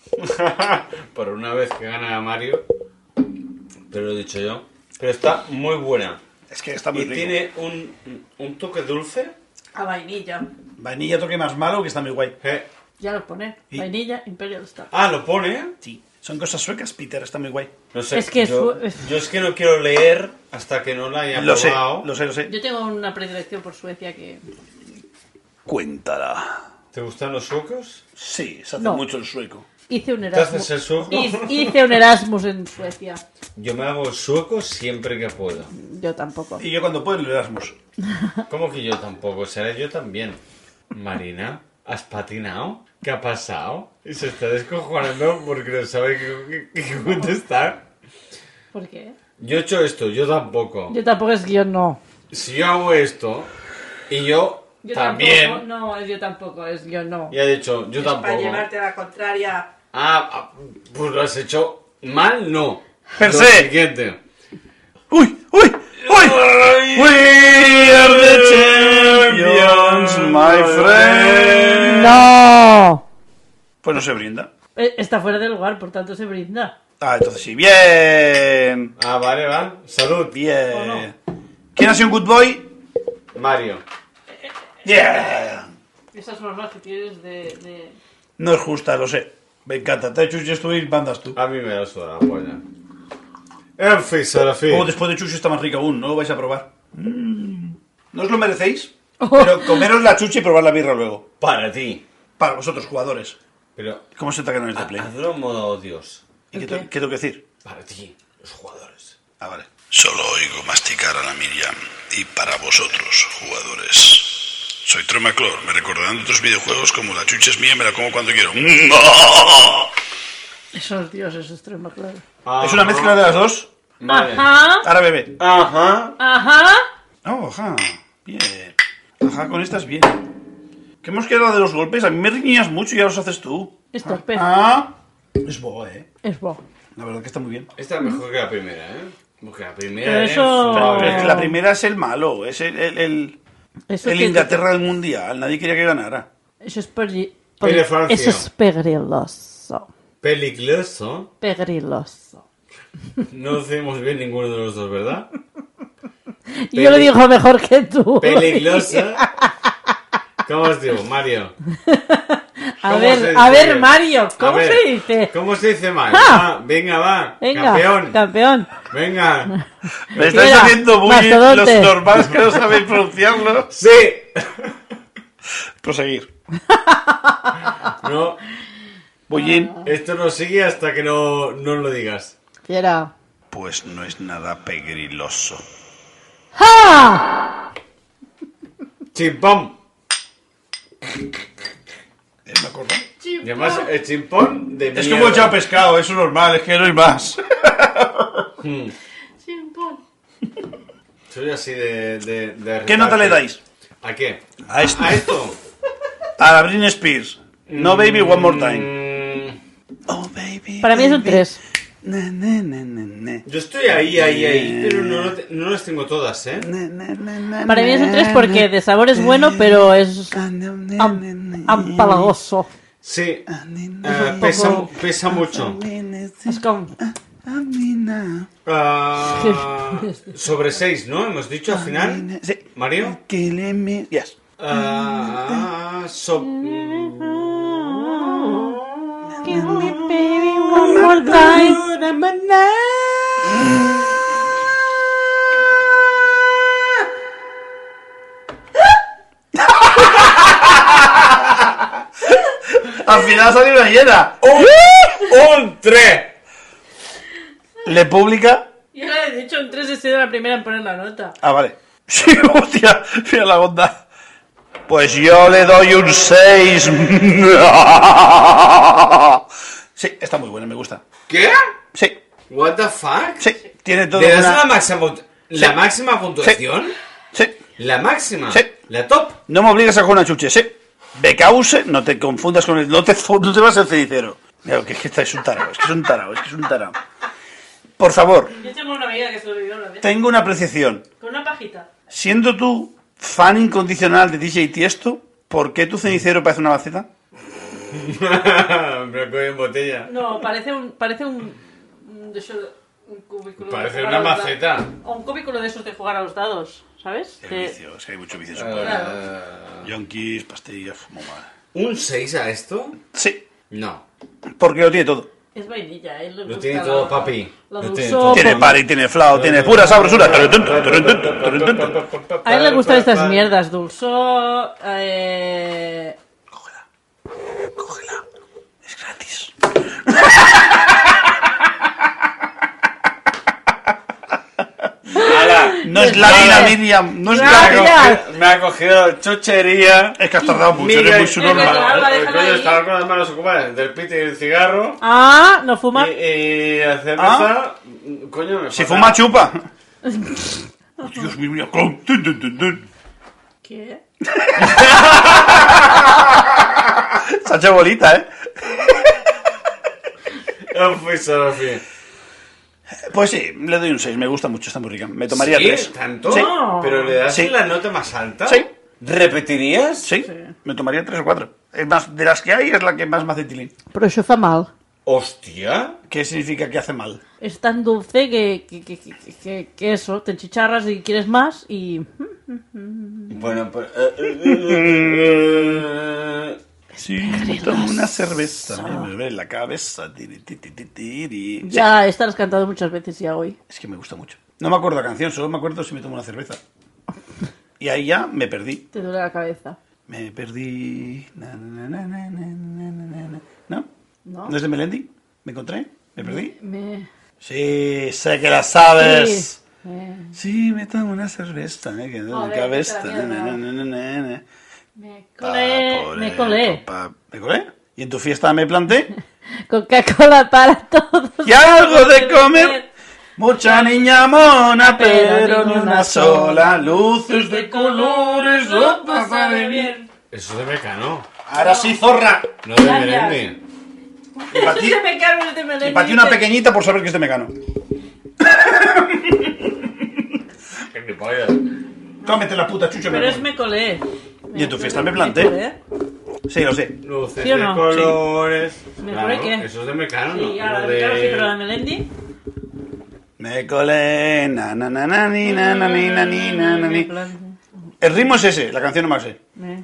[SPEAKER 1] Por una vez que gana Mario. Pero lo he dicho yo. Pero está muy buena.
[SPEAKER 2] Es que está muy
[SPEAKER 1] Y
[SPEAKER 2] rico.
[SPEAKER 1] tiene un, un toque dulce.
[SPEAKER 10] A vainilla.
[SPEAKER 2] Vainilla toque más malo que está muy guay.
[SPEAKER 1] Eh,
[SPEAKER 6] Ya lo pone.
[SPEAKER 2] Y-
[SPEAKER 6] Vainilla Imperial Star.
[SPEAKER 1] Ah, lo pone.
[SPEAKER 2] Sí. Son cosas suecas, Peter, está muy guay.
[SPEAKER 1] No sé.
[SPEAKER 6] Es que es
[SPEAKER 1] yo,
[SPEAKER 6] fu-
[SPEAKER 1] yo es que no quiero leer hasta que no la haya
[SPEAKER 2] Lo sé,
[SPEAKER 1] probado.
[SPEAKER 2] lo sé, lo sé.
[SPEAKER 6] Yo tengo una predilección por Suecia que.
[SPEAKER 2] Cuéntala.
[SPEAKER 1] ¿Te gustan los suecos?
[SPEAKER 2] Sí, se hace
[SPEAKER 6] No.
[SPEAKER 2] mucho el sueco.
[SPEAKER 6] Hice un
[SPEAKER 1] haces
[SPEAKER 6] Erasmus.
[SPEAKER 1] el sueco?
[SPEAKER 6] Hi- Hice un Erasmus en Suecia.
[SPEAKER 1] Yo me hago sueco siempre que puedo.
[SPEAKER 6] Yo tampoco.
[SPEAKER 2] Y yo cuando puedo el Erasmus.
[SPEAKER 1] ¿Cómo que yo tampoco? Será yo también. Marina, ¿has patinado? ¿Qué ha pasado? Y se está descojonando porque no sabe qué, qué- qué contestar.
[SPEAKER 6] ¿Por qué?
[SPEAKER 1] Yo he hecho esto, yo tampoco.
[SPEAKER 6] Yo tampoco es guión, no.
[SPEAKER 1] Si yo hago esto, y yo,
[SPEAKER 6] Yo
[SPEAKER 1] también,
[SPEAKER 6] tampoco. No, es yo tampoco, es guión, no.
[SPEAKER 1] ya he dicho, yo
[SPEAKER 10] Para
[SPEAKER 1] tampoco.
[SPEAKER 10] llevarte a la contraria.
[SPEAKER 1] Ah, ah, pues lo has hecho mal, no.
[SPEAKER 2] Per
[SPEAKER 1] Lo
[SPEAKER 2] se.
[SPEAKER 1] siguiente.
[SPEAKER 2] ¡Uy! ¡Uy! ¡Uy! We are the champions, my friend.
[SPEAKER 6] ¡No!
[SPEAKER 2] Pues no se brinda.
[SPEAKER 6] Eh, Está fuera de lugar, por tanto se brinda.
[SPEAKER 2] Ah, entonces sí. Bien.
[SPEAKER 1] Ah, vale, va. Salud.
[SPEAKER 2] Bien. ¿Quién ha sido un good boy?
[SPEAKER 1] Mario.
[SPEAKER 2] Yeah.
[SPEAKER 6] Esas normas que tienes de. de...
[SPEAKER 2] No es justa, lo sé. Me encanta. Te ha hecho y bandas tú.
[SPEAKER 1] A mí me da suda la polla. En fin, Serafín.
[SPEAKER 2] Oh, después de Chuchu está más rica aún, no lo vais a probar. Mm. No os lo merecéis, pero comeros la chucha y probar la birra luego.
[SPEAKER 1] Para ti.
[SPEAKER 2] Para vosotros, jugadores.
[SPEAKER 1] Pero
[SPEAKER 2] ¿Cómo se trata que no es de play?
[SPEAKER 1] hazlo en modo Dios.
[SPEAKER 2] ¿Y qué, te- qué tengo que decir?
[SPEAKER 1] Para ti, los jugadores.
[SPEAKER 2] Ah, vale. Solo oigo masticar a la Miriam. Y para vosotros, jugadores. Soy Tromaclor, me recordarán otros videojuegos como la chucha es mía, me la como cuando quiero.
[SPEAKER 6] Esos dioses, extrema, claro.
[SPEAKER 2] Es una mezcla de las dos.
[SPEAKER 1] Ah, Vale.
[SPEAKER 6] Ajá,
[SPEAKER 2] Ahora bebé.
[SPEAKER 1] Ajá.
[SPEAKER 6] ajá.
[SPEAKER 2] Oh, ajá. Bien. Ajá, con estas bien. ¿Qué hemos quedado de los golpes? A mí me riñas mucho y ya los haces tú.
[SPEAKER 6] Es torpe.
[SPEAKER 2] Ah. Es boa, eh.
[SPEAKER 6] Es bo.
[SPEAKER 2] La verdad que está muy bien.
[SPEAKER 1] Esta es mejor que la primera, ¿eh? Porque la
[SPEAKER 6] Pero
[SPEAKER 1] primera
[SPEAKER 6] eso-
[SPEAKER 1] es...
[SPEAKER 2] Pero es que la
[SPEAKER 6] Oh.
[SPEAKER 2] primera es el malo, es el, el, el-
[SPEAKER 6] Eso,
[SPEAKER 2] el
[SPEAKER 6] que-
[SPEAKER 2] Inglaterra del Mundial. Nadie quería que ganara.
[SPEAKER 6] eso es peri-
[SPEAKER 1] Pero
[SPEAKER 6] peri-
[SPEAKER 1] Francia.
[SPEAKER 6] Eso es pegriloso.
[SPEAKER 1] Peligroso.
[SPEAKER 6] Pegriloso.
[SPEAKER 1] No hacemos bien ninguno de los dos, ¿verdad?
[SPEAKER 6] Yo lo digo mejor que tú.
[SPEAKER 1] Peligrosa. ¿Cómo os digo, Mario?
[SPEAKER 6] A
[SPEAKER 1] ¿Cómo se
[SPEAKER 6] ver,
[SPEAKER 1] dice?
[SPEAKER 6] a ver, Mario,
[SPEAKER 1] A
[SPEAKER 6] ¿cómo
[SPEAKER 1] ver,
[SPEAKER 6] se dice?
[SPEAKER 1] ¿Cómo se dice mal?
[SPEAKER 6] Ah.
[SPEAKER 1] Ah, venga, va.
[SPEAKER 6] Venga,
[SPEAKER 1] campeón.
[SPEAKER 6] campeón.
[SPEAKER 1] venga.
[SPEAKER 2] Me estáis
[SPEAKER 6] Mira,
[SPEAKER 2] haciendo bullying los
[SPEAKER 6] mastodonte.
[SPEAKER 2] normales que no sabéis pronunciarlo.
[SPEAKER 1] Sí.
[SPEAKER 2] Proseguir.
[SPEAKER 1] No,
[SPEAKER 2] Bullying.
[SPEAKER 1] esto no sigue hasta que no, no lo digas.
[SPEAKER 6] Fiera.
[SPEAKER 2] Pues no es nada pegriloso.
[SPEAKER 6] ¡Ja!
[SPEAKER 1] Chimpón.
[SPEAKER 2] ¿Me acuerdo?
[SPEAKER 1] Y además, el chimpón de
[SPEAKER 2] Es
[SPEAKER 1] mierda.
[SPEAKER 2] como echar pescado, eso es normal, es que no hay más.
[SPEAKER 11] Chimpón.
[SPEAKER 1] Soy así de... de, de
[SPEAKER 2] ¿Qué nota le dais?
[SPEAKER 1] ¿A qué?
[SPEAKER 2] A esto.
[SPEAKER 1] ¿A esto?
[SPEAKER 2] A Britney Spears. No baby, one more time.
[SPEAKER 1] Mm,
[SPEAKER 2] Oh baby.
[SPEAKER 6] Para mí es un
[SPEAKER 2] baby.
[SPEAKER 6] 3.
[SPEAKER 2] Ne, ne, ne, ne, ne.
[SPEAKER 1] yo estoy ahí, ahí, ahí. Pero no, lo te- no las tengo todas, ¿eh?
[SPEAKER 2] Ne, ne, ne, ne,
[SPEAKER 6] Para mí es un 3
[SPEAKER 2] ne,
[SPEAKER 6] porque
[SPEAKER 2] ne.
[SPEAKER 6] de sabor es bueno, pero es
[SPEAKER 2] Ah, ne, ne, ne, ne.
[SPEAKER 6] am- ampalagoso.
[SPEAKER 1] Sí.
[SPEAKER 2] Ah, ne, ne,
[SPEAKER 1] eh,
[SPEAKER 2] ne.
[SPEAKER 1] pesa, mu- pesa mucho.
[SPEAKER 2] Ne, ne, sí.
[SPEAKER 6] Es como...
[SPEAKER 2] Ah, mina.
[SPEAKER 1] Ah, sobre 6, ¿no? Hemos dicho al
[SPEAKER 2] Ah, mina.
[SPEAKER 1] final.
[SPEAKER 2] Sí.
[SPEAKER 1] Mario.
[SPEAKER 2] Que le me- Yes.
[SPEAKER 1] Ah, so-
[SPEAKER 2] Al final salió una hiena.
[SPEAKER 1] ¡Un 3!
[SPEAKER 2] Le publica.
[SPEAKER 11] Yo ahora he dicho un 3 he sido la primera en poner la nota.
[SPEAKER 2] Ah, vale. Sí, hostia, mira la onda. Pues yo le doy un 6. Sí, está muy buena, me gusta.
[SPEAKER 1] ¿Qué?
[SPEAKER 2] Sí,
[SPEAKER 1] ¿What the fuck?
[SPEAKER 2] sí, tiene todo
[SPEAKER 1] ¿Le das
[SPEAKER 2] una-
[SPEAKER 1] la máxima, la máxima puntuación?
[SPEAKER 2] Sí,
[SPEAKER 1] ¿La máxima?
[SPEAKER 2] Sí.
[SPEAKER 1] ¿La top?
[SPEAKER 2] no me obligues a coger una chuche, sí. Because, no te confundas con el... No te, no te vas al cenicero. Mira, que es que está- es un tarao, es que es un tarao, es que es un tarao. Por favor,
[SPEAKER 11] Yo tengo una amiga que se lo vivió una vez.
[SPEAKER 2] tengo una apreciación.
[SPEAKER 11] Con una pajita.
[SPEAKER 2] Siendo tú fan incondicional de DJ Tiesto, ¿por qué tu cenicero parece una maceta?
[SPEAKER 1] Me lo en botella.
[SPEAKER 11] No, parece un. Parece un. un de esos- un cubículo. de
[SPEAKER 1] Parece
[SPEAKER 11] jugar a
[SPEAKER 1] una
[SPEAKER 11] los
[SPEAKER 1] maceta.
[SPEAKER 11] dados. O un cubículo de esos de jugar a los dados, ¿sabes? Que-
[SPEAKER 2] es que hay mucho vicio.
[SPEAKER 1] Ah,
[SPEAKER 2] Yonkis, pastillas, fumo mal.
[SPEAKER 1] ¿Un 6 a esto?
[SPEAKER 2] Sí,
[SPEAKER 1] No.
[SPEAKER 2] porque lo tiene todo.
[SPEAKER 11] Es vainilla, él le
[SPEAKER 1] Lo
[SPEAKER 11] gusta
[SPEAKER 1] tiene
[SPEAKER 11] la-
[SPEAKER 1] todo, papi. Lo
[SPEAKER 6] la
[SPEAKER 1] tiene
[SPEAKER 6] dulzor.
[SPEAKER 1] todo.
[SPEAKER 2] Tiene party, tiene flao, tiene pura sabrosura. Turutun, turutun, turutun, turutun.
[SPEAKER 6] A él le gustan estas mierdas, dulzor... Eh...
[SPEAKER 2] Cógela, es gratis. No es la vida, Miriam, no es la
[SPEAKER 6] Gratis.
[SPEAKER 1] Me ha cogido chochería.
[SPEAKER 2] Es que has tardado mucho, eres muy su
[SPEAKER 11] Es verdad.
[SPEAKER 2] normal.
[SPEAKER 11] Alba,
[SPEAKER 1] El
[SPEAKER 11] déjala
[SPEAKER 1] coño
[SPEAKER 11] ahí.
[SPEAKER 1] estaba con las manos ocupadas del pito y el cigarro.
[SPEAKER 6] Ah, no fuma.
[SPEAKER 1] Y, y la
[SPEAKER 11] Ah.
[SPEAKER 1] cerveza. Coño, me
[SPEAKER 2] Si
[SPEAKER 1] falta-
[SPEAKER 2] fuma, chupa. Oh, Dios mío, mira. clon, tun, tun, tun, tun.
[SPEAKER 11] ¿Qué?
[SPEAKER 2] Se ha hecho bolita, ¿eh?
[SPEAKER 1] No fui solo así.
[SPEAKER 2] Pues sí, le doy un 6, me gusta mucho, está muy rica. Me tomaría
[SPEAKER 1] ¿Sí?
[SPEAKER 2] 3.
[SPEAKER 1] ¿Tanto?
[SPEAKER 2] Sí.
[SPEAKER 1] ¿Pero le das
[SPEAKER 2] Sí.
[SPEAKER 1] la nota más alta?
[SPEAKER 2] Sí.
[SPEAKER 1] ¿Repetirías?
[SPEAKER 2] Sí, me tomaría 3 o 4. Es más, de las que hay es la que más me hace tilín.
[SPEAKER 6] Pero eso fa mal.
[SPEAKER 1] Hostia.
[SPEAKER 2] ¿Qué significa que hace mal?
[SPEAKER 6] Es tan dulce que, que, que, que, que- que eso, te enchicharras y quieres más y...
[SPEAKER 1] Bueno, pues... eh, eh, eh, eh,
[SPEAKER 2] Sí, me tomo una cerveza, me duele la cabeza. tiri, ti, ti, ti, tiri. Sí,
[SPEAKER 6] Ya, esta la has cantado muchas veces ya hoy.
[SPEAKER 2] es que me gusta mucho. No me acuerdo la canción, solo me acuerdo si me tomo una cerveza. Y ahí ya me perdí.
[SPEAKER 6] Te duele la cabeza.
[SPEAKER 2] Me perdí. na, na, na, na, na, na, na, na. ¿No?
[SPEAKER 6] No.
[SPEAKER 2] ¿No es de Melendi? ¿Me encontré? ¿Me perdí?
[SPEAKER 6] Me...
[SPEAKER 2] Sí, sé que la sabes.
[SPEAKER 6] Sí. Me...
[SPEAKER 2] Sí, me tomo una cerveza, ¿eh? Que duele la
[SPEAKER 11] Joder,
[SPEAKER 2] cabeza.
[SPEAKER 11] quita la mierda.
[SPEAKER 2] na, na, na, na, na, na.
[SPEAKER 6] Me colé, me colé.
[SPEAKER 2] Pa- ¿Me colé? ¿Y en tu fiesta me planté?
[SPEAKER 6] Coca-Cola para todos.
[SPEAKER 2] ¡Y algo de comer! Mucha niña mona, pero ni una sola. Luces de colores, lo pasaré bien.
[SPEAKER 1] Eso es de Mecano.
[SPEAKER 2] Ahora sí, zorra.
[SPEAKER 1] No de
[SPEAKER 11] Gracias.
[SPEAKER 1] Melendi.
[SPEAKER 2] Y para ti,
[SPEAKER 11] Se me cargo el de
[SPEAKER 2] y
[SPEAKER 11] Melendi.
[SPEAKER 2] pa' ti una pequeñita por saber que este es de mecano.
[SPEAKER 1] Qué ni pollas.
[SPEAKER 2] Cómete la puta chucha.
[SPEAKER 11] Pero
[SPEAKER 2] me
[SPEAKER 11] es
[SPEAKER 2] voy.
[SPEAKER 11] me colé.
[SPEAKER 2] Y en tu fiesta me planté. Sí, lo sé.
[SPEAKER 1] Luces
[SPEAKER 6] ¿Sí o no?
[SPEAKER 1] de colores.
[SPEAKER 6] ¿Me
[SPEAKER 1] Claro,
[SPEAKER 6] colé qué?
[SPEAKER 1] Eso es de Mecano,
[SPEAKER 11] Sí,
[SPEAKER 1] ¿no?
[SPEAKER 11] ahora
[SPEAKER 1] No
[SPEAKER 11] de Mecano sí, pero la de
[SPEAKER 1] de...
[SPEAKER 11] Melendi.
[SPEAKER 2] Me colé, na na na na ni na na ni na ni na na ni. El ritmo es ese, la canción no me la sé.
[SPEAKER 6] Me,
[SPEAKER 2] eh.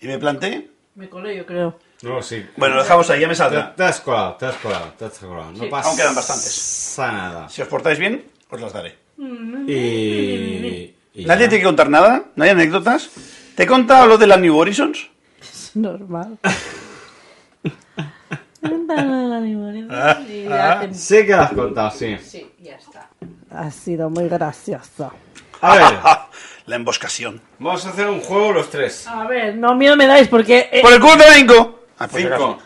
[SPEAKER 2] Y me planté
[SPEAKER 11] Me colé, yo creo.
[SPEAKER 1] No, sí.
[SPEAKER 2] Bueno, lo dejamos ahí, ya me
[SPEAKER 1] Te,
[SPEAKER 2] saldrá.
[SPEAKER 1] te has colado, te has colado, te has colado. No
[SPEAKER 12] Sí,
[SPEAKER 1] pasa
[SPEAKER 2] aún quedan bastantes.
[SPEAKER 1] nada.
[SPEAKER 2] Si os portáis bien, os las daré.
[SPEAKER 1] Y, y
[SPEAKER 2] Nadie
[SPEAKER 1] ya.
[SPEAKER 2] tiene que contar nada, no hay anécdotas. ¿Te he contado lo de la New Horizons?
[SPEAKER 6] Es normal. Cuéntale el
[SPEAKER 1] Ah,
[SPEAKER 6] animalito y le hacen-
[SPEAKER 1] Sé que lo has contado, sí.
[SPEAKER 12] Sí, ya está.
[SPEAKER 6] Ha sido muy gracioso.
[SPEAKER 1] A ver,
[SPEAKER 2] la emboscación.
[SPEAKER 1] vamos a hacer un juego los tres.
[SPEAKER 6] A ver, no miedo me dais porque eh,
[SPEAKER 2] ¡Por el culo de Inco!
[SPEAKER 1] Cinco.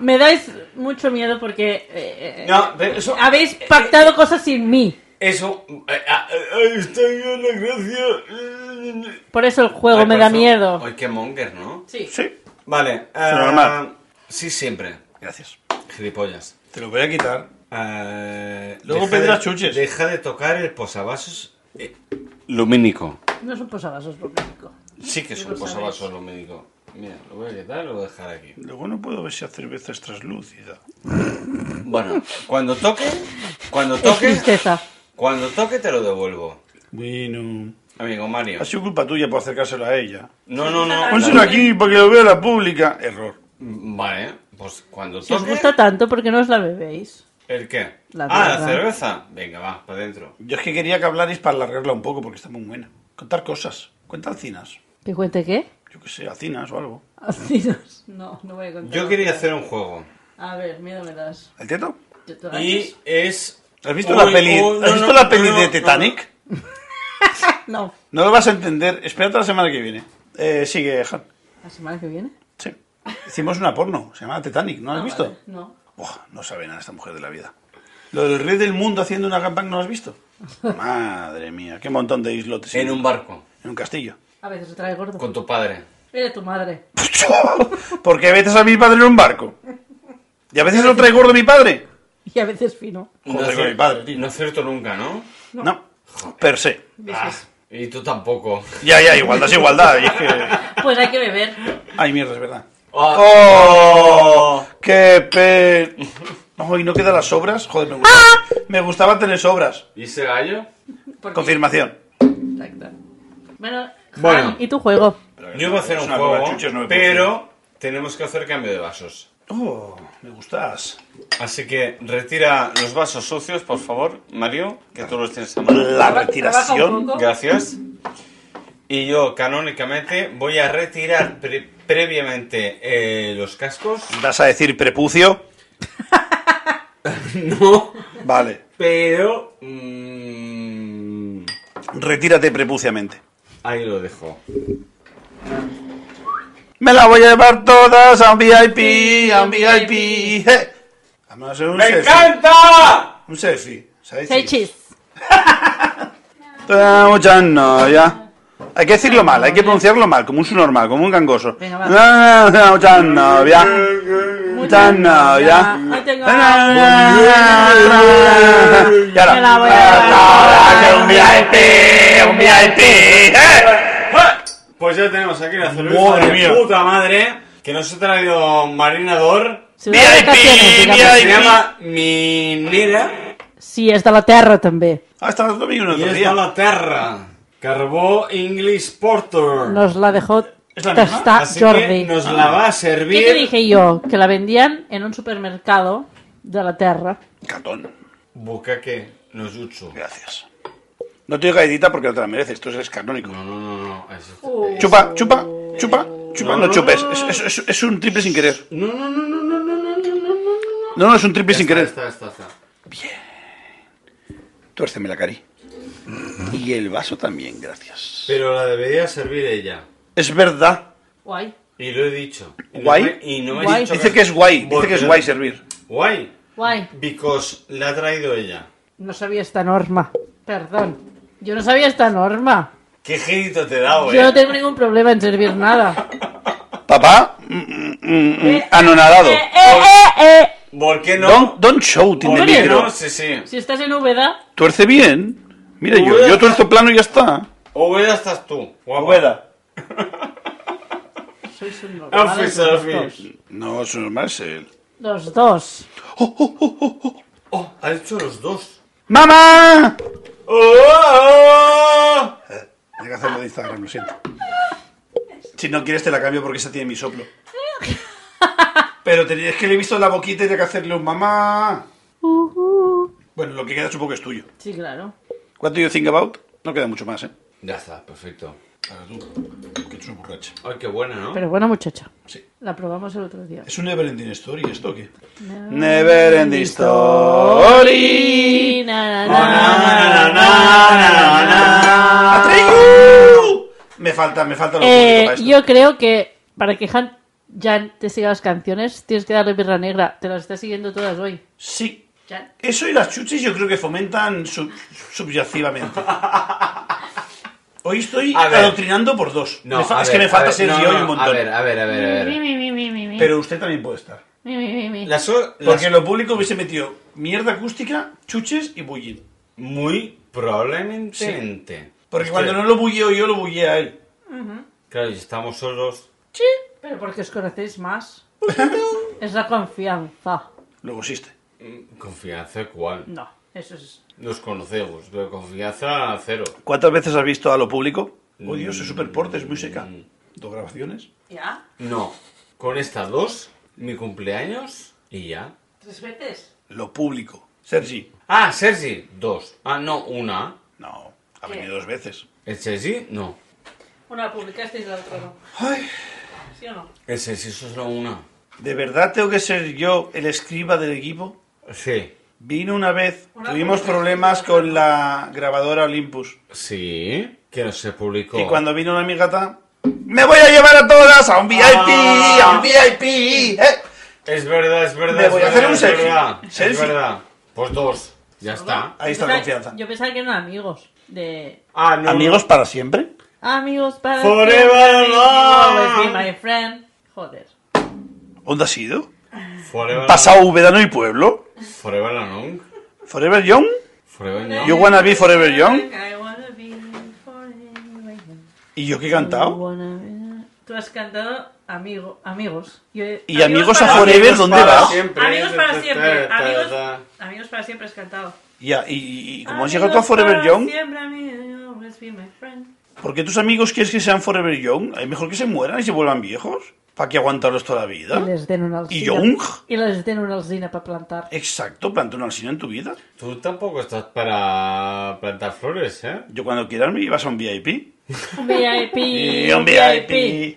[SPEAKER 6] me dais mucho miedo porque eh, eh,
[SPEAKER 1] No, pero eso.
[SPEAKER 6] habéis pactado cosas sin mí.
[SPEAKER 1] Eso. eh, ah, eh, Ahí está yo la gracia.
[SPEAKER 6] Por eso el juego
[SPEAKER 1] Ay,
[SPEAKER 6] me
[SPEAKER 1] por
[SPEAKER 6] da
[SPEAKER 1] eso-
[SPEAKER 6] miedo.
[SPEAKER 1] Ay, qué monger, ¿no?
[SPEAKER 12] Sí.
[SPEAKER 2] Sí,
[SPEAKER 1] Vale. eh,
[SPEAKER 2] Normal.
[SPEAKER 1] Sí, siempre.
[SPEAKER 2] gracias.
[SPEAKER 1] Gilipollas.
[SPEAKER 2] Te lo voy a quitar.
[SPEAKER 1] Eh,
[SPEAKER 2] Luego
[SPEAKER 1] deja de-
[SPEAKER 2] pedirás chuches.
[SPEAKER 1] Deja de tocar el posavasos eh, lumínico.
[SPEAKER 6] No son posavasos, por México.
[SPEAKER 1] Sí que es un
[SPEAKER 6] lo sabes.
[SPEAKER 1] posavasos lumínico. Mira, lo voy a quitar y lo voy a dejar aquí.
[SPEAKER 2] Luego no puedo ver si hacer veces traslúcida.
[SPEAKER 1] Bueno, cuando toque, cuando
[SPEAKER 6] Es
[SPEAKER 1] toque,
[SPEAKER 6] tristeza.
[SPEAKER 1] cuando toque te lo devuelvo.
[SPEAKER 2] Bueno.
[SPEAKER 1] Amigo Mario.
[SPEAKER 2] Ha sido culpa tuya por acercárselo a ella.
[SPEAKER 1] No, no, Ah, no.
[SPEAKER 2] Pónselo aquí para que lo vea la pública. Error.
[SPEAKER 1] Vale, pues cuando
[SPEAKER 6] Si os
[SPEAKER 1] toque.
[SPEAKER 6] gusta tanto, ¿por qué no os la bebéis?
[SPEAKER 1] ¿El qué?
[SPEAKER 6] La
[SPEAKER 1] ah, la
[SPEAKER 6] birra.
[SPEAKER 1] cerveza. Venga, va, para adentro.
[SPEAKER 2] Yo es que quería que hablarais para alargarla un poco porque está muy buena. Contar cosas. Cuenta alcinas.
[SPEAKER 6] ¿Que cuente qué?
[SPEAKER 2] Yo qué sé, alcinas o algo.
[SPEAKER 6] Alcinos. No, no voy a contar.
[SPEAKER 1] Yo quería hacer un juego.
[SPEAKER 6] A ver, miedo me das.
[SPEAKER 2] ¿El teto?
[SPEAKER 6] Yo te
[SPEAKER 1] Y es.
[SPEAKER 2] ¿Has visto
[SPEAKER 1] Uy,
[SPEAKER 2] la peli,
[SPEAKER 1] uy, no,
[SPEAKER 2] ¿has visto
[SPEAKER 1] no,
[SPEAKER 2] la peli
[SPEAKER 1] no,
[SPEAKER 2] de
[SPEAKER 1] no.
[SPEAKER 2] Titanic?
[SPEAKER 6] No.
[SPEAKER 2] No. lo vas a entender. Espérate la semana que viene. Eh, sigue, Han.
[SPEAKER 6] ¿La semana que viene?
[SPEAKER 2] Sí. Hicimos una porno. Se llama Titanic. ¿No la has
[SPEAKER 6] Ah,
[SPEAKER 2] visto?
[SPEAKER 6] vale, No.
[SPEAKER 2] Buah, no sabe nada esta mujer de la vida. Lo del rey del mundo haciendo una gangbang no lo has visto. Madre mía, qué montón de islotes.
[SPEAKER 1] En un barco.
[SPEAKER 2] en un castillo.
[SPEAKER 6] A veces se trae gordo.
[SPEAKER 1] Con tu padre.
[SPEAKER 6] Mira tu madre.
[SPEAKER 2] Porque veces a mi padre en un barco. Y a veces lo trae gordo mi padre.
[SPEAKER 6] Y a veces fino.
[SPEAKER 2] Joder,
[SPEAKER 1] es
[SPEAKER 2] con
[SPEAKER 1] cier-
[SPEAKER 2] mi padre, tío.
[SPEAKER 1] No es cierto nunca, ¿no?
[SPEAKER 2] No. Per se.
[SPEAKER 1] Ah, y tú tampoco.
[SPEAKER 2] Ya, ya, igualdad es igualdad. y es que-
[SPEAKER 6] Pues hay que beber.
[SPEAKER 2] Ay, mierda, es verdad.
[SPEAKER 1] Ah.
[SPEAKER 2] ¡Oh! ¡Qué pe... Ay, ¿no quedan las sobras? Joder, me gustaba, me gustaba tener sobras.
[SPEAKER 1] ¿Y ese gallo?
[SPEAKER 6] Porque-
[SPEAKER 2] Confirmación.
[SPEAKER 6] Exacto. Bueno,
[SPEAKER 1] Bueno.
[SPEAKER 6] Han, ¿y tu juego?
[SPEAKER 1] Yo iba a hacer
[SPEAKER 2] Es
[SPEAKER 1] un
[SPEAKER 2] una
[SPEAKER 1] juego,
[SPEAKER 2] bola de chuches, no me puedo
[SPEAKER 1] pero tenemos que hacer cambio de vasos.
[SPEAKER 2] Oh, me gustas.
[SPEAKER 1] Así que retira los vasos sucios, por favor, Mario, que tú los tienes a mano.
[SPEAKER 2] La
[SPEAKER 12] Trabaja- trabaja un
[SPEAKER 2] retiración.
[SPEAKER 12] poco.
[SPEAKER 1] Gracias. Y yo, canónicamente, voy a retirar pre- previamente eh, los cascos.
[SPEAKER 2] ¿Vas a decir prepucio?
[SPEAKER 1] No.
[SPEAKER 2] Vale.
[SPEAKER 1] Pero... mm,
[SPEAKER 2] Retírate prepuciamente.
[SPEAKER 1] ahí lo dejo.
[SPEAKER 2] Me la voy a llevar todas a un VIP, a un VIP. eh. Vamos a hacer un
[SPEAKER 1] ¡Me
[SPEAKER 2] selfie.
[SPEAKER 1] encanta!
[SPEAKER 2] Un selfie. ¿sabes?
[SPEAKER 6] Seis chis.
[SPEAKER 2] Ah, muchas no, ya. Hay que decirlo mal, hay que pronunciarlo mal, como un normal, como un gangoso.
[SPEAKER 6] Venga, va.
[SPEAKER 2] Ah, muchas no, ya. Muchas no, ya.
[SPEAKER 6] No tengo
[SPEAKER 2] Y ahora.
[SPEAKER 6] Me la voy a llevar.
[SPEAKER 2] Ah, que un VIP, un VIP. eh.
[SPEAKER 1] Pues ya tenemos aquí la cerveza
[SPEAKER 2] Madre
[SPEAKER 1] de
[SPEAKER 2] mía.
[SPEAKER 1] puta madre que nos ha traído Marinador.
[SPEAKER 6] Si vas de
[SPEAKER 2] VIP,
[SPEAKER 6] vacaciones,
[SPEAKER 2] VIP.
[SPEAKER 6] digamos.
[SPEAKER 1] Que
[SPEAKER 2] Ay,
[SPEAKER 1] se
[SPEAKER 2] mi-
[SPEAKER 1] llama Minera
[SPEAKER 6] Sí, és de la terra també.
[SPEAKER 2] Ah, está dando mi uno
[SPEAKER 1] y
[SPEAKER 2] otro
[SPEAKER 1] es
[SPEAKER 2] día.
[SPEAKER 1] de la Terra. Carbó English Porter.
[SPEAKER 6] Nos la dejó
[SPEAKER 2] ¿Es la misma?
[SPEAKER 6] testar
[SPEAKER 1] Así
[SPEAKER 6] Jordi.
[SPEAKER 1] que nos
[SPEAKER 2] Ah.
[SPEAKER 1] la va a
[SPEAKER 6] ¿Qué te
[SPEAKER 1] servir.
[SPEAKER 6] dije yo? Que la vendían en un supermercado de la terra.
[SPEAKER 2] Catón,
[SPEAKER 1] Bukake no jutsu.
[SPEAKER 2] gracias. No te digo galletita porque no te la mereces, tú eres canónico.
[SPEAKER 1] No, no, no, no. es-
[SPEAKER 2] este. Chupa, chupa, chupa, chupa, no chupes. Es, es- es- es un triple sin querer.
[SPEAKER 1] No, no, no, no, no, no, no, no, no, no.
[SPEAKER 2] No, no, es un triple sin
[SPEAKER 1] Está,
[SPEAKER 2] querer.
[SPEAKER 1] está, está, está.
[SPEAKER 2] Tuérceme la cari. Y el vaso también, gracias.
[SPEAKER 1] Pero la debería servir ella.
[SPEAKER 2] Es verdad.
[SPEAKER 6] Guai.
[SPEAKER 1] Y lo he dicho. Y no
[SPEAKER 2] Guay.
[SPEAKER 1] me- Y no me he
[SPEAKER 6] Guay.
[SPEAKER 1] dicho
[SPEAKER 2] Dice que es guay, dice
[SPEAKER 1] Porque-
[SPEAKER 2] que es guay servir.
[SPEAKER 1] Guay.
[SPEAKER 6] Guai.
[SPEAKER 1] Because la ha traído ella.
[SPEAKER 6] No sabía esta norma. Perdón. Yo no sabía esta norma.
[SPEAKER 1] Qué girito te he dado, eh.
[SPEAKER 6] Yo no tengo ningún problema en servir nada.
[SPEAKER 2] Papá, mm, mm, mm, mm, anonadado.
[SPEAKER 6] Eh, eh, eh, eh.
[SPEAKER 1] ¿Por qué no?
[SPEAKER 2] Don't, don't show, tiene
[SPEAKER 1] ¿Por qué
[SPEAKER 6] Hombre,
[SPEAKER 2] micro.
[SPEAKER 1] no? Sí, sí.
[SPEAKER 6] Si estás en Úbeda,
[SPEAKER 2] Tuerce bien. Mira, yo, yo tuerzo plano y ya está.
[SPEAKER 1] Oveda estás tú. guapa.
[SPEAKER 6] sois un normal.
[SPEAKER 1] Alfie, Alfie.
[SPEAKER 2] No, eso no es normal, es él.
[SPEAKER 6] Los dos.
[SPEAKER 1] Oh, ha hecho los dos.
[SPEAKER 2] ¡Mamá!
[SPEAKER 1] ¡Oh!
[SPEAKER 2] Hay que hacerlo de Instagram, lo siento. Si no quieres te la cambio porque esa tiene mi soplo. Pero te- es que le he visto la boquita y tenía que hacerle un mamá.
[SPEAKER 6] Uh, uh.
[SPEAKER 2] Bueno, lo que queda supongo que es tuyo.
[SPEAKER 6] Sí, claro.
[SPEAKER 2] What do you think about? No queda mucho más, ¿eh?
[SPEAKER 5] Ya está, perfecto.
[SPEAKER 2] Ahora tú, que tú eres borracha.
[SPEAKER 5] Ay, qué buena, ¿no?
[SPEAKER 6] Pero buena muchacha.
[SPEAKER 2] Sí.
[SPEAKER 6] La probamos el otro día.
[SPEAKER 2] ¿Es un Never Ending Story esto o qué?
[SPEAKER 6] Never
[SPEAKER 2] ending
[SPEAKER 6] story. Oh, Na, na, na, na, na, na, na.
[SPEAKER 2] ¡Atreyu! Me falta, me falta lo
[SPEAKER 6] Eh,
[SPEAKER 2] público para esto.
[SPEAKER 6] yo creo que para que Han Jan te siga las canciones, tienes que darle birra negra. Te las está siguiendo todas hoy.
[SPEAKER 2] Sí.
[SPEAKER 4] Jan.
[SPEAKER 2] Eso y las chuchis yo creo que fomentan sub- subyacivamente. Hoy estoy
[SPEAKER 5] A ver.
[SPEAKER 2] adoctrinando por dos.
[SPEAKER 5] No,
[SPEAKER 2] Me fa-
[SPEAKER 5] a
[SPEAKER 2] es
[SPEAKER 5] ver,
[SPEAKER 2] que me
[SPEAKER 5] a
[SPEAKER 2] falta
[SPEAKER 5] ver,
[SPEAKER 2] ser
[SPEAKER 5] no,
[SPEAKER 2] yo
[SPEAKER 5] no,
[SPEAKER 2] y un montón.
[SPEAKER 5] A ver, a ver, a ver. A
[SPEAKER 6] Mi,
[SPEAKER 5] ver.
[SPEAKER 6] mi, mi, mi, mi, mi.
[SPEAKER 2] Pero usted también puede estar.
[SPEAKER 6] Mi, mi, mi, mi.
[SPEAKER 5] Las, o- las-
[SPEAKER 2] Porque lo público hubiese metido mierda acústica, chuches y bullying.
[SPEAKER 5] muy probablemente.
[SPEAKER 2] Porque
[SPEAKER 5] Hostia,
[SPEAKER 2] cuando no lo bulleo yo, lo bulleo a él.
[SPEAKER 5] Claro, y estamos solos.
[SPEAKER 6] Pero porque os conocéis más. es la confianza.
[SPEAKER 2] Luego existe.
[SPEAKER 5] Mm, ¿Confianza cuál?
[SPEAKER 6] No, eso es.
[SPEAKER 5] Nos conocemos, pero confianza cero.
[SPEAKER 2] ¿Cuántas veces has visto a lo público? Oh, Dios, es súper porte, es muy seca.
[SPEAKER 5] Mm.
[SPEAKER 2] Dos grabaciones.
[SPEAKER 4] ¿Ya?
[SPEAKER 5] No. Con estas dos, mi cumpleaños y ya.
[SPEAKER 4] ¿Tres veces?
[SPEAKER 2] Lo público. Sergi.
[SPEAKER 5] Ah, Sergi, dos. Ah, no, una.
[SPEAKER 2] No, ha
[SPEAKER 4] ¿Qué?
[SPEAKER 2] venido dos veces.
[SPEAKER 5] El Sergi, no.
[SPEAKER 4] Una la publicasteis, la otra no.
[SPEAKER 2] Ay,
[SPEAKER 4] ¿Sí o no?
[SPEAKER 5] El Sergi solo una.
[SPEAKER 2] ¿de verdad tengo que ser yo el escriba del equipo?
[SPEAKER 5] Sí.
[SPEAKER 2] Vino una vez,
[SPEAKER 4] Una
[SPEAKER 2] tuvimos
[SPEAKER 4] cosa.
[SPEAKER 2] problemas con la grabadora Olympus.
[SPEAKER 5] Sí. Que no se publicó.
[SPEAKER 2] Y cuando vino una amigata, ¡me voy a llevar a todas a un VIP! ¡A un VIP! ¿eh?
[SPEAKER 5] Es verdad, es verdad.
[SPEAKER 2] Me
[SPEAKER 5] es
[SPEAKER 2] voy a
[SPEAKER 5] verdad,
[SPEAKER 2] hacer un
[SPEAKER 5] es
[SPEAKER 2] selfie.
[SPEAKER 5] verdad, Es
[SPEAKER 2] Selfie.
[SPEAKER 5] verdad. Pues dos. Ya está.
[SPEAKER 2] Ahí está
[SPEAKER 6] Yo
[SPEAKER 2] la
[SPEAKER 6] pensaba-
[SPEAKER 2] confianza.
[SPEAKER 6] Yo pensaba que eran amigos. De.
[SPEAKER 5] Ah, no.
[SPEAKER 2] ¿Amigos para siempre?
[SPEAKER 6] Amigos para.
[SPEAKER 5] Forever
[SPEAKER 6] siempre, you
[SPEAKER 5] alone.
[SPEAKER 6] will be my friend. Joder.
[SPEAKER 2] ¿Dónde has ido?
[SPEAKER 5] Forever,
[SPEAKER 2] ¿Pasado Vedano y Pueblo?
[SPEAKER 5] Forever Long.
[SPEAKER 2] ¿Forever Young?
[SPEAKER 5] Forever Long.
[SPEAKER 2] ¿You wanna be forever young?
[SPEAKER 4] I wanna be forever young.
[SPEAKER 2] ¿Y yo qué he cantado?
[SPEAKER 6] Wanna be- Tú has cantado amigo, amigos. Yo he-
[SPEAKER 2] ¿Y amigos a
[SPEAKER 5] para-
[SPEAKER 2] Forever dónde
[SPEAKER 5] para
[SPEAKER 2] vas?
[SPEAKER 5] siempre.
[SPEAKER 4] Amigos para
[SPEAKER 1] este,
[SPEAKER 4] siempre.
[SPEAKER 5] Ta, ta,
[SPEAKER 4] Amigos,
[SPEAKER 5] ta.
[SPEAKER 4] amigos para siempre has cantado.
[SPEAKER 2] Ya, ¿Y, y- y cómo
[SPEAKER 4] Amigos
[SPEAKER 2] has llegado tú a Forever
[SPEAKER 4] para
[SPEAKER 2] Young?
[SPEAKER 4] Siempre, amigos, let's be my friend.
[SPEAKER 2] ¿Por qué tus amigos quieres que sean Forever Young? ¿Es mejor que se mueran y se vuelvan viejos? ¿Para qué aguantarlos toda la
[SPEAKER 6] Y
[SPEAKER 2] vida?
[SPEAKER 6] les den una alzina.
[SPEAKER 2] ¿Eh? ¿Y Young?
[SPEAKER 6] Y les den una alzina para plantar.
[SPEAKER 2] Exacto, planta una alcina en tu vida.
[SPEAKER 5] Tú tampoco estás para plantar flores, ¿eh?
[SPEAKER 2] Yo cuando quieras me ibas a un VIP.
[SPEAKER 6] Un VIP.
[SPEAKER 2] Y un VIP. ¡Eh!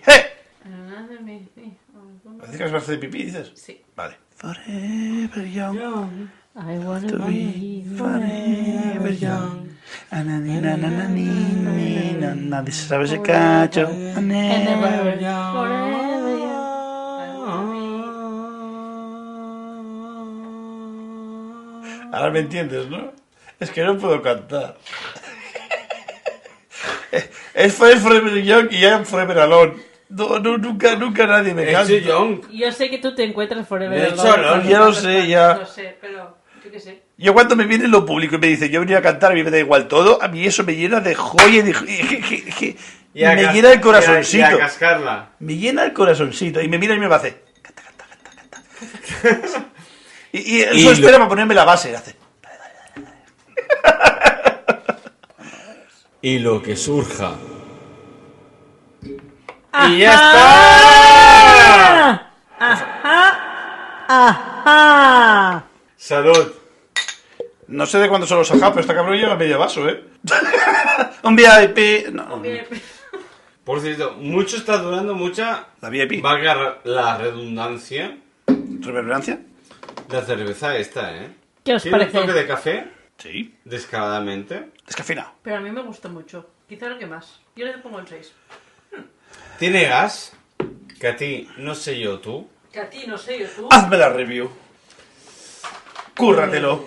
[SPEAKER 4] Another me- sí, algún-
[SPEAKER 2] Parece que vas a hacer pipí, dices.
[SPEAKER 4] Sí.
[SPEAKER 2] Vale. Forever Young.
[SPEAKER 6] I wanna be
[SPEAKER 2] Forever Young. Anani, nananani, ni, na, Nadie se sabe ese cacho.
[SPEAKER 6] forever
[SPEAKER 2] Forever Young.
[SPEAKER 6] young. Forever young.
[SPEAKER 2] Ah. Ahora me entiendes, ¿no? Es que no puedo cantar. es Forever Forever Young y I'm Forever Alone. No, no, nunca, nunca nadie me canta.
[SPEAKER 5] Ese Young.
[SPEAKER 6] Yo sé que tú te encuentras forever
[SPEAKER 5] De hecho,
[SPEAKER 6] alone.
[SPEAKER 5] no,
[SPEAKER 2] Ya lo sé,
[SPEAKER 4] No
[SPEAKER 2] ya.
[SPEAKER 4] sé, pero yo qué sé.
[SPEAKER 2] Yo cuando me viene lo público y me dice, yo venía a cantar, a mí me da igual todo, a mí eso me llena de joya, de...
[SPEAKER 5] Y a
[SPEAKER 2] me
[SPEAKER 5] cas-
[SPEAKER 2] llena el
[SPEAKER 5] Y a, y a
[SPEAKER 2] corazoncito.
[SPEAKER 5] cascarla.
[SPEAKER 2] Me llena el corazoncito. Y me mira y me va a hacer. Canta, canta, canta, canta. y, y él
[SPEAKER 5] Y
[SPEAKER 2] solo
[SPEAKER 5] lo-
[SPEAKER 2] espera para ponerme la base. Hace.
[SPEAKER 5] Y lo que surja.
[SPEAKER 6] ¡Ajá!
[SPEAKER 5] ¡Y ya está!
[SPEAKER 6] ¡Ajá! ¡Ajá!
[SPEAKER 5] Salud.
[SPEAKER 2] No sé de cuándo son los ajá, pero esta cabrón lleva medio vaso, ¿eh? Un VIP. No, no, no.
[SPEAKER 5] Por cierto, mucho está durando mucha.
[SPEAKER 2] La VIP.
[SPEAKER 5] Valga la redundancia.
[SPEAKER 2] ¿Reverberancia?
[SPEAKER 5] La cerveza esta, ¿eh?
[SPEAKER 6] ¿Qué os
[SPEAKER 5] Tiene
[SPEAKER 6] parece?
[SPEAKER 5] un toque de café,
[SPEAKER 2] Sí.
[SPEAKER 5] descaradamente.
[SPEAKER 2] Descafeinado.
[SPEAKER 4] Pero a mí me gusta mucho. Quizá lo que más. Yo le pongo el 6.
[SPEAKER 5] Tiene gas, que a ti, no sé yo tú.
[SPEAKER 4] Que a ti, no sé, yo tú.
[SPEAKER 2] Hazme la review. Cúrratelo.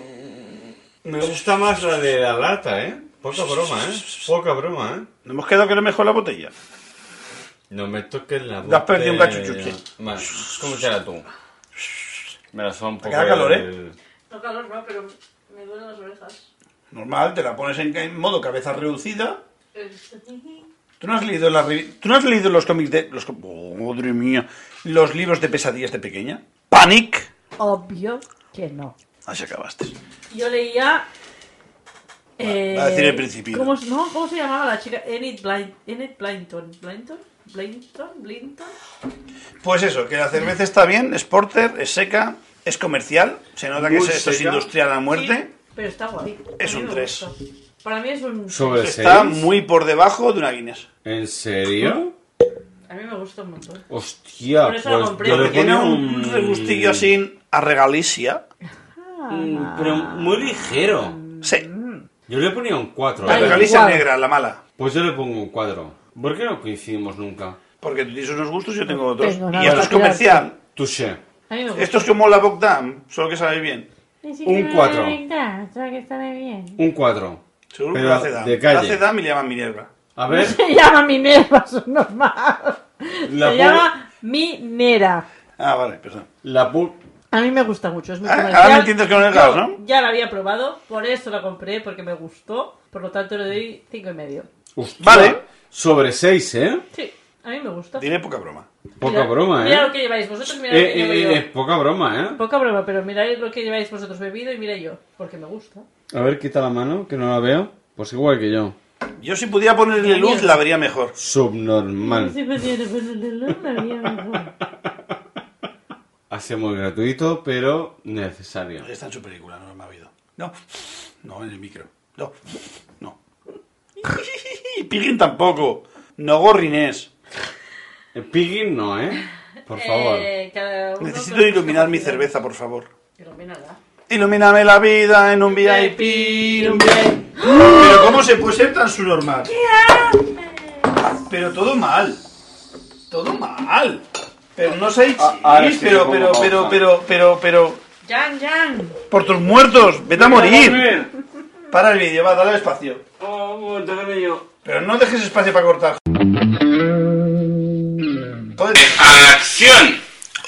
[SPEAKER 5] Me gusta más la de la lata, ¿eh? Poca broma, ¿eh? Poca broma, ¿eh?
[SPEAKER 2] ¿No hemos quedado que no mejor la botella?
[SPEAKER 5] No me toques la boca.
[SPEAKER 2] Le has perdido un cachuchuche.
[SPEAKER 5] Vale, ¿cómo será tú? Me ¿eh? la suena un poco.
[SPEAKER 2] da calor, ¿eh?
[SPEAKER 5] el-
[SPEAKER 4] No calor, no, pero me duelen las orejas.
[SPEAKER 2] Normal, te la pones en, en modo cabeza reducida.
[SPEAKER 4] Eh,
[SPEAKER 2] ¿Tú no has leído, la revi- ¿Tú no has leído los cómics de... Los... com- oh, madre mía. Los libros de pesadillas de pequeña. Panic.
[SPEAKER 6] Obvio que no.
[SPEAKER 2] Así acabaste.
[SPEAKER 4] Yo leía
[SPEAKER 6] Eh,
[SPEAKER 2] Va a decir el principito.
[SPEAKER 6] ¿cómo, se- no, ¿Cómo se llamaba la chica? Enid, Blind, Enid Blinton. ¿Blinton? ¿Blinton? ¿Blinton?
[SPEAKER 2] Pues eso, que la cerveza está bien, es porter, es seca, es comercial, se nota que
[SPEAKER 5] Muy
[SPEAKER 2] es- esto es
[SPEAKER 5] seca.
[SPEAKER 2] industrial a
[SPEAKER 6] Sí,
[SPEAKER 2] muerte.
[SPEAKER 6] pero está guay.
[SPEAKER 2] Es
[SPEAKER 6] A mí
[SPEAKER 2] un
[SPEAKER 6] me
[SPEAKER 2] tres.
[SPEAKER 6] gusta. Para mí es un...
[SPEAKER 5] ¿Sobre
[SPEAKER 2] Está
[SPEAKER 5] seis?
[SPEAKER 2] muy por debajo de una Guinness.
[SPEAKER 5] ¿En serio?
[SPEAKER 6] A mí me gusta un montón.
[SPEAKER 5] Hostia,
[SPEAKER 6] Por eso la
[SPEAKER 5] pues
[SPEAKER 6] compré,
[SPEAKER 5] yo le
[SPEAKER 6] porque
[SPEAKER 5] ponía
[SPEAKER 2] Tiene un regustillo así a regalicia.
[SPEAKER 5] Mm, Pero muy ligero.
[SPEAKER 2] Sí,
[SPEAKER 5] Yo le ponía un 4.
[SPEAKER 2] la
[SPEAKER 6] Vale.
[SPEAKER 2] regalicia
[SPEAKER 6] igual.
[SPEAKER 2] negra, la mala.
[SPEAKER 5] Pues yo le pongo un 4. ¿Por qué no coincidimos nunca?
[SPEAKER 2] Porque tú tienes unos gustos, yo tengo otros.
[SPEAKER 6] tengo nada
[SPEAKER 2] Y esto es
[SPEAKER 6] que tirar.
[SPEAKER 2] comercial.
[SPEAKER 5] Touché.
[SPEAKER 6] A mí me gusta.
[SPEAKER 2] Esto es como la Bogdan, solo que sabe bien.
[SPEAKER 5] Un 4. Un 4.
[SPEAKER 2] Seguro que
[SPEAKER 5] Pero
[SPEAKER 2] lo hace Dam.
[SPEAKER 5] de
[SPEAKER 2] Lo
[SPEAKER 5] calle.
[SPEAKER 2] hace Dam y le llaman Minerva.
[SPEAKER 5] A ver,
[SPEAKER 6] Se llama Minerva, eso es normal.
[SPEAKER 5] La
[SPEAKER 6] Se
[SPEAKER 5] pu-
[SPEAKER 6] llama Minera.
[SPEAKER 2] Ah, vale, perdón.
[SPEAKER 5] la pu...
[SPEAKER 6] A mí me gusta mucho, es muy
[SPEAKER 2] Ah,
[SPEAKER 6] comercial.
[SPEAKER 2] ahora me entiendes con el gas,
[SPEAKER 6] Yo
[SPEAKER 2] ¿no?
[SPEAKER 6] Ya la había probado, por eso la compré, porque me gustó. Por lo tanto, le doy cinco y medio.
[SPEAKER 5] Hostia,
[SPEAKER 2] Vale.
[SPEAKER 5] Sobre 6, ¿eh?
[SPEAKER 6] Sí, a mí me gusta.
[SPEAKER 2] Tiene poca broma.
[SPEAKER 5] Poca broma, ¿eh?
[SPEAKER 6] Mira lo que lleváis vosotros, mira lo
[SPEAKER 5] Eh,
[SPEAKER 6] que llevo
[SPEAKER 5] eh,
[SPEAKER 6] yo.
[SPEAKER 5] eh, poca broma,
[SPEAKER 6] Poca broma, pero mirad lo que lleváis vosotros bebido y mira yo, porque me gusta.
[SPEAKER 5] ¿eh? A ver, quita la mano, que no la veo. Pues igual que yo.
[SPEAKER 2] Yo si pudiera ponerle luz, la vería mejor.
[SPEAKER 5] Subnormal.
[SPEAKER 6] Sí, pues, tiene, pues, el olor me había mejor.
[SPEAKER 5] Hace muy gratuito, pero necesario.
[SPEAKER 2] Está en su película, no me ha oído. No, no, en el micro. No, no. Pigin tampoco. No gorrinés.
[SPEAKER 5] Eh, Piggy no, ¿eh? Por favor.
[SPEAKER 6] Eh, cada uno
[SPEAKER 2] Necesito
[SPEAKER 6] con-
[SPEAKER 2] iluminar mi cerveza, por favor.
[SPEAKER 6] Ilumínala.
[SPEAKER 2] Ilumíname la vida en un VIP, en un VIP. Pero ¿cómo se puede ser tan subnormal? Pero todo mal. Todo mal. Pero no sé,
[SPEAKER 5] ahora
[SPEAKER 2] chis,
[SPEAKER 5] sí,
[SPEAKER 2] pero,
[SPEAKER 5] pongo
[SPEAKER 2] pero,
[SPEAKER 5] pausa.
[SPEAKER 2] pero, pero, pero, pero...
[SPEAKER 6] ¡Jan, Jan!
[SPEAKER 2] Por tus muertos, vete a morir. Para el vídeo, va, dale espacio. Pero no dejes espacio para cortar. Joder.
[SPEAKER 1] ¡Acción!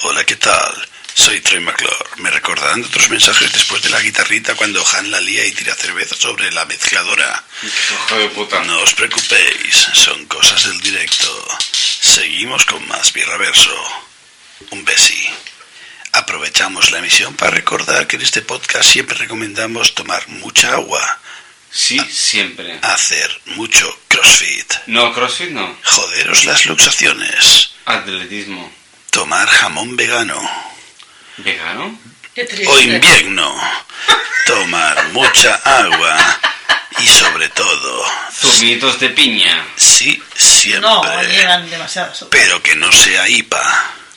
[SPEAKER 2] Hola, ¿qué tal? Soy Troy McClure. Me recordarán de otros mensajes después de la guitarrita cuando Han la lía y tira cerveza sobre la mezcladora.
[SPEAKER 1] Hijo de puta.
[SPEAKER 2] No os preocupéis, son cosas del directo. Seguimos con más Birra Verso. Un besi. Aprovechamos la emisión para recordar que en este podcast siempre recomendamos tomar mucha agua,
[SPEAKER 1] Sí, siempre.
[SPEAKER 2] hacer mucho crossfit,
[SPEAKER 1] No, CrossFit no.
[SPEAKER 2] joderos las luxaciones,
[SPEAKER 1] Atletismo.
[SPEAKER 2] tomar jamón vegano.
[SPEAKER 1] ¿Vegano?
[SPEAKER 4] Qué
[SPEAKER 2] o
[SPEAKER 4] triste.
[SPEAKER 2] invierno. Tomar mucha agua y sobre todo,
[SPEAKER 1] Zumitos de piña.
[SPEAKER 2] sí, siempre.
[SPEAKER 4] No, llevan demasiadas. horas.
[SPEAKER 2] pero que no sea IPA.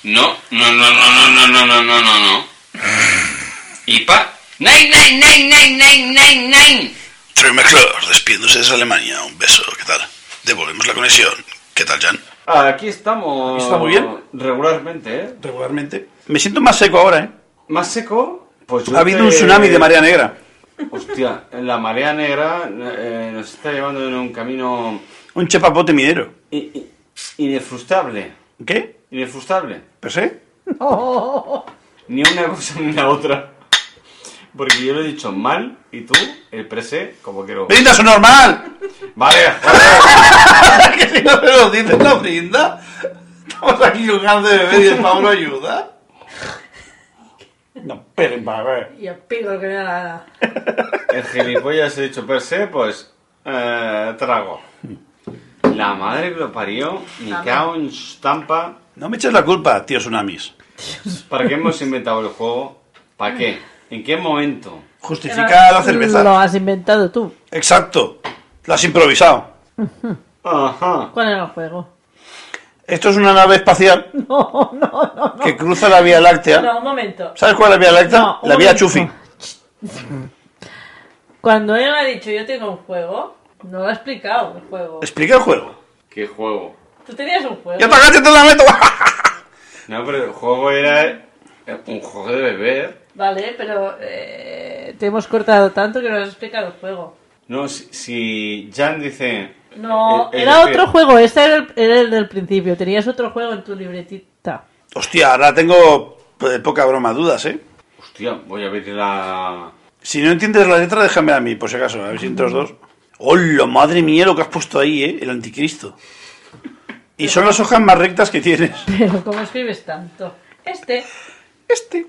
[SPEAKER 1] No, no, no, no, no, no, no, no, no, no, no. ¿Ipa? ¡Nein, nein, nein, nein, nein, nein, nein!
[SPEAKER 2] Troy McClure, despidiéndose desde Alemania. Un beso, ¿qué tal? Devolvemos la conexión. ¿Qué tal, Jan?
[SPEAKER 5] Aquí estamos.
[SPEAKER 2] ¿Está muy bien?
[SPEAKER 5] Regularmente, ¿eh?
[SPEAKER 2] Regularmente. Me siento más seco ahora, ¿eh?
[SPEAKER 5] Más seco, pues yo
[SPEAKER 2] Ha habido
[SPEAKER 5] te-
[SPEAKER 2] un tsunami de marea negra.
[SPEAKER 5] Hostia, la marea negra eh, nos está llevando en un camino
[SPEAKER 2] Un chepapote minero.
[SPEAKER 5] i- i- inefrustable.
[SPEAKER 2] ¿Qué?
[SPEAKER 5] Inefrustable.
[SPEAKER 2] ¿Pesé?
[SPEAKER 5] Ni una cosa ni la otra. Porque yo lo he dicho mal y tú, el presé, como quiero.
[SPEAKER 2] ¡Brinda su normal!
[SPEAKER 5] Vale, joder.
[SPEAKER 2] que si no me lo dices, no brinda. Estamos aquí con ganas de beber y el pavo no ayuda. No, pero para ver.
[SPEAKER 6] Y el pico que me da la...
[SPEAKER 5] el gilipollas he dicho per se, pues eh, trago. La madre que lo parió, ni cao en estampa.
[SPEAKER 2] No me eches la culpa, tío Tsunamis.
[SPEAKER 5] ¿Para qué hemos inventado el juego? ¿Para qué? ¿En qué momento?
[SPEAKER 2] Justifica la
[SPEAKER 6] Lo
[SPEAKER 2] cerveza.
[SPEAKER 6] has inventado tú.
[SPEAKER 2] Exacto. La has improvisado.
[SPEAKER 5] Ajá.
[SPEAKER 6] ¿Cuál era el juego?
[SPEAKER 2] Esto es una nave espacial
[SPEAKER 6] No, no, no, no.
[SPEAKER 2] que cruza la Vía Láctea.
[SPEAKER 6] No, un momento.
[SPEAKER 2] ¿Sabes cuál es la Vía Láctea?
[SPEAKER 6] No, un
[SPEAKER 2] la Vía
[SPEAKER 6] momento.
[SPEAKER 2] Chufi.
[SPEAKER 6] Cuando él ha dicho yo tengo un juego, no lo ha explicado el juego.
[SPEAKER 2] Explica el juego.
[SPEAKER 5] ¿Qué juego?
[SPEAKER 6] Tú tenías un juego.
[SPEAKER 2] ¡Ya te agaches, te la meto!
[SPEAKER 5] No, pero el juego era eh, un juego de beber.
[SPEAKER 6] Vale, pero eh, te hemos cortado tanto que no has explicado el juego.
[SPEAKER 5] No, si, si Jan dice...
[SPEAKER 6] No,
[SPEAKER 5] eh, eh,
[SPEAKER 6] era
[SPEAKER 5] eh,
[SPEAKER 6] otro juego, este era el, era el del principio. Tenías otro juego en tu libretita.
[SPEAKER 2] Hostia, ahora tengo eh, poca broma, dudas, ¿eh?
[SPEAKER 5] Hostia, voy a abrir la...
[SPEAKER 2] Si no entiendes la letra, déjame a mí, por si acaso. A ver si entre los dos. ¡Hola, madre mía lo que has puesto ahí, eh! El anticristo. Y son las hojas más rectas que tienes.
[SPEAKER 6] Pero ¿cómo escribes tanto? Este,
[SPEAKER 2] Este.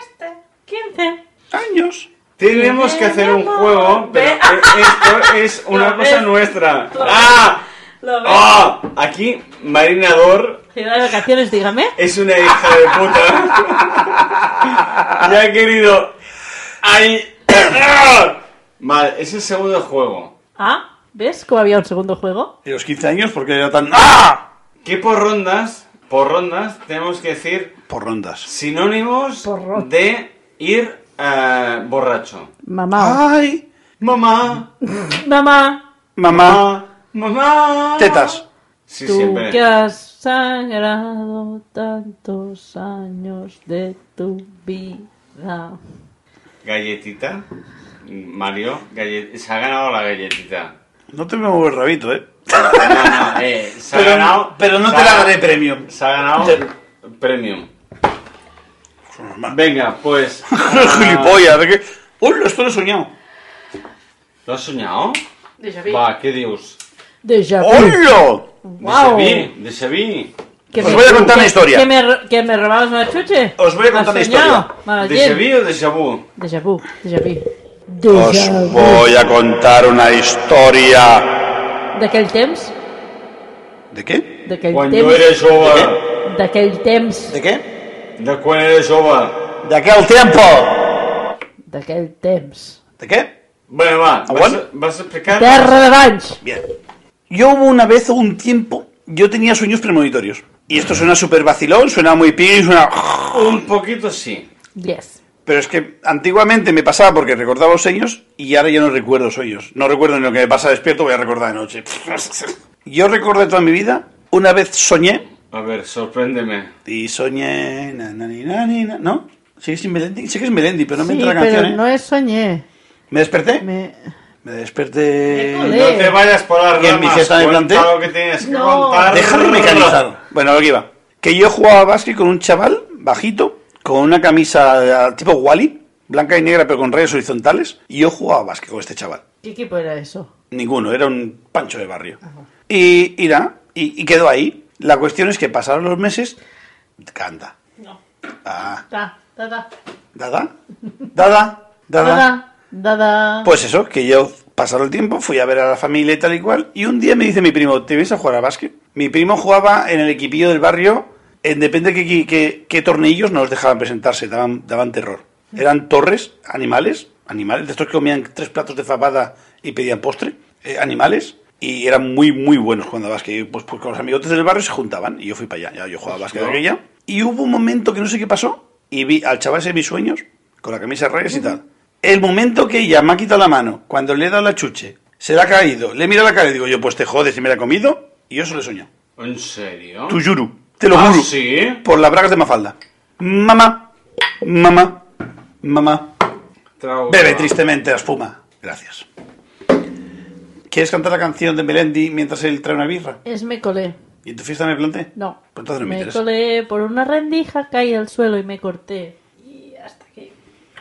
[SPEAKER 6] este, 15,
[SPEAKER 2] Años.
[SPEAKER 1] Tenemos que hacer un juego, pero
[SPEAKER 4] Ve.
[SPEAKER 1] e- esto es una
[SPEAKER 4] Lo
[SPEAKER 1] cosa
[SPEAKER 4] ves.
[SPEAKER 1] nuestra.
[SPEAKER 4] Lo ves.
[SPEAKER 1] ¡Ah!
[SPEAKER 4] Lo ves.
[SPEAKER 1] ¡Ah! Aquí, Marinador
[SPEAKER 6] Ciudad de vacaciones, dígame.
[SPEAKER 1] es una hija de puta. ya he querido. ¡Ay! vale, es el segundo juego.
[SPEAKER 6] Ah, ¿ves cómo había un segundo juego?
[SPEAKER 2] ¿Y los 15 años? porque era tan.? ¡Ah!
[SPEAKER 1] Que por rondas, por rondas, tenemos que decir
[SPEAKER 2] Por rondas.
[SPEAKER 1] sinónimos
[SPEAKER 6] Porro.
[SPEAKER 1] de ir eh, borracho.
[SPEAKER 6] Mamá.
[SPEAKER 2] ¡Ay!
[SPEAKER 1] Mamá,
[SPEAKER 6] Ah, Mamá,
[SPEAKER 2] Mamá.
[SPEAKER 1] mamá,
[SPEAKER 6] Ah.
[SPEAKER 1] mamá.
[SPEAKER 2] Tetas.
[SPEAKER 1] Sí,
[SPEAKER 6] tú
[SPEAKER 1] siempre.
[SPEAKER 6] que has sangrado tantos años de tu vida.
[SPEAKER 1] Galletita. Mario, galle- se ha ganado la galletita.
[SPEAKER 2] No te me muevo el rabito, ¿eh?
[SPEAKER 1] No, no, eh, se ha
[SPEAKER 2] Pero-
[SPEAKER 1] ganado.
[SPEAKER 2] pero no
[SPEAKER 1] se
[SPEAKER 2] te
[SPEAKER 1] ha-
[SPEAKER 2] la daré premium.
[SPEAKER 1] Se ha ganado premium. Venga, pues.
[SPEAKER 2] ¡Gilipollas! ¿de qué? ¡Uy, esto lo he soñado!
[SPEAKER 1] ¿Lo has soñado?
[SPEAKER 4] Déjà vu.
[SPEAKER 1] Va, ¿qué dios?
[SPEAKER 6] Déjà vu.
[SPEAKER 2] ¡Hola!
[SPEAKER 6] Guau.
[SPEAKER 1] Déjà vu, déjà vu.
[SPEAKER 6] Que
[SPEAKER 2] Os
[SPEAKER 6] me-
[SPEAKER 2] voy a contar una
[SPEAKER 6] que-
[SPEAKER 2] historia.
[SPEAKER 6] Que me, ro- que me robabas una chuche.
[SPEAKER 2] Os voy a contar
[SPEAKER 6] ¿Has
[SPEAKER 2] una
[SPEAKER 6] soñado?
[SPEAKER 2] historia.
[SPEAKER 6] Mal
[SPEAKER 1] ¿Déjà
[SPEAKER 6] bien.
[SPEAKER 1] vu o déjà vu?
[SPEAKER 6] Déjà vu, déjà vu.
[SPEAKER 2] Os
[SPEAKER 6] Déjà vu.
[SPEAKER 2] Pues voy a contar una historia.
[SPEAKER 6] D'aquell temps,
[SPEAKER 2] ¿De qué?
[SPEAKER 6] d'aquell
[SPEAKER 1] Cuando
[SPEAKER 6] temps,
[SPEAKER 1] eres jove.
[SPEAKER 6] d'aquell temps,
[SPEAKER 2] ¿De qué?
[SPEAKER 1] De cuando eres jove.
[SPEAKER 2] ¡De aquel tiempo!
[SPEAKER 6] d'aquell temps.
[SPEAKER 2] ¿De qué?
[SPEAKER 1] Bueno, va, vas,
[SPEAKER 2] Aguanta.
[SPEAKER 1] vas a explicar.
[SPEAKER 6] Terra de banys.
[SPEAKER 2] Bien. Yo hubo una vez un tiempo, yo tenía sueños premonitorios. Y esto suena súper vacilón, suena muy pi, suena...
[SPEAKER 1] Un poquito sí.
[SPEAKER 6] Yes.
[SPEAKER 2] Pero es que antiguamente me pasaba porque recordaba los sueños y ahora ya no recuerdo sueños. No recuerdo ni lo que me pasa despierto, voy a recordar de noche. Yo recordé toda mi vida, una vez soñé,
[SPEAKER 1] A ver, sorpréndeme.
[SPEAKER 2] y soñé... na, na, ni, na, ni, na, ¿No? Sí, es Melendi, sé que es Melendi, pero no me
[SPEAKER 6] sí,
[SPEAKER 2] entra la
[SPEAKER 6] pero
[SPEAKER 2] canción, ¿eh?
[SPEAKER 6] no es soñé.
[SPEAKER 2] ¿Me desperté? Me,
[SPEAKER 6] Me...
[SPEAKER 2] desperté...
[SPEAKER 6] Me colé.
[SPEAKER 1] No te vayas por las
[SPEAKER 2] ¿Y en mi
[SPEAKER 1] ramas.
[SPEAKER 2] fiesta de
[SPEAKER 1] cuenta
[SPEAKER 2] plantel?
[SPEAKER 1] lo que tienes que
[SPEAKER 6] No.
[SPEAKER 1] contar.
[SPEAKER 2] Déjame mecanizado. Bueno, lo que iba. Que yo jugaba básquet con un chaval bajito, con una camisa eh, tipo Wally, blanca y negra pero con rayas horizontales, y yo jugaba básquet con este chaval.
[SPEAKER 6] ¿Qué equipo era eso?
[SPEAKER 2] Ninguno, era un pancho de barrio. Y, y nada, y, y quedó ahí. La cuestión es que pasaron los meses, canta.
[SPEAKER 4] No.
[SPEAKER 2] Ah,
[SPEAKER 6] Da, da, da.
[SPEAKER 2] dada, dada, dada.
[SPEAKER 6] Da, da, da.
[SPEAKER 2] Pues eso, que yo pasaron el tiempo, fui a ver a la familia y tal y cual, y un día me dice mi primo, ¿te vienes a jugar a básquet? Mi primo jugaba en el equipillo del barrio, en depende de qué, qué- qué tornillos no los dejaban presentarse, daban, daban terror. Eran torres, animales, animales, de estos que comían tres platos de fabada y pedían postre, eh, animales, y eran muy, muy buenos jugando a básquet. Y, Pues, pues con los amigotes del barrio se juntaban, y yo fui para allá, ya, yo jugaba a básquet de aquella, y hubo un momento que no sé qué pasó, y vi al chaval ese de mis sueños, con la camisa de rayas y tal. El momento que ella me ha quitado la mano, cuando le he dado la chuche, se la ha caído, le he mirado la cara y digo yo, pues te jodes y me la he comido, y yo solo he soñado.
[SPEAKER 1] ¿En serio?
[SPEAKER 2] Tu yuru, te lo
[SPEAKER 1] ¿Ah,
[SPEAKER 2] juro.
[SPEAKER 1] sí?
[SPEAKER 2] Por las bragas de Mafalda. Mamá, mamá, mamá.
[SPEAKER 1] Trauma.
[SPEAKER 2] Bebe tristemente la espuma. Gracias. ¿Quieres cantar la canción de Melendi mientras él trae una birra?
[SPEAKER 6] Es me colé.
[SPEAKER 2] ¿Y en tu fiesta me planté?
[SPEAKER 6] No.
[SPEAKER 2] Pues entonces no me,
[SPEAKER 6] me
[SPEAKER 2] interesa.
[SPEAKER 6] colé por una rendija, caí al suelo y me corté.
[SPEAKER 4] Y hasta aquí.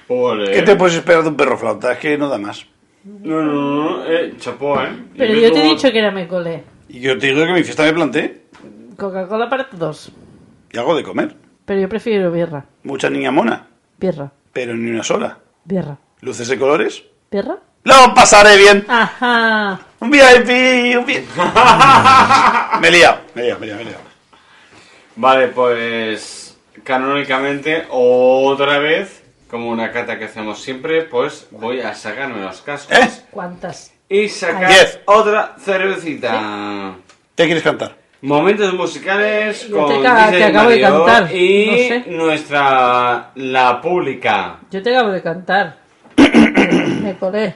[SPEAKER 1] Ole.
[SPEAKER 2] ¿Qué te puedes esperar de un perro flauta? Es que no da más.
[SPEAKER 1] No, no, no, no, eh, chapó, eh.
[SPEAKER 6] Pero
[SPEAKER 1] Y
[SPEAKER 6] yo te he
[SPEAKER 1] luego-
[SPEAKER 6] dicho que era me colé.
[SPEAKER 2] Y yo te digo que mi fiesta me planté
[SPEAKER 6] Coca-Cola para todos.
[SPEAKER 2] y hago de comer.
[SPEAKER 6] Pero yo prefiero birra.
[SPEAKER 2] Mucha niña mona,
[SPEAKER 6] Birra.
[SPEAKER 2] pero ni una sola.
[SPEAKER 6] Birra.
[SPEAKER 2] Luces de colores.
[SPEAKER 6] ¿Birra?
[SPEAKER 2] ¡Lo pasaré bien!
[SPEAKER 6] Ajá.
[SPEAKER 2] ¡Un VIP! ¡Un VIP! me he liado, me he liado, me he liado, me he liado.
[SPEAKER 1] Vale, pues canónicamente, otra vez, como una cata que hacemos siempre, pues voy a sacarme los cascos
[SPEAKER 2] ¿Eh?
[SPEAKER 6] ¿Cuántas?
[SPEAKER 1] y sacar
[SPEAKER 2] Diez.
[SPEAKER 1] otra cervecita.
[SPEAKER 2] ¿Qué quieres cantar?
[SPEAKER 1] Momentos musicales
[SPEAKER 6] Yo
[SPEAKER 1] con
[SPEAKER 6] te ca-
[SPEAKER 1] DJ
[SPEAKER 6] que acabo de
[SPEAKER 1] Mario
[SPEAKER 6] cantar,
[SPEAKER 1] y
[SPEAKER 6] no sé.
[SPEAKER 1] nuestra la pública.
[SPEAKER 6] Yo te acabo de cantar. me colé.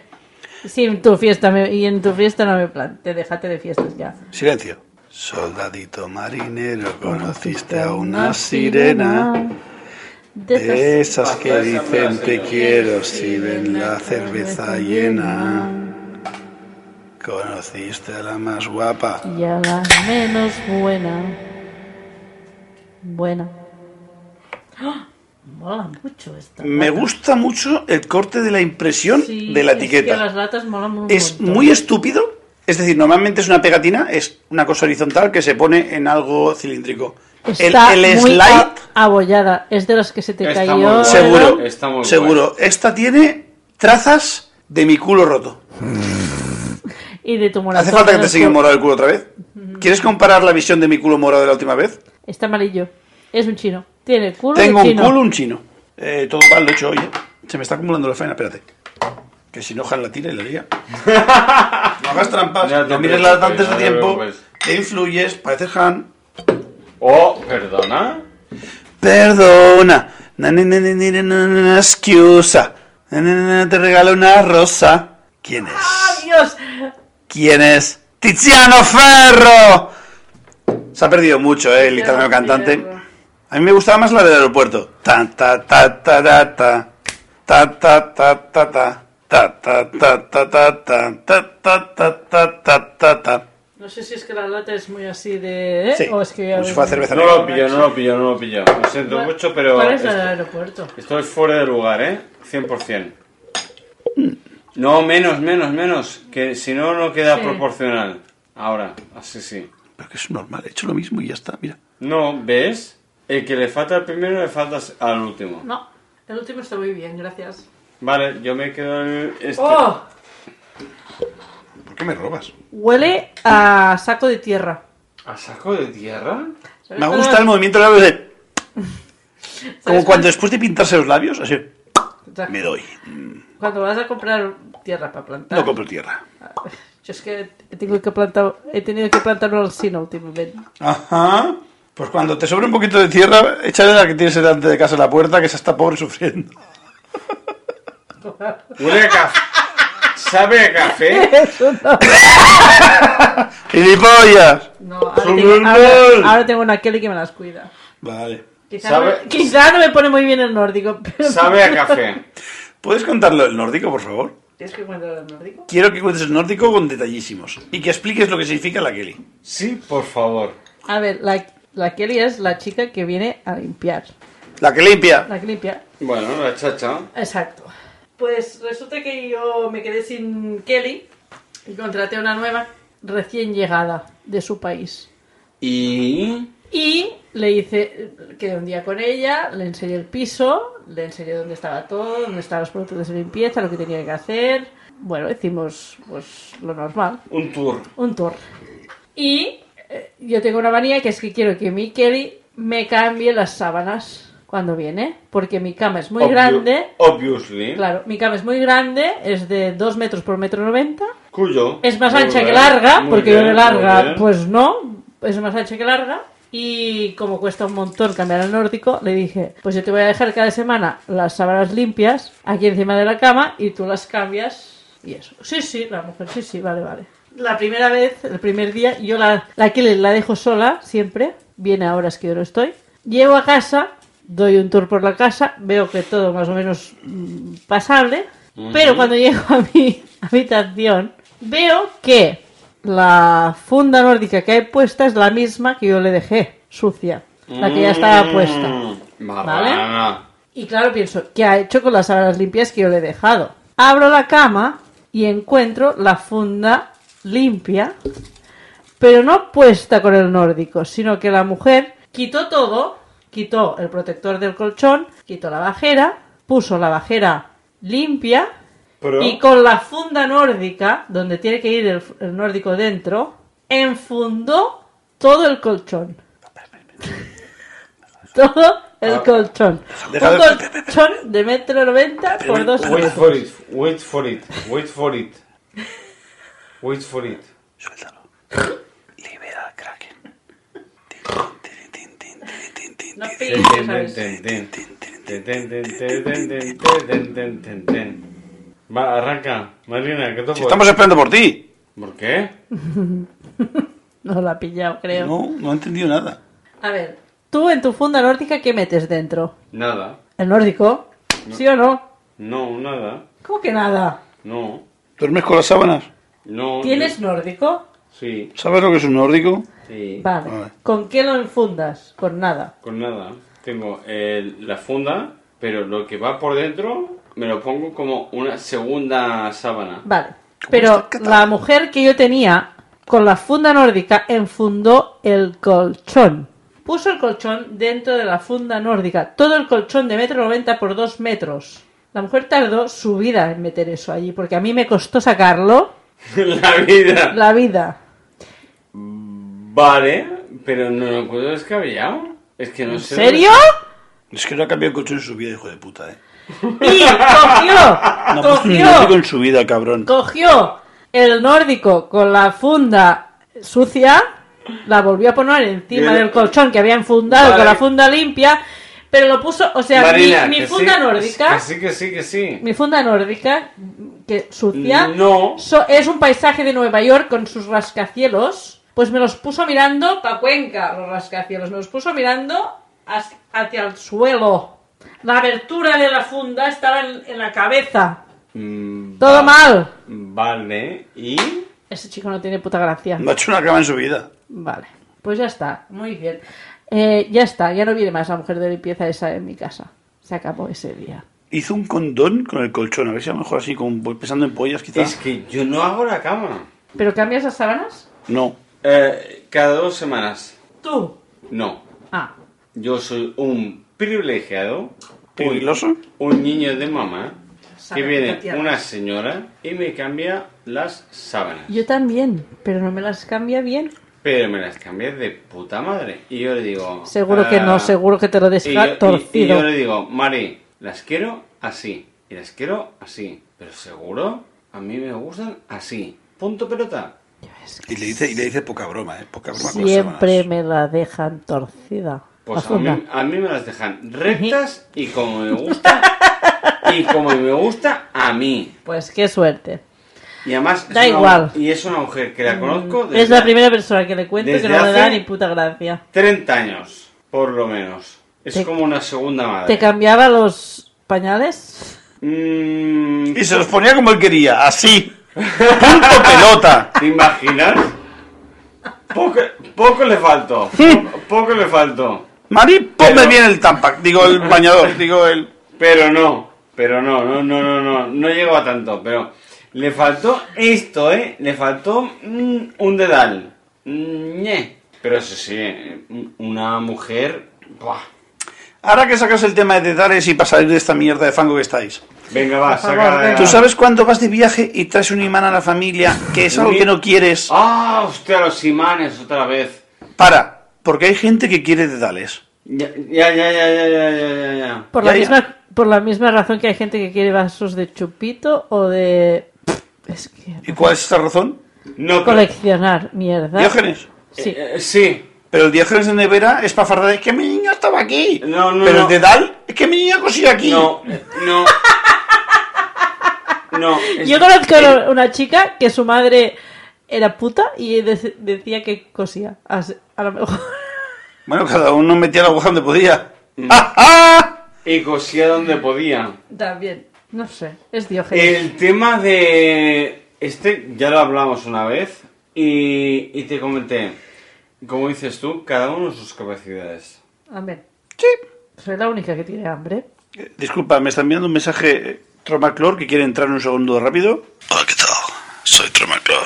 [SPEAKER 6] Sí, en tu fiesta me- y en tu fiesta no me planté. Déjate de fiestas ya.
[SPEAKER 2] Silencio. Soldadito marinero, conociste a una sirena. De esas que dicen te quiero si ven la cerveza llena. Conociste a la más guapa.
[SPEAKER 6] Y a la menos buena. Buena. ¡Ah! Mola mucho esta.
[SPEAKER 2] Me
[SPEAKER 6] lata.
[SPEAKER 2] gusta mucho el corte de la impresión
[SPEAKER 6] Sí,
[SPEAKER 2] de la
[SPEAKER 6] es que
[SPEAKER 2] etiqueta.
[SPEAKER 6] las latas molan un
[SPEAKER 2] es
[SPEAKER 6] montón.
[SPEAKER 2] muy estúpido. Es decir, normalmente es una pegatina, es una cosa horizontal que se pone en algo cilíndrico. El-
[SPEAKER 6] Está
[SPEAKER 2] el,
[SPEAKER 6] muy
[SPEAKER 2] slide,
[SPEAKER 6] a- abollada. Es de las que se te
[SPEAKER 1] Está muy
[SPEAKER 6] cayó.
[SPEAKER 1] guay.
[SPEAKER 6] ¿verdad?
[SPEAKER 2] seguro,
[SPEAKER 1] Está muy guay.
[SPEAKER 2] seguro. Esta tiene Trazas de mi culo roto.
[SPEAKER 6] Y de tu moratón.
[SPEAKER 2] ¿Hace falta que te
[SPEAKER 6] del
[SPEAKER 2] siga el
[SPEAKER 6] culo.
[SPEAKER 2] morado el culo otra vez? ¿Quieres comparar la visión de mi culo morado de la última vez?
[SPEAKER 6] Está amarillo. Es un chino. Tiene el culo
[SPEAKER 2] Tengo
[SPEAKER 6] de
[SPEAKER 2] un
[SPEAKER 6] chino.
[SPEAKER 2] culo, un chino. Eh, todo mal lo he hecho hoy. eh. Se me está acumulando la faena, espérate. Que si no, Jan la tira y la lía. No hagas trampas,
[SPEAKER 5] No
[SPEAKER 2] no,
[SPEAKER 5] te
[SPEAKER 2] mires la data antes
[SPEAKER 5] preocupes,
[SPEAKER 2] de
[SPEAKER 5] no te
[SPEAKER 2] tiempo,
[SPEAKER 5] preocupes.
[SPEAKER 2] te influyes, pareces Han.
[SPEAKER 5] Oh, perdona.
[SPEAKER 2] Perdona, na, na, na, na, na, na, na, na, na, excusa. Na, na, na, na, te regalo una rosa. ¿Quién
[SPEAKER 6] ¡Ah,
[SPEAKER 2] es?
[SPEAKER 6] Dios!
[SPEAKER 2] ¿Quién es? ¡Tiziano Ferro! Se ha perdido mucho, eh, el italiano cantante.
[SPEAKER 4] Ferro.
[SPEAKER 2] A mí me gustaba más la del aeropuerto. Ta ta ta ta ta ta. Ta ta ta ta ta. Ta ta ta ta ta ta. Ta ta ta ta ta ta ta.
[SPEAKER 6] No sé si es que la lata es muy así de... ¿eh?
[SPEAKER 2] Sí,
[SPEAKER 6] O es que
[SPEAKER 2] como si fuera cerveza
[SPEAKER 5] No
[SPEAKER 2] negra.
[SPEAKER 5] lo pillo, no lo pillo, no lo pillo. Lo siento
[SPEAKER 6] ¿Cuál-
[SPEAKER 5] mucho, pero.
[SPEAKER 6] ¿Cuál es la
[SPEAKER 5] esto-
[SPEAKER 6] del aeropuerto?
[SPEAKER 5] Esto es fuera de lugar, ¿eh? 100%. No, menos, menos, menos. Que si no, no queda
[SPEAKER 6] Sí.
[SPEAKER 5] proporcional. Ahora, así sí.
[SPEAKER 2] Pero que es normal, he hecho lo mismo y ya está, mira.
[SPEAKER 5] No, ¿ves? El que le falta al primero le falta al último.
[SPEAKER 6] No. El último está muy bien, gracias.
[SPEAKER 5] Vale, yo me quedo en este.
[SPEAKER 6] ¡Oh!
[SPEAKER 2] ¿Por qué me robas?
[SPEAKER 6] Huele a saco de tierra.
[SPEAKER 5] ¿A saco de tierra?
[SPEAKER 6] ¿Sabes
[SPEAKER 2] Me
[SPEAKER 6] cuál-
[SPEAKER 2] gusta el movimiento de labios de... Como
[SPEAKER 6] ¿sabes
[SPEAKER 2] cuando después de pintarse los labios, así,
[SPEAKER 6] cuál-
[SPEAKER 2] me doy.
[SPEAKER 6] Cuando vas a comprar tierra para plantar.
[SPEAKER 2] No compro tierra.
[SPEAKER 6] Yo es que he tenido que plantar, he tenido que plantar un alcino últimamente.
[SPEAKER 2] Ajá. Pues cuando te sobra un poquito de tierra, échale la que tienes delante de casa en la puerta, que se está pobre sufriendo.
[SPEAKER 5] Huele a café. ¿Sabe a café?
[SPEAKER 6] Eso no.
[SPEAKER 2] ¡Gilipollas!
[SPEAKER 6] No, ahora,
[SPEAKER 2] Son
[SPEAKER 6] tengo,
[SPEAKER 2] normal.
[SPEAKER 6] ahora- ahora tengo una Kelly que me las cuida.
[SPEAKER 2] Vale.
[SPEAKER 6] Quizá,
[SPEAKER 5] ¿Sabe-
[SPEAKER 6] no, quizá no me pone muy bien el nórdico, pero
[SPEAKER 5] ¿Sabe a café?
[SPEAKER 2] ¿Puedes contarlo del nórdico, por favor?
[SPEAKER 6] ¿Tienes que cuidar el nórdico?
[SPEAKER 2] Quiero que cuentes el nórdico con detallísimos y que expliques lo que significa la Kelly.
[SPEAKER 5] Sí, por favor.
[SPEAKER 6] A ver, la, la Kelly es la chica que viene a limpiar.
[SPEAKER 2] La que limpia.
[SPEAKER 6] La que limpia.
[SPEAKER 5] Bueno, la chacha.
[SPEAKER 6] Exacto. Pues resulta que yo me quedé sin Kelly y contraté una nueva recién llegada de su país.
[SPEAKER 5] Y.
[SPEAKER 6] Y le hice, quedé un día con ella, le enseñé el piso, le enseñé dónde estaba todo, dónde estaban los productos de limpieza, lo que tenía que hacer. Bueno, hicimos pues lo normal,
[SPEAKER 5] Un tour.
[SPEAKER 6] un tour. Y eh, yo tengo una manía que es que quiero que mi Kelly me cambie las sábanas cuando viene, porque mi cama es muy
[SPEAKER 5] Obvio-
[SPEAKER 6] grande.
[SPEAKER 5] Obviously.
[SPEAKER 6] Claro, mi cama es muy grande, es de 2 metros por metro 90.
[SPEAKER 5] Cuyo.
[SPEAKER 6] Es más
[SPEAKER 5] Muy
[SPEAKER 6] ancha que
[SPEAKER 5] bien,
[SPEAKER 6] larga,
[SPEAKER 5] muy
[SPEAKER 6] porque
[SPEAKER 5] bien,
[SPEAKER 6] yo de
[SPEAKER 5] muy
[SPEAKER 6] larga,
[SPEAKER 5] bien.
[SPEAKER 6] pues no, es más ancha que larga. Y como cuesta un montón cambiar al nórdico, le dije, pues yo te voy a dejar cada semana las sábanas limpias aquí encima de la cama y tú las cambias y eso. Sí, sí, la mujer, sí, sí, vale, vale. La primera vez, el primer día, yo la, la que le- la dejo sola siempre, viene a horas que yo no estoy. Llego a casa, doy un tour por la casa, veo que todo más o menos mm, pasable, pero cuando llego a mi habitación, veo que la funda nórdica que hay puesta es la misma que yo le dejé, sucia, la que ya estaba puesta.
[SPEAKER 5] Mm,
[SPEAKER 1] Ah.
[SPEAKER 6] ¿Vale? Y claro, pienso, ¿qué ha hecho con las sábanas limpias que yo le he dejado? Abro la cama y encuentro la funda limpia, pero no puesta con el nórdico, sino que la mujer quitó todo, quitó el protector del colchón, quitó la bajera, puso la bajera limpia
[SPEAKER 5] Pero-
[SPEAKER 6] y con la funda nórdica, donde tiene que ir el, el nórdico dentro, enfundó todo el colchón. todo el colchón.
[SPEAKER 2] Deja
[SPEAKER 6] Un
[SPEAKER 2] de-
[SPEAKER 6] colchón de metro noventa por dos
[SPEAKER 5] Wait
[SPEAKER 6] metros.
[SPEAKER 5] for it, wait for it, wait for it. Wait for it.
[SPEAKER 2] Suéltalo. Libera al Kraken. Tin, tin, tin, tin, tin, tin,
[SPEAKER 6] No
[SPEAKER 2] tin,
[SPEAKER 6] pillo, ¿sabes?
[SPEAKER 2] tin, tin, tin, tin.
[SPEAKER 5] Va, arranca, Marina, ¿qué toco?
[SPEAKER 2] Si estamos esperando por ti.
[SPEAKER 5] ¿Por qué?
[SPEAKER 6] No la ha pillado, creo.
[SPEAKER 2] No, no he entendido nada.
[SPEAKER 6] A ver, tú en tu funda nórdica, ¿qué metes dentro?
[SPEAKER 5] Nada.
[SPEAKER 6] ¿El nórdico? ¿Sí o no?
[SPEAKER 5] No, nada.
[SPEAKER 6] ¿Cómo que nada?
[SPEAKER 5] No.
[SPEAKER 2] ¿Duermes con las sábanas?
[SPEAKER 5] No.
[SPEAKER 6] ¿Tienes nórdico?
[SPEAKER 5] Sí,
[SPEAKER 2] ¿Sabes lo que es un nórdico?
[SPEAKER 5] sí.
[SPEAKER 6] Vale.
[SPEAKER 2] Vale.
[SPEAKER 6] ¿Con qué lo enfundas? Con nada.
[SPEAKER 5] Con nada. Tengo el- la funda, pero lo que va por dentro me lo pongo como una segunda sábana.
[SPEAKER 6] Vale. Pero la mujer que yo tenía con la funda nórdica enfundó el colchón. Puso el colchón dentro de la funda nórdica. Todo el colchón de metro noventa por dos metros. La mujer tardó su vida en meter eso allí, porque a mí me costó sacarlo
[SPEAKER 5] la vida.
[SPEAKER 6] la vida.
[SPEAKER 5] Vale, pero no lo encuentro descabellado. Es que no
[SPEAKER 6] ¿En
[SPEAKER 5] sé.
[SPEAKER 6] serio?
[SPEAKER 2] Es que no ha cambiado el coche en su vida, hijo de puta, eh.
[SPEAKER 6] Y cogió,
[SPEAKER 2] No pues ha puesto un nórdico
[SPEAKER 6] cogió,
[SPEAKER 2] en su vida, cabrón.
[SPEAKER 6] cogió el nórdico con la funda sucia, la volvió a poner encima
[SPEAKER 5] Bien.
[SPEAKER 6] del colchón que había enfundado
[SPEAKER 5] Vale.
[SPEAKER 6] con la funda limpia, pero lo puso, o sea, mi-
[SPEAKER 5] Marina,
[SPEAKER 6] mi,
[SPEAKER 5] que
[SPEAKER 6] funda
[SPEAKER 5] sí,
[SPEAKER 6] nórdica,
[SPEAKER 5] Que sí, que sí, que sí.
[SPEAKER 6] mi funda nórdica, que sucia,
[SPEAKER 5] No.
[SPEAKER 6] so- es un paisaje de Nueva York con sus rascacielos, pues me los puso mirando pa' Cuenca, los rascacielos, me los puso mirando has- hacia el suelo. La abertura de la funda estaba en- en la cabeza.
[SPEAKER 5] Mm,
[SPEAKER 6] Todo
[SPEAKER 5] va-
[SPEAKER 6] mal.
[SPEAKER 5] Vale, y.
[SPEAKER 6] Ese chico no tiene puta gracia.
[SPEAKER 2] No ha hecho una cama en su vida.
[SPEAKER 6] Vale. Pues ya está. Muy bien. Eh, ya está. Ya no viene más la mujer de limpieza esa en mi casa. Se acabó ese día.
[SPEAKER 2] Hizo un condón con el colchón, a ver si a lo mejor así, como pensando en pollas, quizás.
[SPEAKER 5] Es que yo no hago la cama.
[SPEAKER 6] ¿Pero cambias las sábanas?
[SPEAKER 2] No.
[SPEAKER 5] Eh, cada dos semanas.
[SPEAKER 6] Tú.
[SPEAKER 5] No.
[SPEAKER 6] Ah.
[SPEAKER 5] Yo soy un privilegiado. Un,
[SPEAKER 2] ¿Peligroso?
[SPEAKER 5] un niño de mamá. Que
[SPEAKER 6] Sabe
[SPEAKER 5] viene
[SPEAKER 6] que tierra.
[SPEAKER 5] una señora y me cambia las sábanas.
[SPEAKER 6] Yo también, pero no me las cambia bien.
[SPEAKER 5] Pero me las cambié de puta madre. Y yo le digo.
[SPEAKER 6] Seguro que
[SPEAKER 5] ah,
[SPEAKER 6] no, seguro que te lo
[SPEAKER 5] y yo,
[SPEAKER 6] deja
[SPEAKER 5] y- y yo
[SPEAKER 6] torcido.
[SPEAKER 5] le digo, Mari, las quiero así. Y las quiero así. Pero seguro, a mí me gustan así. Punto pelota.
[SPEAKER 6] Es que
[SPEAKER 2] Y le dice, y le dice poca broma, ¿eh? Poca broma con las
[SPEAKER 6] Siempre
[SPEAKER 2] sábanas.
[SPEAKER 6] me la dejan torcida. La
[SPEAKER 5] Pues a
[SPEAKER 6] funda.
[SPEAKER 5] mí, a mí me las dejan rectas y como me gusta. y como me gusta a mí.
[SPEAKER 6] Pues qué suerte.
[SPEAKER 5] Y además. es
[SPEAKER 6] Da
[SPEAKER 5] una-
[SPEAKER 6] igual. Mm,
[SPEAKER 5] Y es una mujer que la conozco desde
[SPEAKER 6] Es la primera persona que le cuento que
[SPEAKER 5] desde
[SPEAKER 6] no me da
[SPEAKER 5] hace-
[SPEAKER 6] ni puta gracia.
[SPEAKER 5] 30 años, por lo menos. Es
[SPEAKER 6] Te-
[SPEAKER 5] como una segunda
[SPEAKER 6] ¿Te
[SPEAKER 5] madre.
[SPEAKER 6] cambiaba los pañales?
[SPEAKER 5] Mm,
[SPEAKER 2] Y se los ponía como él quería, así. ¡Punto pelota!
[SPEAKER 5] ¿Te imaginas? Poco, poco le faltó. po- Poco le faltó.
[SPEAKER 2] Mari, ponme
[SPEAKER 5] Pero-
[SPEAKER 2] bien el tampac, digo el bañador, digo el...
[SPEAKER 5] Pero no. Pero no, no, no, no, no. No llegó a tanto. Pero le faltó esto, ¿eh? Le faltó mm, un dedal. Mm, ñe. Pero eso sí, eh, una mujer... buah.
[SPEAKER 2] Ahora que sacas el tema de Dares y para salir de esta mierda de fango que estáis.
[SPEAKER 5] Venga, va,
[SPEAKER 6] favor,
[SPEAKER 5] saca...
[SPEAKER 6] venga.
[SPEAKER 2] ¿Tú sabes cuando vas de viaje y traes un imán a la familia, que es algo que no quieres?
[SPEAKER 5] Ah, hostia, los imanes otra vez.
[SPEAKER 2] Para, porque hay gente que quiere dedales.
[SPEAKER 5] Ya, ya, ya, ya, ya, ya, ya, ya, ya.
[SPEAKER 6] Por
[SPEAKER 2] Ya,
[SPEAKER 6] la,
[SPEAKER 2] ya.
[SPEAKER 6] misma, por la misma razón que hay gente que quiere vasos de chupito o de... Es que...
[SPEAKER 2] ¿Y cuál es esta razón?
[SPEAKER 5] No, pero-
[SPEAKER 6] Coleccionar, mierda.
[SPEAKER 2] Diógenes.
[SPEAKER 6] Sí.
[SPEAKER 5] Eh, eh, sí.
[SPEAKER 2] Pero el diógenes de nevera es para fardar, es que mi niño estaba aquí.
[SPEAKER 5] No, no,
[SPEAKER 2] Pero
[SPEAKER 5] no.
[SPEAKER 2] el dedal, es que mi niño cosía aquí.
[SPEAKER 5] No, eh, no. No. es-
[SPEAKER 6] Yo conozco a una chica que su madre era puta y de- decía que cosía. Así- A lo mejor...
[SPEAKER 2] Bueno, cada uno metía la aguja donde podía.
[SPEAKER 5] Mm.
[SPEAKER 2] ¡Ah, ah!
[SPEAKER 5] Y cosía donde podía.
[SPEAKER 6] También. No sé, es Diógenes.
[SPEAKER 5] El tema de. Este ya lo hablamos una vez. Y, y te comenté. Como dices tú, cada uno sus capacidades.
[SPEAKER 6] Amén.
[SPEAKER 2] Sí.
[SPEAKER 6] Soy la única que tiene hambre.
[SPEAKER 2] Eh, Disculpa, me está enviando un mensaje eh, Tromaclor que quiere entrar un segundo rápido. Hola, ¿qué tal? Soy Tromaclor.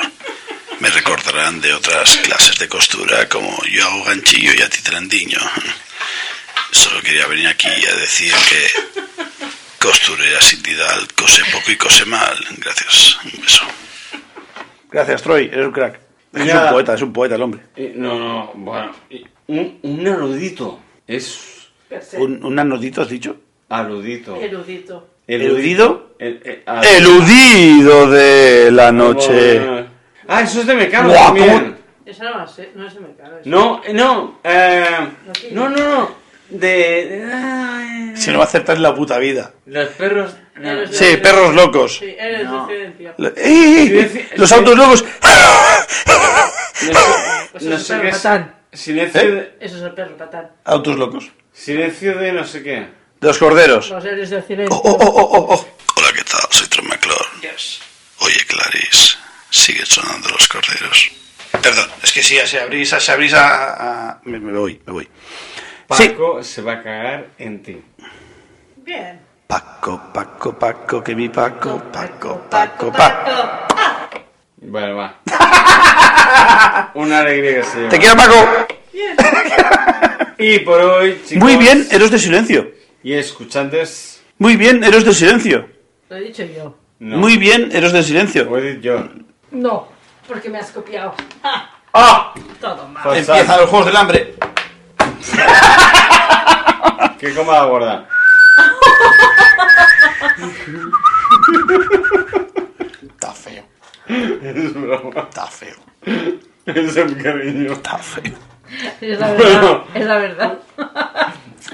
[SPEAKER 2] Me recordarán de otras clases de costura como yo hago ganchillo y a ti trendiño. Solo quería venir aquí a decir que costurera sin didal cose poco y cose mal. Gracias. Un beso. Gracias, Troy. Eres un crack. Es
[SPEAKER 5] Ya.
[SPEAKER 2] un poeta, es un poeta el hombre.
[SPEAKER 5] Y- Eh, no, no, bueno. y Un, un aludito. Es.
[SPEAKER 2] ¿Un, un anodito has dicho?
[SPEAKER 5] Aludito.
[SPEAKER 6] Erudito.
[SPEAKER 2] ¿Eludido?
[SPEAKER 5] El- eh, ah, el-
[SPEAKER 2] Eludido de la
[SPEAKER 5] Ah, eso es de Mecano
[SPEAKER 2] Guau,
[SPEAKER 5] también.
[SPEAKER 2] ¿cómo?
[SPEAKER 6] Esa no, sé, no se me cae.
[SPEAKER 5] No, eh, no, eh,
[SPEAKER 6] Aquí.
[SPEAKER 5] no, no, no, de, de- ay,
[SPEAKER 2] Si no va a acertar en la puta vida.
[SPEAKER 5] los perros, no.
[SPEAKER 6] Los-
[SPEAKER 2] Sí, perros locos.
[SPEAKER 6] eres
[SPEAKER 5] No.
[SPEAKER 2] ¡Eh, eh, eh! Los autos locos.
[SPEAKER 5] no sé,
[SPEAKER 6] Pues eso
[SPEAKER 5] no
[SPEAKER 6] es
[SPEAKER 5] sé
[SPEAKER 6] un
[SPEAKER 5] qué,
[SPEAKER 6] perro
[SPEAKER 5] es-
[SPEAKER 6] patán.
[SPEAKER 5] silencio, de,
[SPEAKER 6] Eso es el perro patán.
[SPEAKER 2] ¿Eh? Autos locos.
[SPEAKER 5] silencio de no sé qué,
[SPEAKER 2] De los corderos.
[SPEAKER 6] Los héroes del silencio.
[SPEAKER 2] Oh, oh, oh, oh, oh, oh. Hola, ¿qué tal? Soy Tom McClure. Oye, Clarice, sigue sonando los corderos. Perdón, es que si se abrís, se abrís a... a- Me, me voy, me voy. Sí.
[SPEAKER 5] Paco se va a cagar en ti, oh.
[SPEAKER 6] Bien.
[SPEAKER 2] Paco, Paco, Paco, que mi Paco, Paco, Paco, Paco.
[SPEAKER 5] vale, va, una alegría que se lleva.
[SPEAKER 2] Te quiero, Paco.
[SPEAKER 5] Y por hoy, chicos,
[SPEAKER 2] Muy bien, Héroes de Silencio.
[SPEAKER 5] y escuchantes,
[SPEAKER 2] Muy bien, Héroes del Silencio.
[SPEAKER 6] Lo he dicho yo.
[SPEAKER 5] No.
[SPEAKER 2] Muy bien, Héroes del Silencio.
[SPEAKER 5] Voy a decir yo.
[SPEAKER 6] No, porque me has copiado. ¡Ah!
[SPEAKER 1] ¡Ah!
[SPEAKER 6] Todo mal.
[SPEAKER 5] Pues
[SPEAKER 1] Empieza los Juegos del Hambre.
[SPEAKER 5] ¿Qué cómo va a guardar?
[SPEAKER 2] Está feo,
[SPEAKER 5] Es broma.
[SPEAKER 2] está feo,
[SPEAKER 5] Es un cariño.
[SPEAKER 2] está feo.
[SPEAKER 6] Es la verdad. Es la verdad.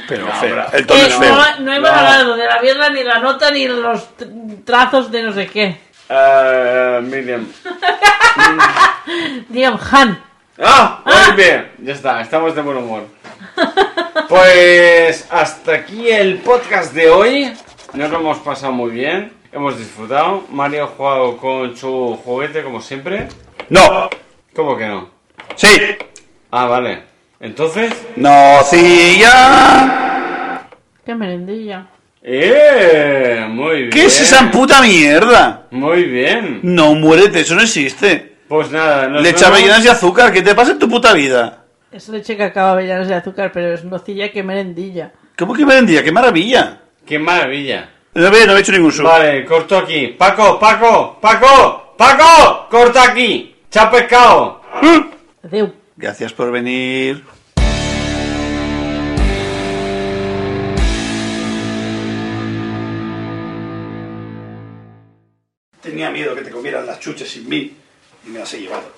[SPEAKER 2] Pero feo. El tono
[SPEAKER 6] Eh,
[SPEAKER 2] es feo.
[SPEAKER 6] no, no hemos hablado de la mierda, ni la nota, ni los tr- trazos de no sé qué.
[SPEAKER 5] Ah, Miriam.
[SPEAKER 6] Digan Han.
[SPEAKER 5] ¡Ah! Muy bien. Ya está, estamos de buen humor. Pues hasta aquí el podcast de hoy. Nos lo hemos pasado muy bien. Hemos disfrutado. Mario ha jugado con su juguete, como siempre.
[SPEAKER 2] No,
[SPEAKER 5] ¿Cómo que no?
[SPEAKER 2] sí,
[SPEAKER 5] Ah, vale. Entonces.
[SPEAKER 2] no, sí, ya.
[SPEAKER 6] Qué merendilla.
[SPEAKER 5] ¡Eh! Muy bien.
[SPEAKER 2] ¿Qué es esa puta mierda?
[SPEAKER 5] Muy bien.
[SPEAKER 2] No, muérete, eso no existe.
[SPEAKER 5] Pues nada, nos
[SPEAKER 2] Le
[SPEAKER 5] vemos.
[SPEAKER 2] echaba llenas de azúcar, ¿qué te pasa en tu puta vida?
[SPEAKER 6] Es leche que acaba avellanas de azúcar, pero es nocilla que merendilla.
[SPEAKER 2] ¿Cómo que vendía? ¡Qué maravilla!
[SPEAKER 5] ¡Qué maravilla!
[SPEAKER 2] No, ve, no he hecho ningún sub.
[SPEAKER 5] Vale, corto aquí. Paco, Paco, Paco, Paco, corta aquí. Chao pescado.
[SPEAKER 6] Adeu.
[SPEAKER 2] Gracias por venir.
[SPEAKER 1] Tenía miedo que te comieran las chuches sin mí y me las he llevado.